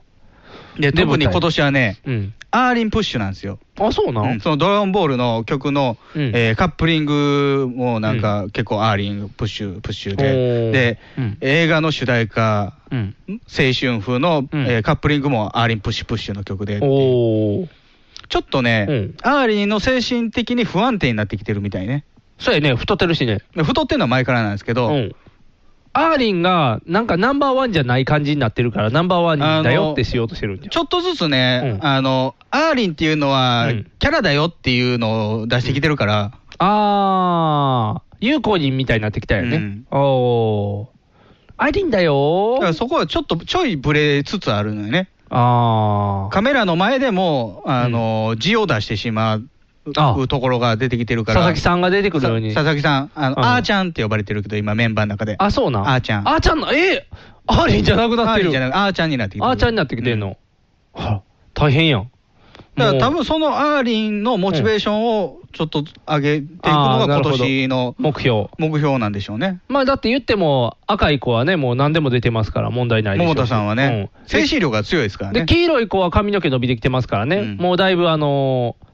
B: ン。
C: で、特に今年はね、
B: うん。
C: アーリンプッシュなんですよ。
B: あ、そうな、
C: うんんそのドラゴンボールの曲の、
B: うん
C: えーカップリングもなんか結構アーリンプッシュ、プッシュ
B: お
C: で、
B: ー
C: で
B: うん、
C: 映画の主題歌、
B: うん。
C: 青春風の
B: うん
C: えーカップリングもアーリンプッシュプッシュの曲でっていう、
B: おー。
C: ちょっとね、
B: うん
C: アーリーの精神的に不安定になってきてるみたいね。
B: そうやね、太ってるしね。
C: 太ってるのは前からなんですけ
B: う
C: ど、
B: ん。アーリンが、なんかナンバーワンじゃない感じになってるから、ナンバーワンだよってしようとしてるんじゃん。
C: ちょっとずつね、
B: うん
C: あの、アーリンっていうのは
B: うん、
C: キャラだよっていうのを出してきてるから、
B: あー、有効人みたいになってきたよね。
C: うん
B: おー。アーリンだよ
C: だからそこはちょっと、ちょいブレつつあるのよね。
B: あー。
C: カメラの前でも、あの、字を出してしまう
B: あ
C: ところが出てきてるから。
B: 佐々木さんが出てくる
C: さ
B: ように
C: 佐。々木さん、あの、
B: うん
C: あーちゃんって呼ばれてるけど、今メンバーの中で。
B: あ、そうな。
C: あーちゃん
B: あーちゃんの、えー、アーリンじゃなくなっ
C: あ
B: てる。
C: ーちゃんじゃなくあーちゃんになってきてる
B: あーちゃんになってきてんの。はら大変やん。
C: だから
B: も
C: 多
B: う
C: 分そのアーリンのモチベーションをちょっと上げていく
B: あー
C: のが
B: なる
C: 今
B: ほど
C: 年の
B: 目標。
C: 目標なんでしょうね。
B: まあだって言っても、赤い子はね、もう何でも出てますから、問題ないでしょう
C: 桃
B: し
C: 田さんはね、
B: うん
C: 精神力が強いですから
B: で
C: ね。
B: 黄色い子は髪の毛伸びてきてますからね、
C: うん
B: もうだいぶ、あのー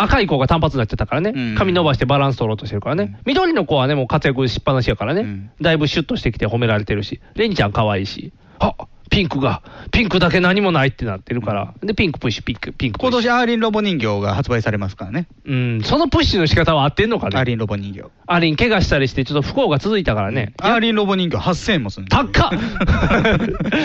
B: 赤い子が単発になっちゃったからね、
C: うん
B: 髪伸ばしてバランス取ろうとしてるからね、
C: うん
B: 緑の子はね、もう活躍しっぱなしやからね、
C: うん
B: だいぶシュッとしてきて褒められてるし、レンちゃん可愛いし、あピンクが、ピンクだけ何もないってなってるから、で、ピンクプッシュ、ピンク、ピンクプ
C: 今
B: ッシ
C: 年
B: ュ。
C: アーリンロボ人形が発売されますからね。
B: うん、そのプッシュの仕方は合ってんのか
C: アー
B: ね。
C: リンロボ人形。
B: アリン怪我したりして、ちょっと不幸が続いたからね。
C: アーリンロボ人形8000円もするんだよ
B: 高っ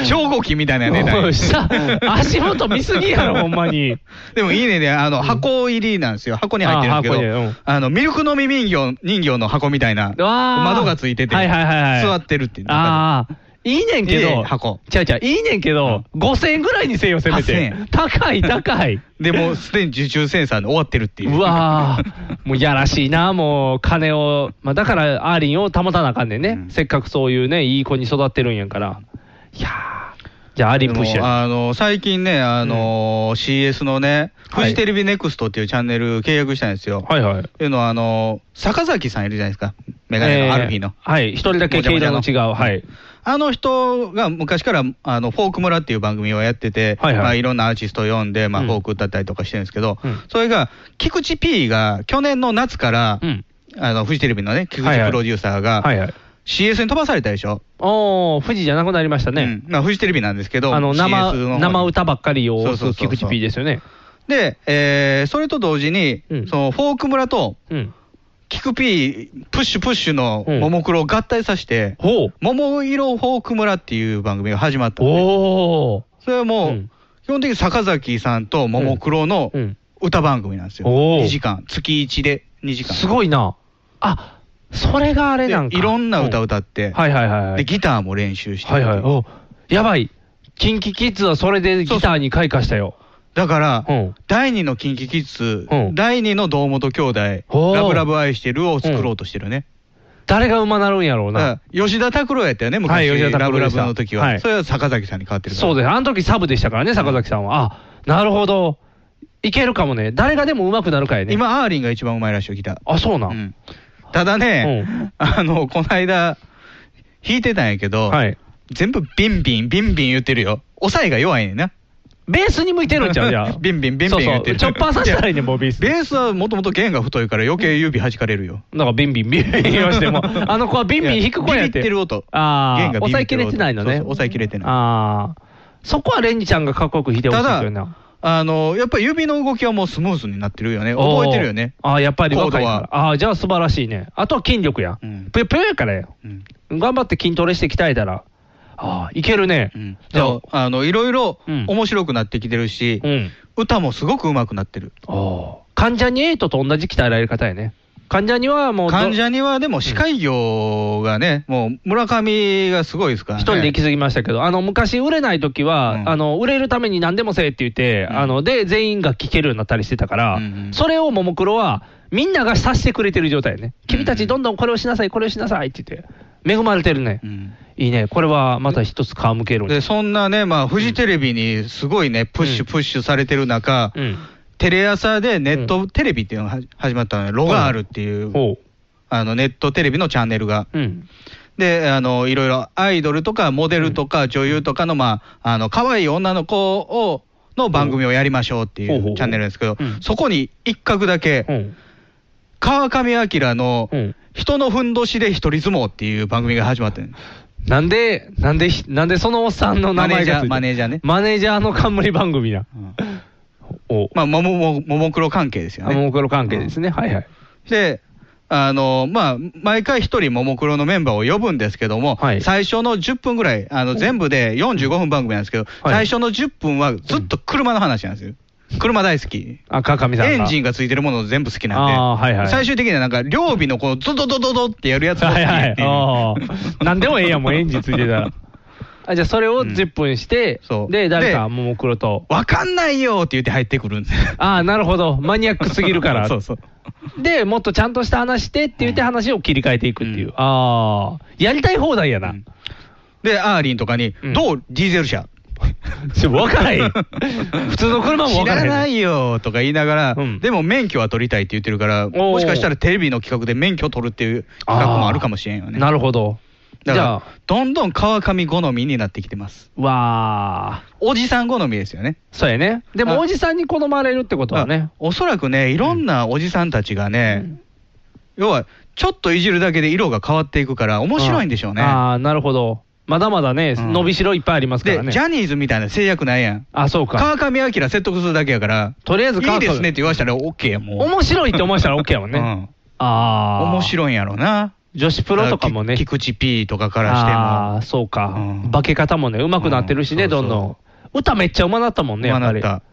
C: 超合金みたいな値
B: もう
C: 段。
B: 下、足元見すぎや ろ、ほんまに。
C: でもいいねね、あの、箱入りなんですよ。箱に入ってるんですけ
B: あー箱にう
C: ど
B: ん、
C: あの、ミルク飲み人形、人形の箱みたいな、
B: わー
C: 窓がついてて、
B: はいはいはいはい
C: 座ってるっていう。
B: ああ、いいねんけ
C: いいね
B: ど、
C: 箱
B: ちゃうちゃう、いいねんけど、5000円ぐらいにせよ、せめて
C: 8000。
B: 高い、高い。
C: でも、すでに受注センサーで終わってるっていう。
B: うわー、もうやらしいな、もう、金を、まあ、だから、アーリンを保たなあかんねんね、
C: うん
B: せっかくそういうね、いい子に育ってるんやから。いやー、じゃあ、アーリ
C: で
B: ン
C: も
B: プッシュや。
C: あの最近ね、あの CS のね、
B: はい
C: フジテレビネクストっていうチャンネル契約したんですよ。
B: はいはい。
C: っていうのは、あの坂崎さんいるじゃないですか、メガネのアルフィーの。
B: えーはい、一人だけ毛色の違う、はい。
C: あの人が昔からあのフォーク村っていう番組をやってて、
B: はい
C: い
B: はい
C: まあ、いろんなアーティストを呼んで、まあ、
B: うん
C: フォーク歌ったりとかしてるんですけど、
B: うん
C: それが菊池 P が去年の夏から、
B: うん。
C: あのフジテレビのね、菊
B: はいは
C: 池
B: い
C: プロデューサーが、
B: はいはい。
C: CS に飛ばされたでしょ、
B: おー、富士じゃなくなりましたね。
C: うんまあ、フジテレビなんですけど、
B: あの生
C: CS の方に
B: 生歌ばっかりを押
C: そう
B: す
C: そうそうそう
B: 菊池 P ですよね。
C: で、えーそれと同時に、
B: うん
C: そのフォーク村と
B: うん。
C: キクピープッシュプッシュの
B: うん
C: ももクロを合体させて、
B: ほう。
C: 桃色フォーク村っていう番組が始まったのね
B: おー。
C: それはもう、
B: うん
C: 基本的に坂崎さんとももクロの
B: うん。
C: 歌番組なんですよ、
B: おー
C: 2時間、月1で2時間。
B: すごいな。あ、それがあれなん
C: で
B: か。
C: いろんな歌
B: う
C: 歌って、
B: はいはいはいは
C: で
B: い。
C: ギターも練習して、
B: はいはい。おやばい。キンキキッズはそれでギターに開花したよ。
C: だから、
B: うん
C: 第2の KinKiKids、
B: うん
C: 第2の堂本兄弟、
B: おー
C: ラブラブ愛してるを作ろうとしてるね。
B: 誰が馬なるんやろうな。
C: だから吉田拓郎やったよね、昔、
B: はい吉田
C: ラ
B: 拓
C: ブ
B: 郎
C: ラ
B: でし
C: ブ
B: た
C: の時は、
B: はい
C: それは坂崎さんに変わってるから
B: そうです。あの時サブでしたからね、坂崎さんは。あ、なるほど。いけるかもね。誰がでも上手くなるかやね。。
C: 今、アーリンが一番うまいらしいよ、ギター。
B: あ、そうな。
C: うんんただね、
B: うん
C: あのこの間、弾いてたんやけど、
B: はい。
C: 全部ビンビン、ビンビン言ってるよ、抑えが弱いねんな、
B: ベースに向いてるんちゃうじゃん。
C: ビンビン、ビンビン言ってる、
B: そうそう。チョッパーさせたらいいね、もうベース。
C: ベースはもともと弦が太いから、余計指弾かれるよ。
B: なんかビンビンビンビン言わして も、あの子はビンビン弾く子やって。
C: ビビってる音
B: ああ、
C: 弦がビビ
B: 抑え
C: って
B: き
C: る音
B: れてないのね。
C: そうそう抑えきれてない
B: ああ。そこはレンジちゃんがかっこよく弾いてほしい
C: た
B: けど
C: だ
B: な。、
C: あのやっぱり指の動きはもうスムーズになってるよね、覚えてるよね。
B: おーああ、やっぱり若い
C: コー
B: か
C: ド
B: ら。ああー、じゃあ素晴らしいね。あとは筋力や
C: うん。
B: ぷよぷよやからや。
C: うん
B: 頑張って筋トレして鍛えたら。ああ、いけるね
C: うん。
B: じゃあ、
C: あのいろいろ
B: うん
C: 面白くなってきてるし、
B: うん。
C: 歌もすごく上手くなってる。
B: ああ。関ジャニエイトと同じ鍛えられ方やね。関ジャニはもうど、
C: 関ジャニはでも司会業がね、もう村上がすごいですから
B: 一
C: ね。
B: 人で行き過ぎましたけど、あの昔、売れない時は、
C: うん
B: あの売れるために何でもせえって言って、
C: うん
B: あので全員が聴けるようになったりしてたから、
C: うんうん
B: それをももクロは、みんなが察してくれてる状態やね、
C: うん
B: 君たち、どんどんこれをしなさい、これをしなさいって言って、恵まれてるね、
C: うん
B: いいね、これはまた一つ皮むけるん
C: で、
B: で、
C: そんなね、まあ、フジテレビにすごいね、プッシュプッシュされてる中、
B: うん、
C: テレ朝でネットテレビっていうのがは始まったのね、ロガールっていう、
B: ほ
C: あのネットテレビのチャンネルが。
B: う、うん、
C: で、あのいろいろアイドルとかモデルとか女優とかの、まあ、あの可愛い女の子をの番組をやりましょうってい
B: ほうほうほ
C: う
B: う
C: チャンネルなんですけど
B: うん、
C: そこに一角だけ
B: う、ん、
C: 川上彰の
B: うん、
C: 人のふんどしで一人相撲っていう番組が始まってる
B: なんで、なんで、なんでそのおっさんの名前がついてる
C: マネージャーマネージャーね
B: マネージャーの冠番組や、
C: うん
B: お
C: まあ、もももももクロ関係ですよ
B: あ
C: ね。
B: ももクロ関係ですね。はいはい。
C: で、あのまあ、毎回一人、ももクロのメンバーを呼ぶんですけども、
B: はい
C: 最初の10分ぐらい、あの全部で45分番組なんですけど、
B: はい
C: 最初の10分はずっと車の話なんですよ、車大好き、
B: あ、川上さんが。
C: エンジン
B: ン
C: がついてるもの全部好きなんで、
B: あーはいはい
C: 最終的にはなんか、両備のこのドドドドドってやるやつが好
B: は
C: き
B: いは
C: っ
B: い
C: て。いう。
B: ああ。なんでもええやん、もうエンジンついてたら。あ、じゃあそれを10分して、
C: そう
B: で、誰か
C: で
B: ももクロと。
C: わかんないよって言って入ってくるんですよ。
B: ああ、なるほど。マニアックすぎるから。
C: そうそう。
B: で、もっとちゃんとした話してって言って話を切り替えていくっていう。
C: うん
B: ああ。やりたい放題やな。
C: んで、アーリンとかに、
B: うん
C: どうディーゼル車
B: ちょ、分から へん。普通の車も分
C: 知
B: から
C: ら
B: へん。
C: ないよとか言いながら、
B: うん
C: でも免許は取りたいって言ってるから、
B: ー
C: もしかしたらテレビの企画で免許取るっていう
B: あー
C: 企画もあるかもしれんよね。
B: なるほど。じゃ
C: だ
B: あ
C: か、ら、どんどん川上好みになってきてます。
B: わあ。
C: おじさん好みですよね。
B: そうやね。で
C: あ
B: も、おじさんに好まれるってことはね。
C: おそらくね、いろんなおじさんたちがね、要は、ちょっといじるだけで色が変わっていくから、面白いんでしょうね。
B: ああ、なるほど。まだまだね、
C: うん
B: 伸びしろいっぱいありますか
C: で
B: ら、ね。
C: ジャニーズみたいな制約ないやん。
B: あ、そうか。
C: 川上明説得するだけやから、
B: とりあえず
C: い
B: 川
C: い
B: 上
C: ですねって言わしたら OK やんもう。
B: 面白いって思わせたら OK やもんね。
C: うん
B: ああ。
C: 面白いんやろな。
B: い。女子プロとかもね。
C: だらき菊池 P とかからして
B: あ
C: も
B: あ、そうか
C: う。ん
B: 化け方もね、上手くなってるしね、
C: うんそう
B: ど
C: そ
B: ん
C: う
B: どん。歌めっちゃうまなったもんね、やっぱり。
C: まあなった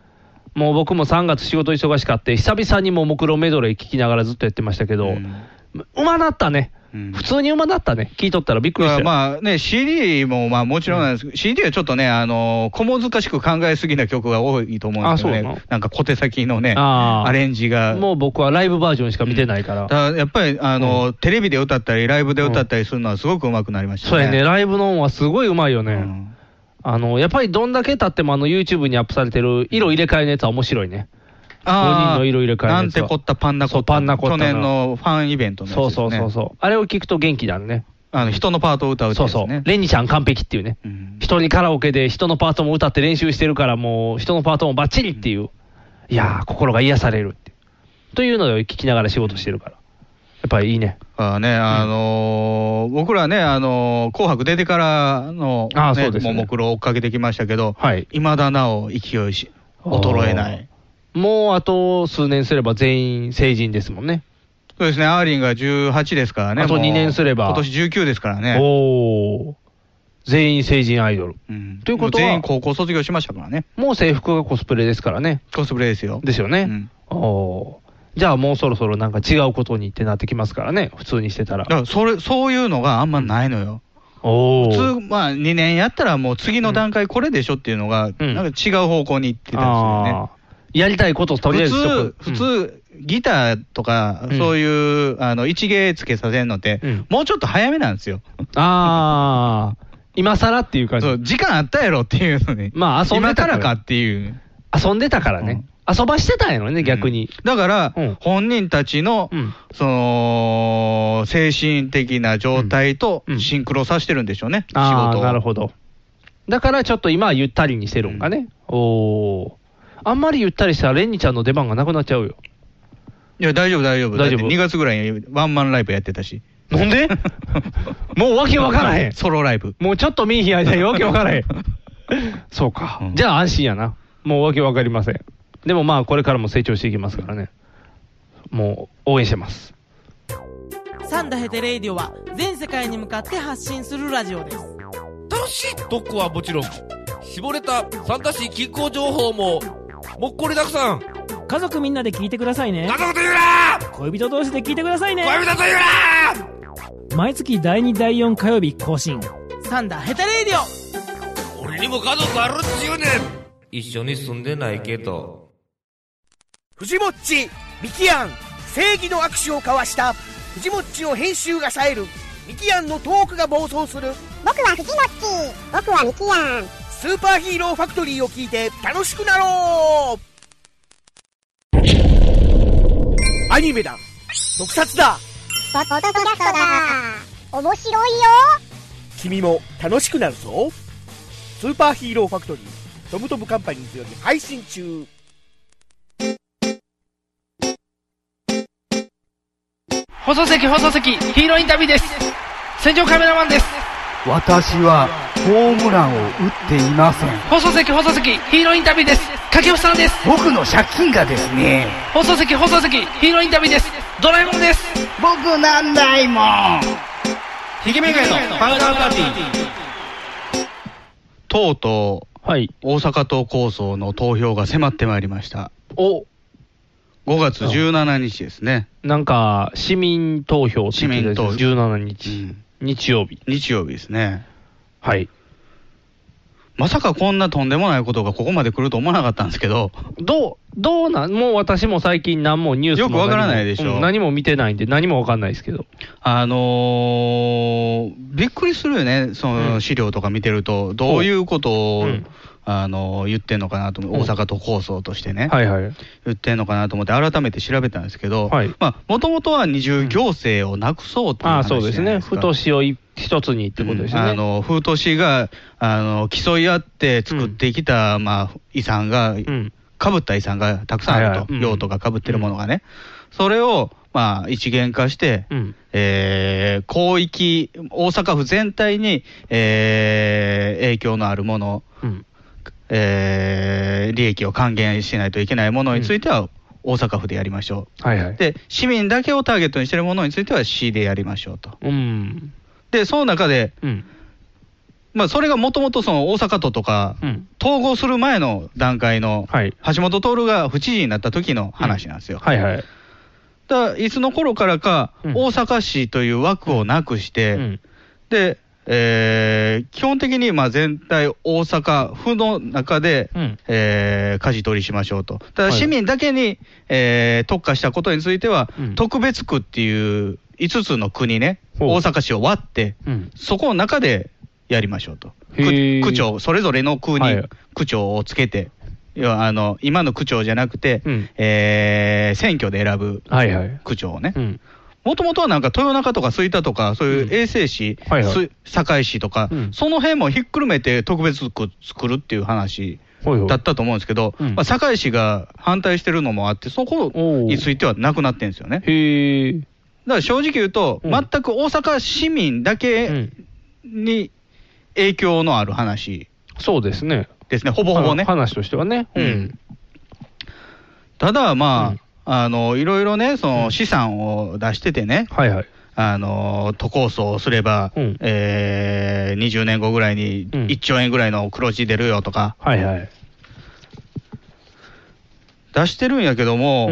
B: もう僕も3月仕事忙しかって、久々にももクロメドレー聞きながらずっとやってましたけど、う
C: う
B: んまなったね
C: うん。
B: 普通にうまなったね。聞いとったらびっくりし
C: ま
B: た
C: あ
B: よ。
C: まあね、CD もまあもちろんなんですけど、CD はちょっとね、あのー小難しく考えすぎな曲が多いと思うんですけど
B: あそうな
C: ね
B: の、
C: なんか小手先のね、
B: あー
C: アレンジが。
B: もう僕はライブバージョンしか見てないから。
C: だからやっぱり、あのーテレビで歌ったり、ライブで歌ったりするのはすごく上手くなりましたね。
B: そうやね、ライブの音はすごいうまいよね。
C: うん
B: あの、やっぱりどんだけ経ってもあの YouTube にアップされてる色入れ替えのやつは面白いね。五
C: あー
B: 人の色入れ替えの
C: な
B: や
C: ん
B: つは
C: てこったパンナコ
B: そうパンナコッタ
C: 去
B: の
C: 年のファンイベントのやつ
B: そうそうそう
C: う。
B: そう。あれを聞くと元気だね。
C: あの人のパートを歌うって
B: そ
C: や
B: う
C: つ
B: そう。
C: ね。
B: レニちゃん完璧っていうね。
C: うん
B: 人にカラオケで人のパートも歌って練習してるから、もう人のパートもバッチリっていう。いやー、心が癒されるっていう。というのを聞きながら仕事してるから。やっぱりいいね。
C: あね、あのー僕らね、あのー紅白出てからの、
B: あーそうですね
C: ももクロ追っかけてきましたけど、
B: はい
C: まだなお勢いし、衰えない。
B: もうあと数年すれば全員成人ですもんね。
C: そうですね、アーリンが18ですからね、
B: あと
C: もう
B: 2年すれば
C: 今年19ですからね。
B: おー。全員成人アイドル。
C: ん
B: ということは
C: も全員高校卒業しましたからね、
B: もう制服がコスプレですからね。
C: コスプレですよ。
B: ですよね。
C: うん
B: おーじゃあもうそろそろなんか違うことにってなってきますからね、普通にしてたら
C: だ。からそれ、そういうのがあんまないのよ。
B: おー
C: 普通、まあ、2年やったらもう次の段階これでしょっていうのが、
B: うん
C: なんか違う方向に行ってたんですよね。
B: あーやりたいことをとりあえずしと
C: 普
B: く
C: 通、普、通、ギターとか
B: う、ん
C: そういう、あの、一芸つけさせるのって
B: うん、
C: もうちょっと早めなんですよ。
B: うんああ、今更っていう感じ
C: そう、。時間あったやろっていうのに。
B: まあ遊んで
C: 今
B: た
C: か
B: から
C: らかっていう。
B: 遊んでたからね。遊ばしてたんやろね、逆に。
C: だから
B: うん、
C: 本人たちの
B: うん、
C: その、精神的な状態と
B: うん
C: シンクロさせてるんでしょうね、仕
B: ああ、
C: 事
B: なる
C: を。
B: ほど。だからちょっと今はゆったりにしてるんかね。おおーあんまりゆったりしたら、レンニちゃんの出番がなくなっちゃうよ。
C: いや、大丈夫、大丈夫。だっ
B: 大丈
C: て
B: 夫
C: 2月ぐらいにワンマンライブやってたし。
B: なん で もうわけわからへん。
C: ソロライブ。
B: もうちょっと見ん日あいたいわけわから へん。そうか、
C: うん
B: じゃあ安心やな。もうわけわかりません。でもまあこれからも成長していきますからね。もう応援してます。
H: サンダヘテレイディオは全世界に向かって発信するラジオです
I: 楽しい特攻はもちろん、絞れたサンタシー気候情報も、もっこりたくさん。
J: 家族みんなで聞いてくださいね
I: なぞこと言うな
J: 恋人同士で聞いてくださいね
I: 恋人と言うな
J: 毎月第2第4火曜日更新
H: サンダヘテレイディオ
I: 俺にも家族あるっちゅうねん一緒に住んでないけど。
K: 藤もっちミキアン正義の握手を交わした藤もっちの編集が冴えるミキアンのトークが暴走する
L: 僕はフジモッチ僕はミキヤン
K: スーパーヒーローファクトリーを聞いて楽しくなろうアニメだ特撮だ
L: ポポッドキャストだ面白いよ
K: 君も楽しくなるぞスーパーヒーローファクトリートムトムカンパニーズより配信中
H: 放送席放送席ヒーローインタビューです戦場カメラマンです
K: 私はホームランを打っていません
H: 放送席放送席ヒーローインタビューです
M: 竹内さんです
K: 僕の借金がですね
M: 放送席放送席ヒーローインタビューですドラえもんです
K: 僕なんないもん
M: ひげめがえのパウダーパーティー
C: とうとう、大阪都構想の投票が迫ってまいりました。
B: お
C: 5月17日ですね。
B: なんか、市民投票って
C: 市
B: 言って
C: 民
B: た
C: 投
B: やつ
C: 票。
B: 17日、日曜日。
C: 日曜日ですね。
B: はい。
C: まさかこんなとんでもないことがここまで来ると思わなかったんですけど、
B: どう、どうなん、もう私も最近、何もニュースも
C: よくわからないでしょ
B: うん何も見てないんで、何もわかんないですけど、
C: あのーびっくりするよね、その資料とか見てると、どういうことを、あのー言ってんのかなと思う、大阪都構想としてね、
B: はいはい
C: 言ってんのかなと思って、改めて調べたんですけど、もともとは二重行政をなくそうという
B: ああ
C: 話じ
B: そ
C: ゃ
B: う
C: ない
B: ですね、
C: か
B: ふとしをい一つにってことですよね。
C: あの風都市があの競い合って作ってきた、まあ、遺産が、かぶった遺産がたくさんあると、用途がかぶってるものがね、それを、まあ、一元化して、えー広域、大阪府全体に、えー影響のあるもの、えー利益を還元しないといけないものについては、大阪府でやりましょう、
B: はいはい
C: で、市民だけをターゲットにしてるものについては、市でやりましょうと。
B: うん、
C: で、その中で、
B: うん
C: まあ、それがもともとその大阪都とか、統合する前の段階の、橋本徹が府知事になった時の話なんですよ。
B: はいはい。
C: だからいつの頃からか、大阪市という枠をなくして、で、えー基本的にまあ全体、大阪府の中で、えー舵取りしましょうと、ただ市民だけに、えー特化したことについては、特別区っていう5つの区にね、大阪市を割って、そこの中でやりましょうと、区区長、それぞれの区に区長をつけて。要はあの今の区長じゃなくて、えー選挙で選ぶ
B: はいはい
C: 区長をね、もともとはなんか豊中とか吹田とか、そういう衛生市、
B: はいはい
C: す堺市とか、その辺もひっくるめて特別区作るっていう話だったと思うんですけど、まあ、堺市が反対してるのもあって、そこについてはなくなってるんですよね。
B: だ
C: から正直言うと、全く大阪市民だけに影響のある話、
B: そうですね。
C: ですね、ほぼほぼね。
B: 話としてはね。うん。
C: ただまあ、あのいろいろね、その資産を出しててね、あの都構想をすれば、えー20年後ぐらいに1兆円ぐらいの黒字出るよとか、
B: はいはい。
C: 出してるんやけども、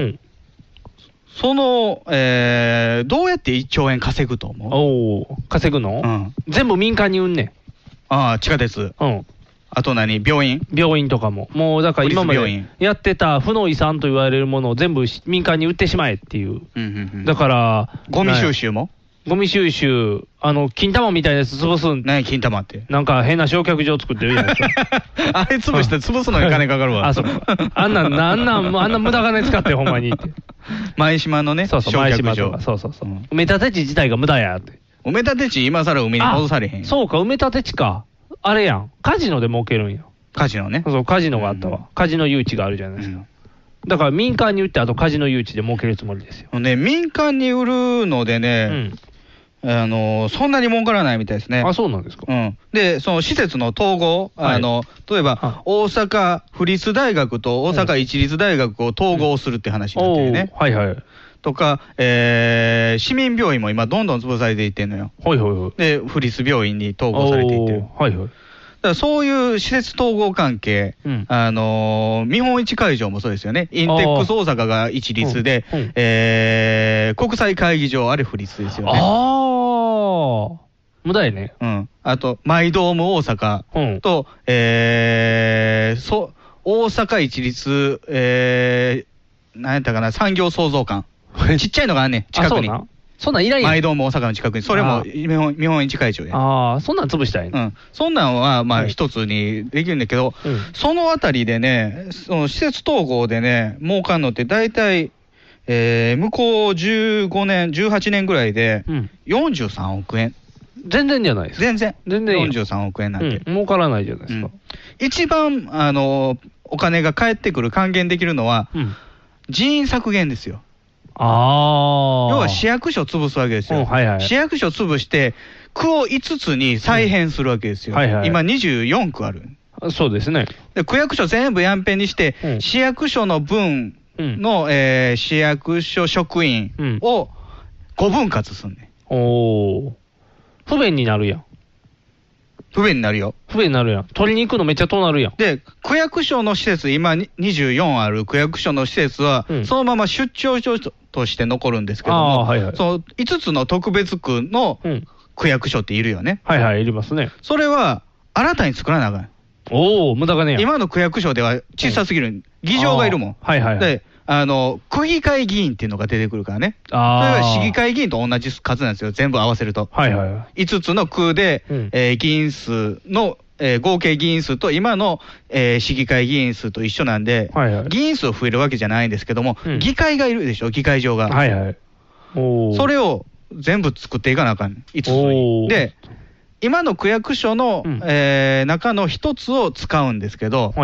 C: その、えーどうやって1兆円稼ぐと思う
B: お稼ぐの、全部民間に売んねん。
C: ああ、地下鉄。
B: うん。
C: あと何病院
B: 病院とかも。もうだから今ま
C: 国立
B: でやってた負の遺産と言われるものを全部民間に売ってしまえっていう。だから。
C: ゴミ収集も
B: ゴミ収集、あの、金玉みたいなやつ潰すん。
C: 何金玉って。
B: なんか変な焼却場作ってるじゃないですか。
C: あれ潰して潰すのに金かかるわ
B: あ、そうか。あんなん、あんなん、あんな無駄金使 ってほんまにって。
C: 前島のね、
B: そうそう、前
C: 焼
B: 島
C: 却場
B: とか。そうそうそう。埋め立て地自体が無駄やって。
C: 埋め立て地今更海に戻されへんよ
B: そうか、埋め立て地か。あれやん。カジノで儲けるんや。
C: カジノね。
B: そうそう、カジノがあったわ。カジノ誘致があるじゃないですか。だから民間に売って、あとカジノ誘致で儲けるつもりですよ。
C: ね、民間に売るのでね、あのそんなに儲からないみたいですね。
B: あ、そうなんですか。
C: うん、で、その施設の統合、
B: はい
C: あの例えば大阪府立大学と大阪市立大学を統合するって話になってるね。
B: はいはい、
C: とか、えー市民病院も今、どんどん潰されていってるのよ。
B: はいはいはい、
C: で、府立病院に統合されていってる。
B: はいはい、
C: だからそういう施設統合関係、あのー見本市会場もそうですよね、インテックス大阪が一律で、えー国際会議場、あれ、不立ですよね。
B: ああ、無駄やね。
C: うん、あと、マイドーム大阪と、えーそ大阪一律、えー、なんやったかな、産業創造館、ちっちゃいのがあんねん、近
B: あそ
C: くに
B: うなん。そんなんいらんやん
C: マイドーム大阪の近くに、それ
B: あ
C: も
B: ー
C: 見本見本市会場で。
B: ああ、そんなん潰したい
C: うん、そんなんはまあ一つにできるんだけど、そのあたりでね、その施設統合でね、儲かんのって大体、えー向こう15年、18年ぐらいで、43億円。
B: 全然じゃないです
C: 全然。
B: 全然いいよ
C: 43億円なんて。
B: うん儲からないじゃないですか。
C: 一番、あの、お金が返ってくる、還元できるのは、人員削減ですよ。
B: ああ。
C: 要は市役所潰すわけですよ、
B: うんはいはい
C: 市役所潰して、区を5つに再編するわけですよ、
B: うんはいはい
C: 今、24区ある、
B: そうですね。
C: で区役所全部やんぺんにして、市役所の分の、えー市役所職員を5分割すんね、
B: おお。不便になるやん。
C: 不便になるよ。
B: 不便になるやん。取りに行くのめっちゃ遠なるやん。
C: で、区役所の施設、今に24ある区役所の施設は、そのまま出張所として残るんですけども、
B: あーはいはい
C: その5つの特別区の区役所っているよね。
B: はいはい、いりますね。
C: それは新たに作らなあかん。
B: おお、無駄がねや。
C: 今の区役所では小さすぎる、議場がいるもん。
B: あーはいはいはい
C: であの区議会議員っていうのが出てくるからね、
B: あー
C: それが市議会議員と同じ数なんですよ、全部合わせると。
B: はいはいは
C: 5つの区で、えー議員数の、えー合計議員数と、今の、えー市議会議員数と一緒なんで、議員数増えるわけじゃないんですけども、議会がいるでしょ、議会場が。
B: はいはい。おー
C: それを全部作っていかなあかん、5つ
B: お
C: に。
B: ー
C: で、今の区役所の、えー中の1つを使うんですけど、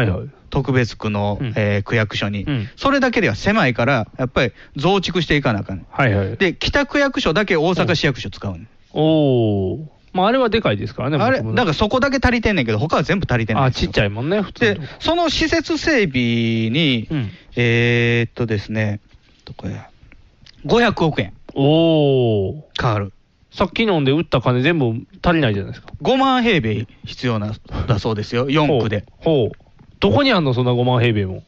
C: 特別区の、えー区役所に、それだけでは狭いから、やっぱり増築していかなあかん。
B: はいはい。
C: で、北区役所だけ大阪市役所使うねん
B: おお。まあ、あれはでかいですからね、
C: あれ、
B: 僕もね
C: だからそこだけ足りてんねんけど、他は全部足りてない。あ、ちっちゃいもんね、で、その施設整備に、えーっとですね、どこや、500億円。
B: おお。
C: 変わる。
B: さっきのんで売った金全部足りないじゃないですか。
C: 5万平米必要な、だそうですよ、4区で。
B: ほう。どこにあんの、そんな5万平米も。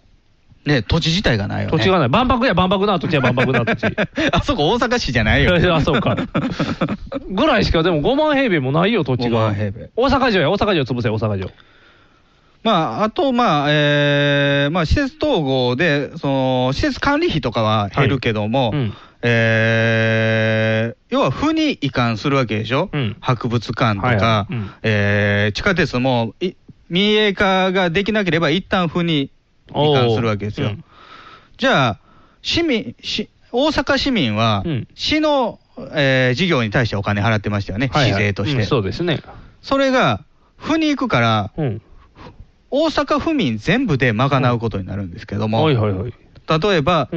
C: ね、土地自体がないよね。
B: 土地がない。万博や万博な土地や万博な土 地。
C: あそこ大阪市じゃないよ
B: あ、そうか。ぐらいしか、でも5万平米もないよ、土地が。
C: 5万平米。
B: 大阪城や、大阪城潰せ、大阪城。
C: まあ、あと、まあ、えーまあ、施設統合で、その、施設管理費とかは減るけども、えー要は、府に移管するわけでしょ、博物館とか、
B: はいはいうん
C: えー地下鉄もい民営化ができなければ、一旦府に移管するわけですよ。じゃあ、市民、し大阪市民は、市の、えー事業に対してお金払ってましたよね、
B: はい
C: 市
B: はい
C: 税として。
B: うんそうですね。
C: それが、府に行くから、大阪府民全部で賄うことになるんですけども、例えば、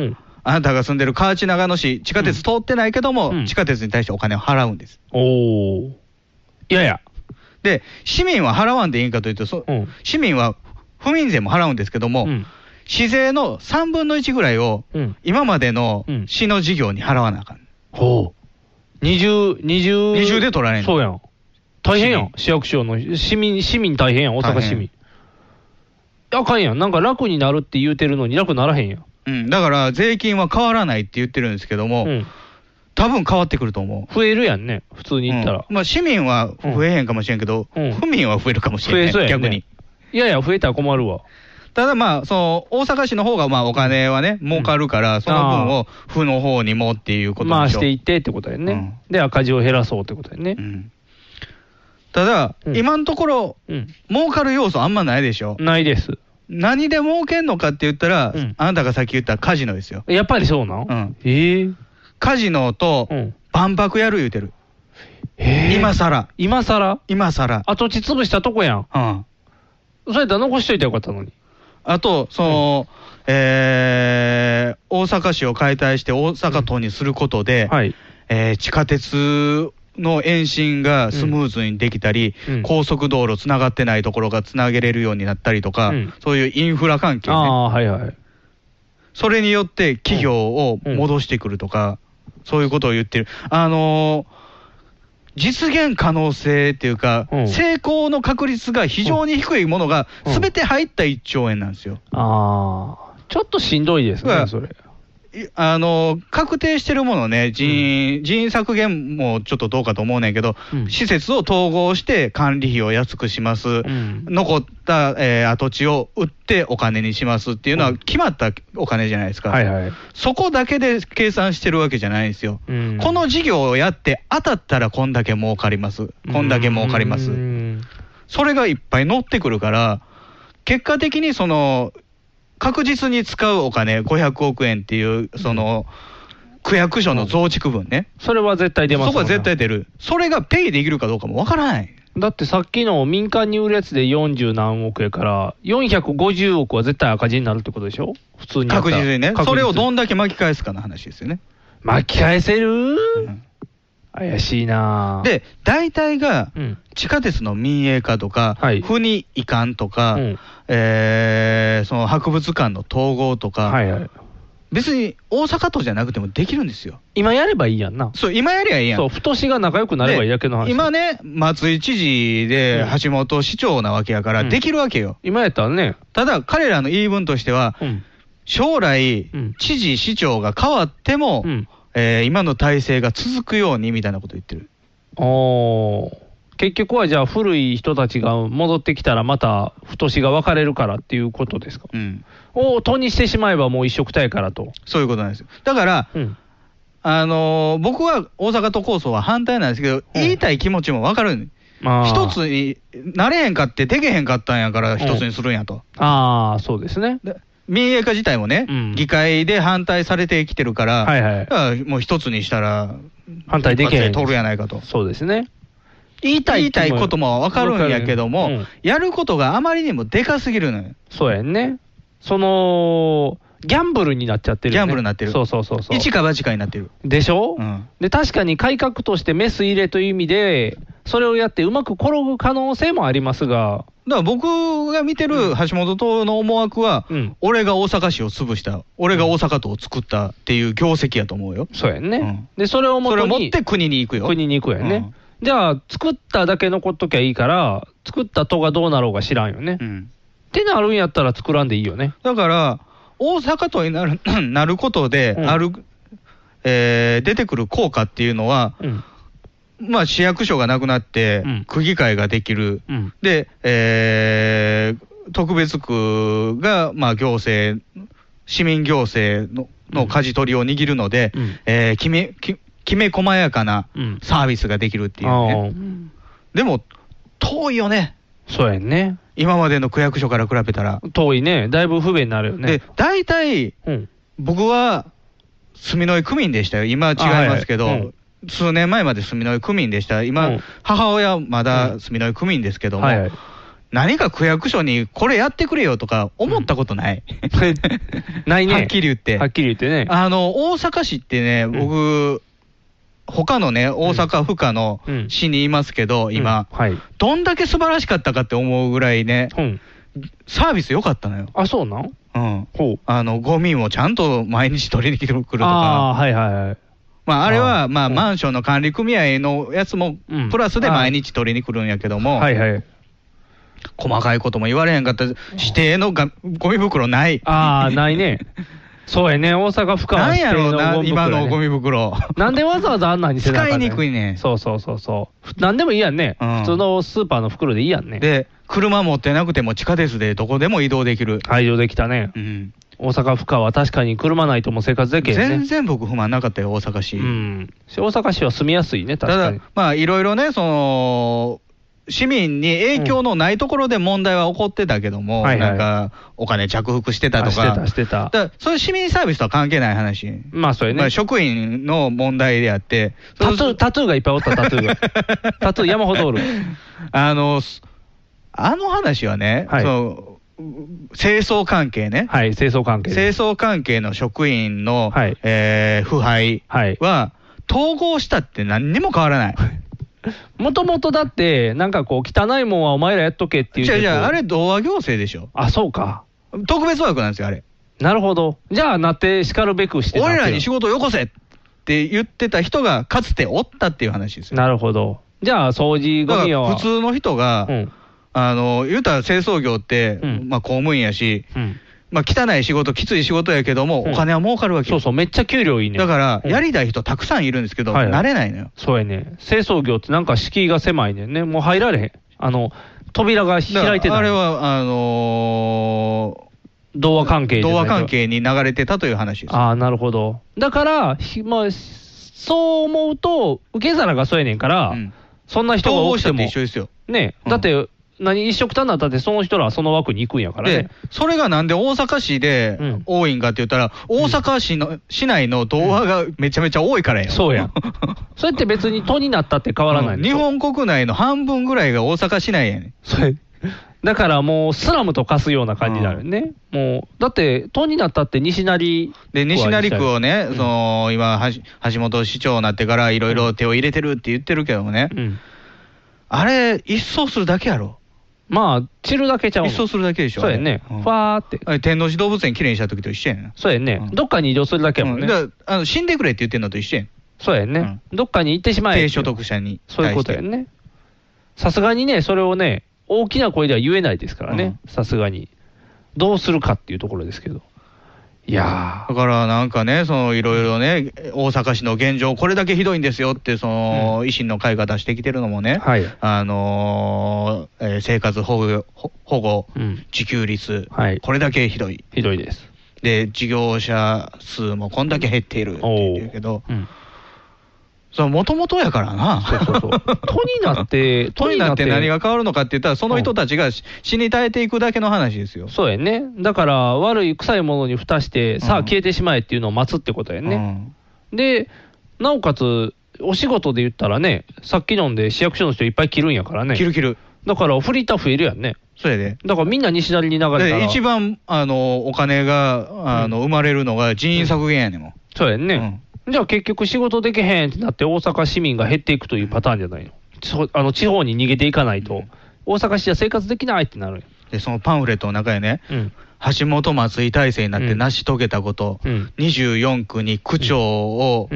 C: あなたが住んでる河内長野市、地下鉄通ってないけども、地下鉄に対してお金を払うんです。
B: おいやいや。
C: で、市民は払わんでいいんかというと、そ市民は府民税も払うんですけども、市税の3分の1ぐらいを、今までの市の事業に払わなあかん。
B: ほう。二重、二重。
C: 二重で取られんの
B: そうやん。大変やん、市役所の。市民、市民大変やん、大阪市民。あかんやん。なんか楽になるって言うてるのに楽ならへんやん。
C: うん、だから税金は変わらないって言ってるんですけども、多分変わってくると思う。
B: 増えるやんね、普通に言ったら。
C: まあ、市民は増えへんかもしれんけど、府民は増えるかもしれない、
B: 増えそうやね
C: 逆に。
B: いやいや、増えたら困るわ。
C: ただまあ、その大阪市の方がまあお金はね、儲かるから、その分を府の方にもっていうこと
B: まあ
C: でし
B: し
C: ょ
B: ていってってことやね。で、赤字を減らそうってことやね。
C: ただ、今のところ、儲かる要素あんまないでしょ。
B: ないです。
C: 何で儲けんのかって言ったら、あなたがさっき言ったカジノですよ。
B: やっぱりそうなん
C: うん。
B: ええ
C: カジノと万博やる言うてる。今さら。
B: 今さら
C: 今さら。
B: 跡地潰したとこやん。
C: うん。
B: それやったら残しといてよかったのに。
C: あと、その、えー大阪市を解体して大阪都にすることで、えー地下鉄の延伸がスムーズにできたり、高速道路つながってないところがつなげれるようになったりとか、そういうインフラ関係ね、
B: ああー、はいはい。
C: それによって企業を戻してくるとか、そういうことを言ってる。あのー実現可能性っていうか、成功の確率が非常に低いものが、すべて入った1兆円なんですよ。
B: ああ、ちょっとしんどいですね、それ。
C: いあの確定してるものね人員、人員削減もちょっとどうかと思うねんけど、施設を統合して管理費を安くします、残った、えー跡地を売ってお金にしますっていうのは、決まったお金じゃないですか、そこだけで計算してるわけじゃないんですよ、この事業をやって、当たったらこんだけ儲かります、こんだけ儲かります、それがいっぱい乗ってくるから、結果的にその確実に使うお金、500億円っていう、その、区役所の増築分ね、
B: それは絶対出ます
C: そこは絶対出る、それがペイできるかどうかもわからない、
B: だってさっきの民間に売るやつで40何億やから、450億は絶対赤字になるってことでしょ普通にやった
C: 確
B: ら。
C: 実にね、
B: 確
C: それをどんだけ巻き返すかの話ですよね。
B: 巻き返せる怪しいな
C: で、大体が地下鉄の民営化とか、府に移管とか、えーその博物館の統合とか、別に大阪都じゃなくてもできるんですよ。
B: 今やればいいやんな。
C: そう、今やりゃいいやん。
B: そう、太しが仲良くなればいいだけの話。
C: で今ね、松井知事で橋本市長なわけやから、できるわけよ。
B: 今やったらね。
C: ただ、彼らの言い分としては、将来、知事、市長が変わっても、えー今の体制が続くようにみたいなこと言ってる。
B: おー結局はじゃあ古い人たちが戻ってきたらまた太しが分かれるからっていうことですか、を都にしてしまえばもう一色体からと
C: そういうことなんですよだから、あのー僕は大阪都構想は反対なんですけど、言いたい気持ちも分かる。
B: あー
C: 一つになれへんかって、でけへんかったんやから、一つにするんやと。
B: ああそうですね
C: 民営化自体もね、議会で反対されてきてるから、だからもう一つにしたら、
B: 反対できへん
C: 取るやないかと。
B: そうですね。
C: 言いたいことも分かるんやけども、
B: うん
C: やることがあまりにもでかすぎるのよ。
B: そうやんねそのギャンブルになっちゃってる、ね、
C: ギャンブルになってる
B: そうそうそうそう
C: 一か八かになってる。
B: でしょ、
C: うん
B: で確かに改革としてメス入れという意味でそれをやってうまく転ぶ可能性もありますが
C: だから僕が見てる橋本党の思惑は、俺が大阪市を潰した、俺が大阪都を作ったっていう業績やと思うよ。
B: そうやね、でそれをも
C: そ
B: と
C: れ
B: に
C: を持って国に行くよ。
B: 国に行くやね、じゃあ作っただけ残っときゃいいから作ったとがどうなろうが知らんよね、ってなるんやったら作らんでいいよね
C: だから、大阪都になる なることで、ある、えー出てくる効果っていうのは、まあ、市役所がなくなって、区議会ができる、で、えー特別区が、まあ、行政、市民行政のの舵取りを握るので、えーきめききめ細やかなサービスができるっていうね。でも、遠いよね。
B: そうやね。
C: 今までの区役所から比べたら。
B: 遠いね。だいぶ不便になるよね。
C: で、大体、僕は、住之江区民でしたよ。今は違いますけど、
B: あはいはいう
C: 数年前まで住之江区民でした。今、母親はまだ住之江区民ですけども、
B: はいはい
C: 何か区役所にこれやってくれよとか思ったことない。
B: ないね
C: はっきり言って。
B: はっきり言ってね。
C: あの、大阪市ってね、僕、他のね、大阪府下の市にいますけど、今、どんだけ素晴らしかったかって思うぐらいね、サービス良かったのよ。
B: あ、そうなん
C: うん。あの、ゴミもちゃんと毎日取りに来てくるとか。
B: ああ、はいはいはい。
C: まあ、あれは、まあ、マンションの管理組合のやつも、プラスで毎日取りに来るんやけども、
B: はいはい。
C: 細かいことも言われへんかった、指定のがゴミ袋ない。
B: ああ、ない ね。そうやね。大阪府下は
C: なんやろうな
B: 指定
C: 今のゴミ袋。
B: なんでわざわざあんなにせなあかん
C: 使いにくいね。
B: そうそうそうそう。ふなんでもいいやんね。普通のスーパーの袋でいいやんね。
C: で、車持ってなくても地下鉄でどこでも移動できる。
B: 排除できたね。大阪府下は確かに車ないともう生活できへんね。
C: 全然僕不満なかったよ、大阪市。
B: うん。大阪市は住みやすいね、確
C: た
B: か
C: だ
B: に。、
C: まあ、いろいろね、その、市民に影響のないところで問題は起こってたけども、
B: はいはい
C: なんか、お金着服してた
B: あ
C: とか、
B: してた、してた。
C: だからそういう市民サービスとは関係ない話。
B: まあ、そうやね。
C: まあ、職員の問題であって、
B: タトゥー、タトゥーがいっぱいおった、タト ゥーが。タトゥー山ほどおる。
C: あの、すあの話はね、その清掃関係ね。
B: はい、清掃関係。
C: 清掃関係の職員の、えー腐敗は、統合したって何にも変わらない。
B: もともとだって、なんかこう、汚いもんはお前らやっとけっていう。
C: じゃあ、じゃあ、あれ、同和行政でしょ。
B: あ、そうか。
C: 特別枠なんですよ、あれ。
B: なるほど。じゃあ、なってしかるべくしてたってい
C: 俺
B: う
C: らに仕事をよこせって言ってた人が、かつておったっていう話ですよ。
B: なるほど。じゃあ、掃除
C: だ
B: ゴ
C: か
B: ミ
C: ら
B: を
C: 普。通の人が、あの言うたら清掃業って、まあ、公務員やし、まあ、汚い仕事、きつい仕事やけども、お金は儲かるわけそう
B: そう、めっちゃ給料いいね。
C: だから、やりたい人、たくさんいるんですけど、
B: はいはい
C: 慣れないのよ。
B: そうやね。清掃業ってなんか敷居が狭いねんね。もう入られへん。あの、扉が
C: だから
B: 開いてた。
C: あれは、あの
B: 同和関係じゃない
C: 同和
B: と
C: 関係に流れてたという話です。
B: ああ、なるほど。だから、ひまあ、そう思うと、受け皿がそうやねんから、そんな人が多くても。
C: 統合したって一緒ですよ。
B: ねだって、何、一色単なったって、その人らはその枠に行くんやからね
C: で。、それがなんで大阪市で多いんかって言ったら、大阪市の市内の童話がめちゃめちゃ多いからや、
B: そう や。それって別に都になったって変わらない、
C: 日本国内の半分ぐらいが大阪市内やねん。
B: それだからもうスラムと化すような感じになるね。もう、だって、都になったって西成
C: で西成区をね、その今橋、橋本市長になってから、いろいろ手を入れてるって言ってるけどもね、あれ、一掃するだけやろ。
B: まあ、散るだけちゃうの
C: 一掃するだけでしょ。
B: そうやね
C: あれ
B: ファーって。
C: あれ天王寺動物園きれいにした時と一緒やねん。
B: そうやね、どっかに移動するだけやもんね。
C: だからあの死んでくれって言ってんのと一緒やん。
B: そうやね、どっかに行ってしまえ。
C: 低所得者に対し
B: そ
C: て
B: ういうことやね。さすがにね、それをね、大きな声では言えないですからね、さすがに。どうするかっていうところですけど。いや
C: だからなんかね、そのいろいろね、大阪市の現状、これだけひどいんですよって、その、維新の会が出してきてるのもね、あのーえー生活保護、ほ保護自給率、これだけひどい。
B: ひどいです。
C: で、事業者数もこんだけ減っているって言うけど、それもともとやからな。
B: 都になって、
C: 都になって何が変わるのかって言ったら、その人たちがし死に絶えていくだけの話ですよ。
B: そうやね。だから、悪い臭いものに蓋して、さあ消えてしまえっていうのを待つってことやね。で、なおかつ、お仕事で言ったらね、さっきのんで市役所の人いっぱい切るんやからね。切る
C: 切る。
B: だから、フリーター増えるやんね。
C: それで。
B: だからみんな西成に流れたら
C: で一番あのお金があの、生まれるのが人員削減やねんもん。
B: そうやんね、じゃあ結局仕事できへんってなって大阪市民が減っていくというパターンじゃないのそうあの地方に逃げていかないと、大阪市じゃ生活できないってなる
C: でそのパンフレットの中にね、橋本松井体制になって成し遂げたこと、24区に区長を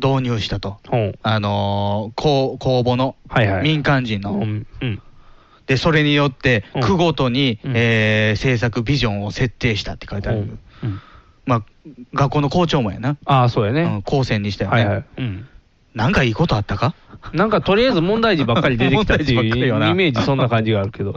C: 導入したと、あのー公公募の、
B: はいはい
C: 民間人の、で、それによって、区ごとに、えー政策ビジョンを設定したって書いてある、まあ、学校の校長もやな、
B: ああそうやね、
C: うん、高専にしたよね、なんかいいことあったか
B: なんかとりあえず問題児ばっかり出てきたってい
C: 問題児ばっかり
B: う
C: よな
B: イメージそんな感じがあるけど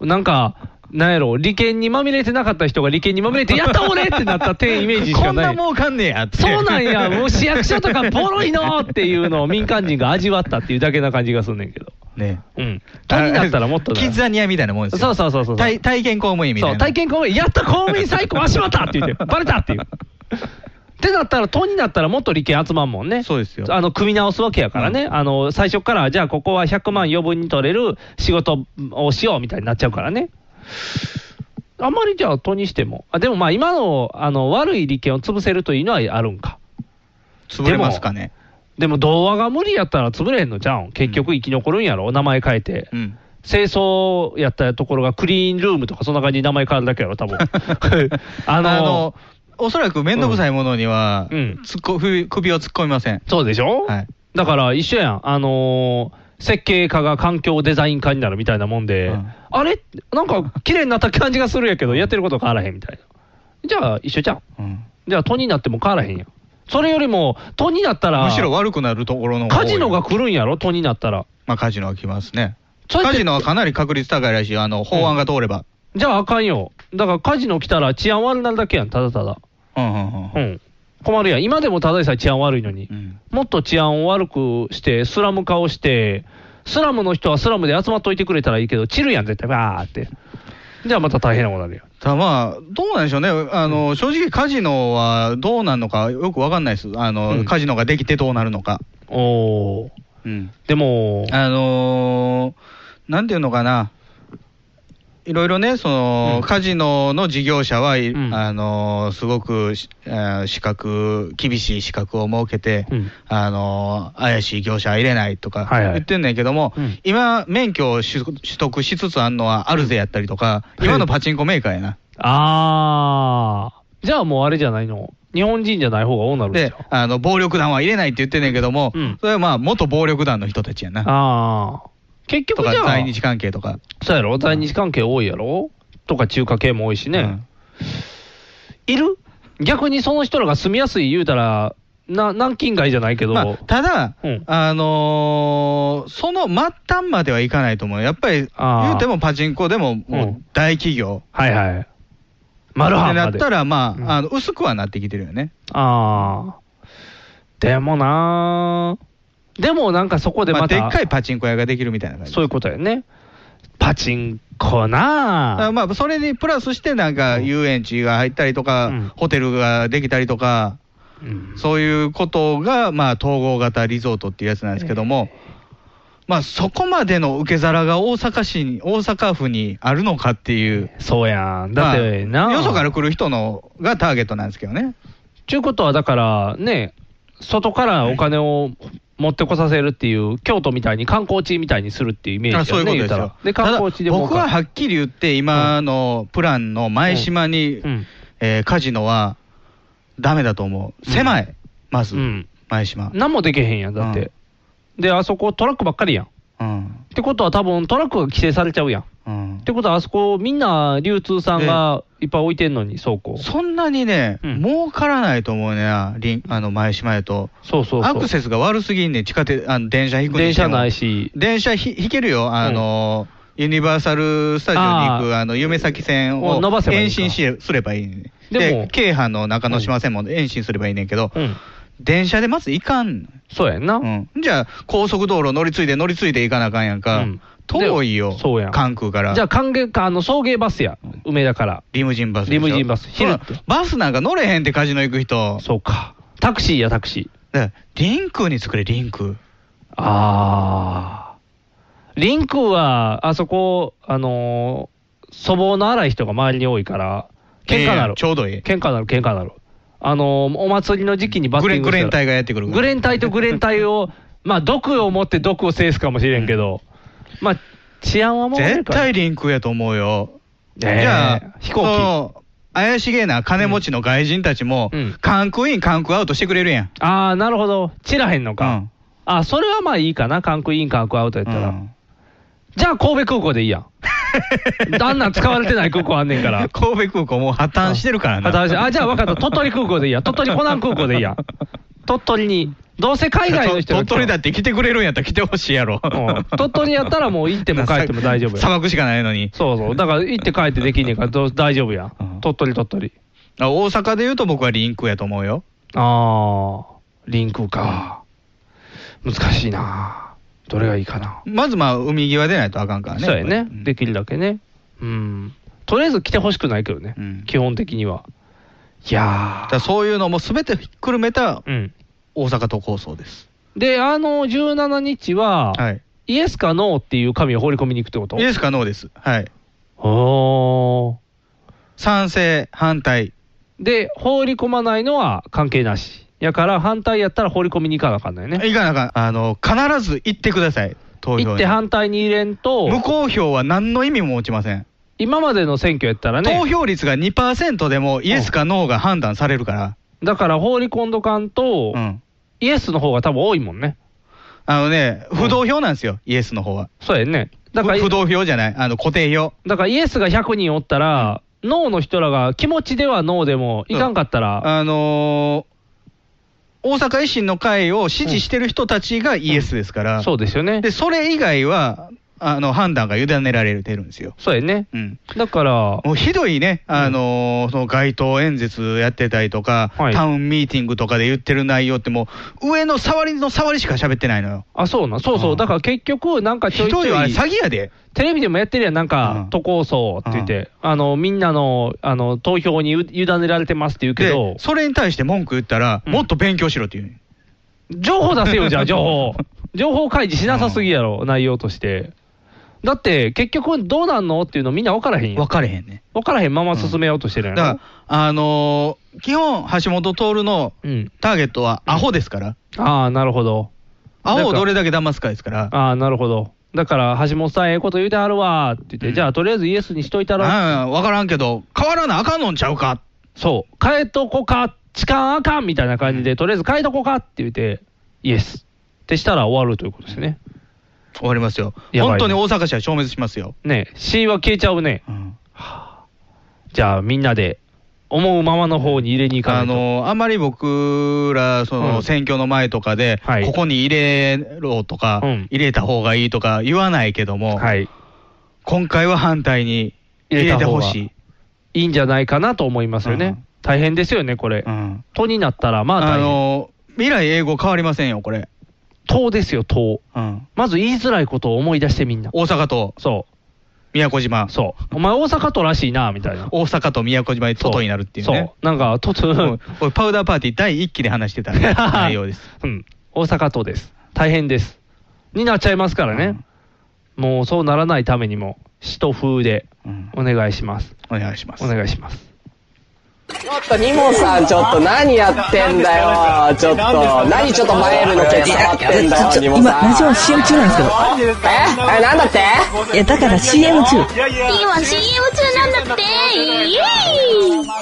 B: なんかなんやろ利権にまみれてなかった人が利権にまみれてやった俺ってなったってイメージしかない
C: こんなもうかんねえやって
B: そうなんやもう市役所とかボロいのっていうのを民間人が味わったっていうだけな感じがす んねんけど
C: ね
B: うん他になったらもっとだ
C: キッザニアみたいなもんです
B: そ
C: よ。
B: うそうそうそう
C: 体体験公務員みたい
B: そう
C: な。
B: 体験公務員やった公務員最高足まったって言って バレたっていうってなったら、都になったらもっと利権集まんもんね。そうですよ。あの、組み直すわけやからね。あの、最初から、じゃあここは100万余分に取れる仕事をしようみたいになっちゃうからね。あんまりじゃあ都にしても。あでもまあ今の、あの、悪い利権を潰せるというのはあるんか。
C: 潰れますかね。
B: でも童話が無理やったら潰れへんのじゃうん。結局生き残るんやろ。名前変えて。 清掃やったところがクリーンルームとかそんな感じに名前変わるだけやろ、 多分。あの
C: あのおそらく面倒くさいものには、突っこふ首を突っ込みません。
B: そうでしょ、だから一緒やん、あのー設計家が環境デザイン家になるみたいなもんで、あれなんか綺麗になった感じがするやけど、やってること変わらへんみたいな。じゃあ一緒じゃん。じゃあ都になっても変わらへんやん。それよりも都になったら、
C: むしろ悪くなるところの方が
B: カ
C: 多い
B: ジノが来るんやろ、都になったら。
C: まあカジノは来ますね。カジノはかなり確率高いらしいよあの法案が通れば。
B: じゃああかんよ。だからカジノ来たら治安悪なるだけやん、ただただ。
C: うんうん
B: うん。困るやん。今でもただでさえ治安悪いのに。もっと治安を悪くして、スラム化をして、スラムの人はスラムで集まっといてくれたらいいけど、散るやん、絶対、ばーって。じゃあまた大変なことになるやん。
C: ただまあ、どうなんでしょうね、あの正直、カジノはどうなるのかよくわかんないです、あのカジノができてどうなるのか。
B: お
C: うん、
B: でも、
C: あのーなんていうのかな、いろいろね、そのカジノの事業者はい、あのーすごくしあー資格、厳しい資格を設けて、あのー怪しい業者は入れないとか言ってんねんけども、今、免許を取取得しつつあるのはアルゼやったりとか、今のパチンコメーカーやな。
B: あー。じゃあもうあれじゃないの。日本人じゃない方が多なるん
C: で、あの暴力団は入れないって言ってんねんけども、それはまあ、元暴力団の人たちやな。
B: ああ。結局じゃあ
C: とか在日関係とか。
B: そうやろ在日関係多いやろとか中華系も多いしね。いる逆にその人らが住みやすい言うたら、な南京街じゃないけど、
C: まあ、ただ、あのーその末端まではいかないと思う、やっぱり言うてもパチンコでももう大企業、
B: はいはい、マルハンまで
C: ってなったら、まあ、あの薄くはなってきてるよね。
B: ああ。でもなーでもなんかそこで
C: まあ
B: また、
C: でっかいパチンコ屋ができるみたいな感じ
B: そういうことやね。パチンコな
C: だからまあそれにプラスして、なんか遊園地が入ったりとか、ホテルができたりとか、そういうことが、まあ、統合型リゾートっていうやつなんですけども、まあ、そこまでの受け皿が大阪市に、大阪府にあるのかっていう、
B: そうやん、だってな、
C: まあよそから来る人のがターゲットなんですけどね。
B: ちゅうことは、だからね、外からお金を持ってこさせるっていう、京都みたいに観光地みたいにするっていうイメー
C: あ
B: ジ
C: そう
B: よ
C: いう
B: ね、
C: こと
B: 言
C: で
B: う
C: す
B: たら。。で、
C: よ
B: 観光地で
C: ただ
B: 儲
C: 僕
B: か
C: は
B: る
C: はっきり言って、今のプランの前島に、えーカジノはダメだと思う。狭い、まず、前島。
B: 何もできへんやん、だって。で、あそこトラックばっかりやん。ってことは多分トラックが規制されちゃうやん。ってことはあそこみんな流通さんがいっぱい置いてんのに倉庫。
C: そんなにね、儲からないと思うねりんあの前島やと。
B: そうそうそう
C: アクセスが悪すぎんねん地下鉄、あの電車引くにして
B: 電車
C: も
B: ないし。
C: 電車ひ引けるよ、あの、ユニバーサルスタジオに行く、あの、夢先線を
B: お伸ばせばいいんか
C: 延伸しすればいいねん
B: でも
C: で、京阪の中之島線も延伸すればいいねんけど、電車でまず行かん。
B: そうやんな。
C: じゃあ、高速道路乗り継いで乗り継いで行かなあかんやんか。遠いよ、関空から。
B: じゃあ歓迎か、あの送迎バスや、梅田から。
C: リムジンバスでし
B: リ
C: ょ。
B: ムジンバス。
C: ほらバスなんか乗れへんってカジノ行く人。
B: そうか。タクシーやタクシ
C: ー。リンクに作れ、リンク。
B: あー。リンクは、あそこ、あのー粗暴の荒い人が周りに多いから、喧嘩な
C: え
B: る。
C: えちょうどいい。
B: 喧嘩なる、喧嘩なる。あのーお祭りの時期にバッティング
C: グレングレン隊
B: がやってくる。グレン隊とグレン隊 を、まあ、毒を持って毒を制すかもしれんけど、まあ、治安はもう
C: 絶対リンクやと思うよ。じ
B: ねえ
C: ゃあ、
B: 飛行機
C: その怪しげな金持ちの外人たちも、関空イン、関空アウトしてくれるやん。
B: ああ、なるほど。散らへんのか。あそれはまあいいかな。関空イン、関空アウトやったら。じゃあ神戸空港でいいや ん。あんなん使われてない空港あんねんから。
C: 神戸空港もう破綻してるからな。
B: あたあ、じゃあ分かった。鳥取空港でいいや。鳥取湖南空港でいいや。鳥取に。どうせ海外の人が
C: 鳥
B: 来た
C: 取だって来てくれるんやったら来てほしいやろ。
B: 鳥取やったらもう行っても帰っても大丈夫や。
C: 砂漠しかないのに。
B: そうそう。だから行って帰ってできんねんからどう大丈夫や。鳥取鳥取。
C: あ大阪で言うと僕はリンクやと思うよ。
B: ああ、リンクか。難しいな。どれがいいかな。
C: まずまあ海際でないとあかんからね。
B: そうやね。できるだけね。うん。とりあえず来てほしくないけどね。基本的には。いやー。
C: だからそういうのも全てひっくるめた大阪都構想です。
B: で、あの17日は、イエスかノーっていう紙を放り込みに行くってこと
C: イエスかノーです。はい。
B: おー。
C: 賛成、反対。
B: で、放り込まないのは関係なし。やから、反対やったら放り込みに行かなあかんのよね。
C: いかなあかん。あの、必ず行ってください。投票に。
B: 行って反対に入れんと、
C: 無効票は何の意味も持ちません。
B: 今までの選挙やったらね、
C: 投票率が2%でもイエスかノーが判断されるから。
B: だから放り込んどかんと、イエスの方が多分多いもんね。
C: あのね、不動票なんですよ、イエスの方は。
B: そうやね。だから
C: 不不動票じゃない、あの固定票。
B: だからイエスが100人おったら、ノーの人らが気持ちではノーでも、いかんかったら、
C: あのー大阪維新の会を支持してる人たちがイエスですから、
B: そうですよね。
C: でそれ以外はあの判断が委ねられてるんですよ。
B: そうやね。
C: うん、
B: だから、
C: もうひどいね、あのーその街頭演説やってたりとか、タウンミーティングとかで言ってる内容って、もう上の触りの触りしか喋ってないのよ。
B: あ、そうなん、そうそう、だから結局、なんかちょいちょい、
C: ひどいよあれ詐欺やで。
B: テレビでもやってるやん、なんか、都構想って言って、あのみんなのあの投票にゆ委ねられてますって言うけど、
C: それに対して文句言ったら、もっと勉強しろっていう、
B: 情報出せ よ、じゃあ、情報。情報開示しなさすぎやろ、内容として。だって、結局、どうなんのっていうの、みんな分からへんやん。分
C: からへんね。
B: 分からへんまま進めようとしてるやん。
C: だから、あのー基本、橋本徹のターゲットはアホですから、
B: ああ、なるほど。
C: 青をどれだけ騙すかですから、
B: ああ、なるほど。だから、橋本さん、ええこと言うてはるわーって言って、じゃあ、とりあえずイエスにしといたら、
C: うん、分からんけど、変わらなあかんのんちゃうか
B: そう、変えとこか、痴漢あかんみたいな感じで、とりあえず変えとこかって言って、イエスってしたら終わるということですね。
C: 終わりますよ。
B: やば
C: 本
B: いね
C: 当に大阪市は消滅しますよ。
B: ねえ、C は消えちゃうね。はあじゃあ、みんなで、思うままの方に入れに行かな
C: あ
B: いと。
C: のあまり僕ら、そうの
B: ん
C: 選挙の前とかで、ここに入れろとか、入れた方がいいとか言わないけども、今回は反対に入れてほしい。
B: いいんじゃないかなと思いますよね。大変ですよね、これ。都になったら、まあ
C: あ
B: 大変。
C: の未来英語変わりませんよ、これ。
B: 党ですよ、党。
C: うん
B: まず言いづらいことを思い出してみんな。
C: 大阪都。
B: そう。
C: 宮古島。
B: そう。お前大阪都らしいな、みたいな。
C: 大阪都、宮古島でトトになるっていうね。
B: そう。なんか、都都、
C: これパウダーパーティー第1期で話してた内容です。
B: うん。大阪都です。大変です。になっちゃいますからね、もうそうならないためにも、使徒風でお願いします。
C: お願いします。
B: お願いします。
N: ちょっとニモさんちょっと何やってんだよちょっと何ちょっとマイルの毛触ってんだよニモ
O: 今、
N: さん
O: ラジオ CM 中なんですけど。
N: ええなんだって
O: え、だから CM 中。
L: 今 CM 中なんだってイエーイ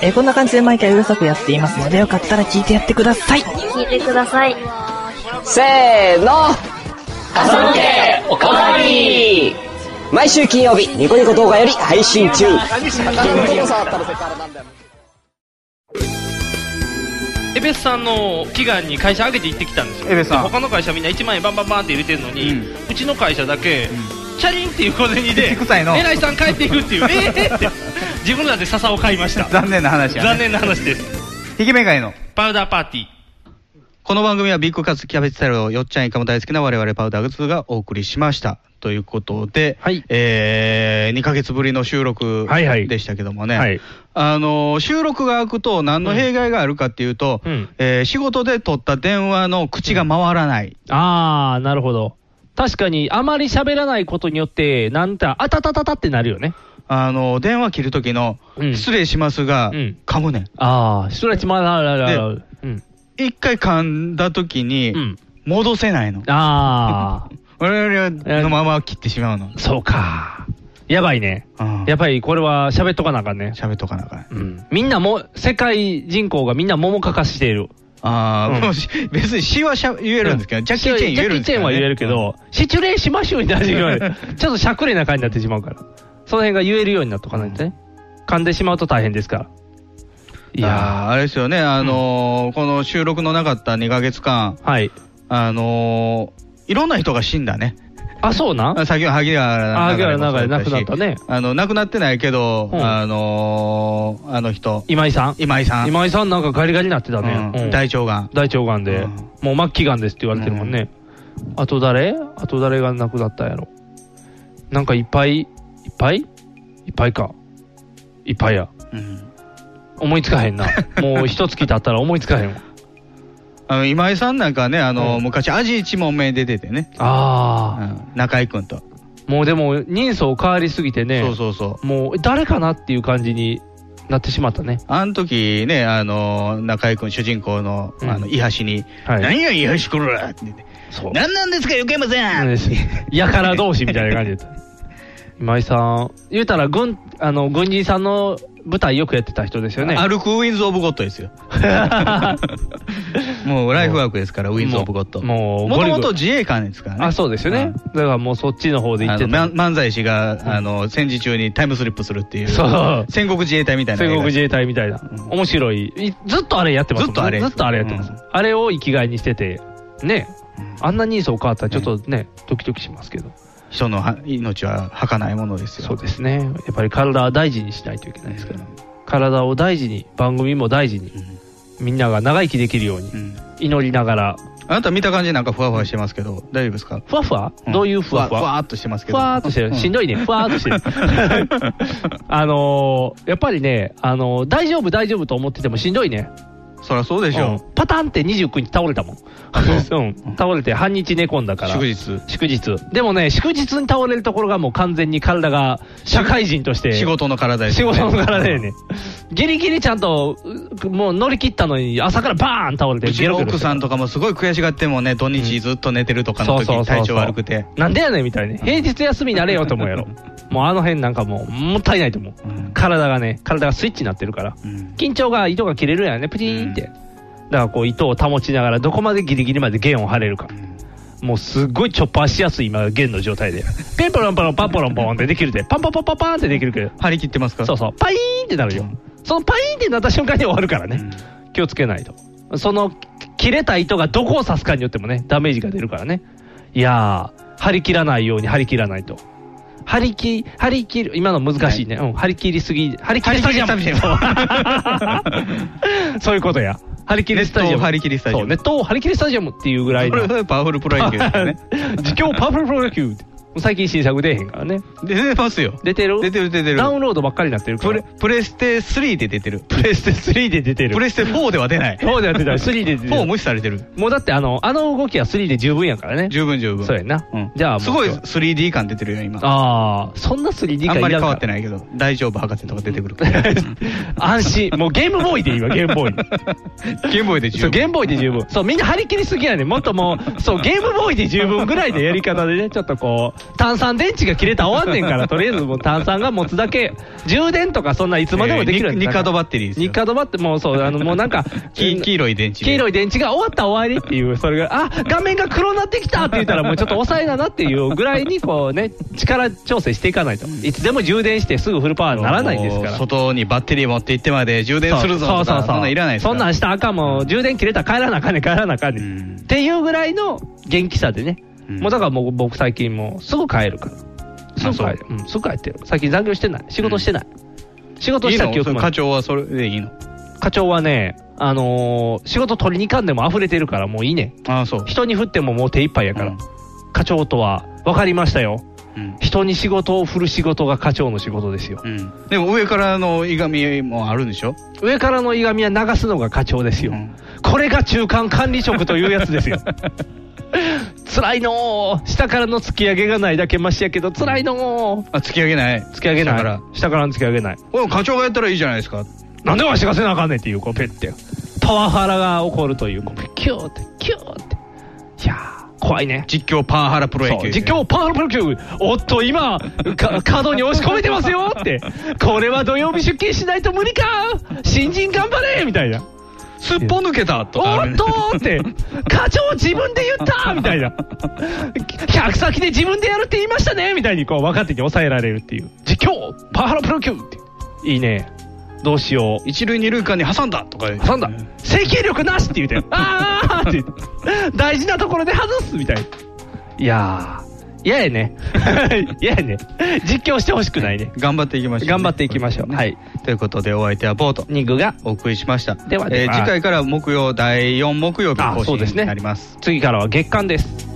O: え、こんな感じで毎回うるさくやっていますので、よかったら聞いてやってください。
L: 聞いてください
N: せーの朝向けおかわり毎週金曜日ニコニコ動画より配信中
B: エベスさんの祈願に会社上げて行ってきたんですよ
C: エベスさん
B: で他の会社みんな1万円バンバンバンって入れてるのに、うちの会社だけ、チャリンっていう小銭で
C: 口臭いの
B: 偉いさん帰っていくっていう ええって自分らで笹を買いました
C: 残念な話やね
B: 残念な話です
C: ひげめがいの
B: パウダーパーティー
C: この番組はビッグカツキャベツ太郎よっちゃんいかも大好きな我々パウダーグッズがお送りしましたということで、え2ヶ月ぶりの収録
B: はいはい
C: でしたけどもね、あのー収録が開くと何の弊害があるかっていうと、えー仕事で取った電話の口が回らない、
B: ああなるほど確かにあまり喋らないことによってなんたあたたたたってなるよね
C: あのー電話切る時の「失礼しますが」噛むねん
B: ああ失礼しますあららら
C: で一回噛んだ時に戻せないの、
B: ああ
C: 我々はのまま切ってしまうの
B: そうかやばいね、やっぱりこれは喋っとかなあかんね
C: 喋っとかなあかん、
B: うん、みんなも世界人口がみんな桃かかしている
C: ああ、もうし別に詩はしゃ言えるんですけど、ジャッキー・チェーン言えるんですけど、ね、
B: は言えるけど、失礼しましょうになってしまう。ちょっとしゃくれな感じになってしまうから。その辺が言えるようになっとかないとね。噛んでしまうと大変ですから。
C: いやーあれですよね、あのーこの収録のなかった2ヶ月間、
B: はい
C: あのーいろんな人が死んだね。
B: あ、そうな
C: 先ほど萩原
B: 萩原
C: もそうだ
B: 亡く
C: し
B: なったね。
C: あの、亡くなってないけど、
B: うん
C: あのーあの人。
B: 今井さん
C: 今井さん。
B: 今井さんなんかガリガリになってたね。
C: うん
B: うん
C: 大腸がん。
B: 大腸がんで、もう末期がんですって言われてるもんね。あと誰あと誰が亡くなったんやろ。なんかいっぱい、いっぱいいっぱいか。いっぱいや。思いつかへん な。もう一月経ったら思いつかへんわ。
C: あの今井さんなんかね、あのー昔、アジ一問目に出ててね。
B: あ
C: あ、中井くんと。
B: もうでも人相変わりすぎてね。
C: そうそうそう。
B: もう誰かなっていう感じになってしまったね。
C: あの時ね、あのー中井くん、主人公の、あの、伊橋に、
B: い
C: 何や、伊橋こらって言って、何なんですか、横山さん
B: やから同士みたいな感じ で。今井さん、言うたら軍、あの、軍人さんの舞台よくやってた人ですよね。
C: 歩くウィンズ・オブ・ゴッドで すよ。もうライフワークですから、ウィンズ・オブ・ゴッド。
B: もう
C: も
B: ゴ
C: と
B: リゴ
C: も
B: リ
C: と自衛官ですからね。
B: あ、そうですよね。だからもうそっちの方で行
C: あ
B: って
C: の
B: た。
C: ま漫才師が、あの戦時中にタイムスリップするっていう
B: そう
C: 戦国自衛隊みたいな映
B: 戦
C: 画
B: 国自衛隊みたいな。面白い。いずっとあれやってますもん
C: ずっとあれ
B: ずっとあれやってます。あれを生きがいにしてて、ね。あんな人相変わったらちょっとね、ドキドキしますけど。
C: 人のは命は儚いものですよ
B: そうですね。やっぱり体は大事にしないといけないですから。体を大事に、番組も大事に、みんなが長生きできるように、祈りながら。
C: あなた見た感じなんかふわふわしてますけど大丈夫ですか
B: ふわふわどういうふわふわ
C: ふわっとしてます
B: ふ
C: けど
B: わーっとしてる。しんどいね。ふわーっとしてる。 あのーやっぱりね、あのー大丈夫大丈夫と思っててもしんどいね。
C: そりゃそうでしょ
B: んパタンって29日倒れたもん。 うん倒れて半日寝込んだから。
C: 祝日。
B: 祝日。でもね、祝日に倒れるところがもう完全に体が社会人として。
C: 仕事の体です
B: 仕
C: よね
B: 事の体やね。ギリギリちゃんと、うもう乗り切ったのに朝からバーン倒れて
C: うち
B: ゲ
C: の
B: ロゲロ
C: 奥
B: して
C: さんとかもすごい悔しがってもね土日ずっと寝てるとかの時
B: そうそう
C: に
B: そうそう
C: 体調悪くて
B: なんでやねんみたいな。平日休みになれよと思うやろ。もうあの辺なんかもう、もったいないと思う。体がね、体がスイッチになってるから。緊張が、糸が切れるんやね、プチーンって。だからこう、糸を保ちながら、どこまでギリギリまで弦を張れるか。もうすっごいチョッパーしやすい今弦の状態でピンポロンポロンパンポロンポンってできるでパンパンパンパンパンってできるけど
C: 張り切ってますか
B: そうそうパイーンってなるよそのパイーンってなった瞬間に終わるからね気をつけないとその切れた糸がどこを刺すかによってもねダメージが出るからねいやー張り切らないように張り切らないと張り切張り切る今の難しいね、うん、張り切りすぎ張り切りスタジアム そうそういうことや張り切りスタジアム
C: 張り切りスタジアム
B: そうネットを張り切りスタジアムっていうぐらいの
C: これはパワフルプロ野球ですね
B: 今日パワフルプロ野球最近新作出えへんからね。
C: 出てますよ。
B: 出てる
C: 出てる出てる。
B: ダウンロードばっかりになってるから。
C: プレステ3で出てる。プ
B: レステ3で出てる。
C: プレステ4では出ない。
B: 4では出 ない。3で出てる。
C: 4無視されてる。
B: もうだってあの、あの動きは3で十分やからね。
C: 十分十分。
B: そうやな。じゃあもう
C: すごい 3D 感出てるよ、今。
B: ああ、そんな 3D
C: あ
B: 感
C: んま
B: い
C: り
B: らん
C: 変
B: か
C: わってないけど、大丈夫博士とか出てく るから。
B: 安心。もうゲームボーイでいいわ、ゲームボーイ。
C: ゲームボーイ で十
B: そう、
C: 分。
B: ゲームボーイで十分。そう、みんな張り切りすぎやねん。もっともう、そう、ゲームボーイで十分ぐらいのやり方でね、ちょっとこう、炭酸電池が切れたら終わんねんから、とりあえずもう炭酸が持つだけ、充電とかそんないつまでもできるや
C: え
B: ん
C: ーニニカドバッテリーですよ
B: ニカドバって、もうそう、あの、もうなん か、
C: き黄色い電池で
B: 黄色い電池が終わったら終わりっていう、それが、あ、画面が黒になってきたって言ったら、もうちょっと抑えだなっていうぐらいに、こうね、力調整していかないと。いつでも充電してすぐフルパワーにならないんですから。
C: 外にバッテリー持って行ってまで充電するぞ
B: そうそう
C: と
B: そ
C: か
B: う
C: そんなんいらないですか
B: そ
C: ら
B: んなん明日あかんもん充電切れたら帰らなあかんねん帰らなあかんねん、っていうぐらいの元気さでね、もうだからもう僕最近もうすぐ帰るからすぐ帰る、うん、すぐ帰ってる最近残業してない仕事してない、仕事した記
C: いいの
B: 憶
C: その
B: も
C: 課長はそれでいいの
B: 課長はねあのー仕事取りに行かんでも溢れてるからもういいね
C: ああそう
B: 人に振ってももう手一杯やから、課長とは分かりましたよ、人に仕事を振る仕事が課長の仕事ですよ、
C: でも上からのいがみもあるんでしょ
B: 上からのいがみは流すのが課長ですよ、これが中間管理職というやつです よ辛いのー下からの突き上げがないだけマシやけど辛いのー
C: あ突き上げない
B: 突き上げない
C: 下から
B: 下からの突き上げない
C: おい課長がやったらいいじゃないですか
B: なんでわしがせなあかんねんっていうこうペッてパワハラが起こるというこうペッキューってキューっていやー怖いね
C: 実況パワハラプロ野
B: そう
C: 球
B: 実況パワープロ級おっと今 か角に押し込めてますよってこれは土曜日出勤しないと無理か新人頑張れみたいな
C: すっぽ抜けたと
B: お
C: かあ
B: っ
C: る
B: とーって課長自分で言ったみたいな客先で自分でやるって言いましたねみたいにこう若手に抑えられるっていう実況パワハラプロ級っていいねどうしよう
C: 一塁二塁間に挟んだとか
B: 挟んだ制球力なしって言う てああって言って大事なところで外すみたいないやー嫌や ね嫌やね実況してほしくないね
C: 頑張っていきましょう、
B: 頑張っていきましょうはい
C: ということでお相手はボート
B: ニグが
C: お送りしました
B: では
C: え
B: で
C: ー
B: は
C: 次回から木曜第4木曜日
B: あ
C: 更
B: そうです
C: 新
B: ね
C: になります
B: 次からは月間です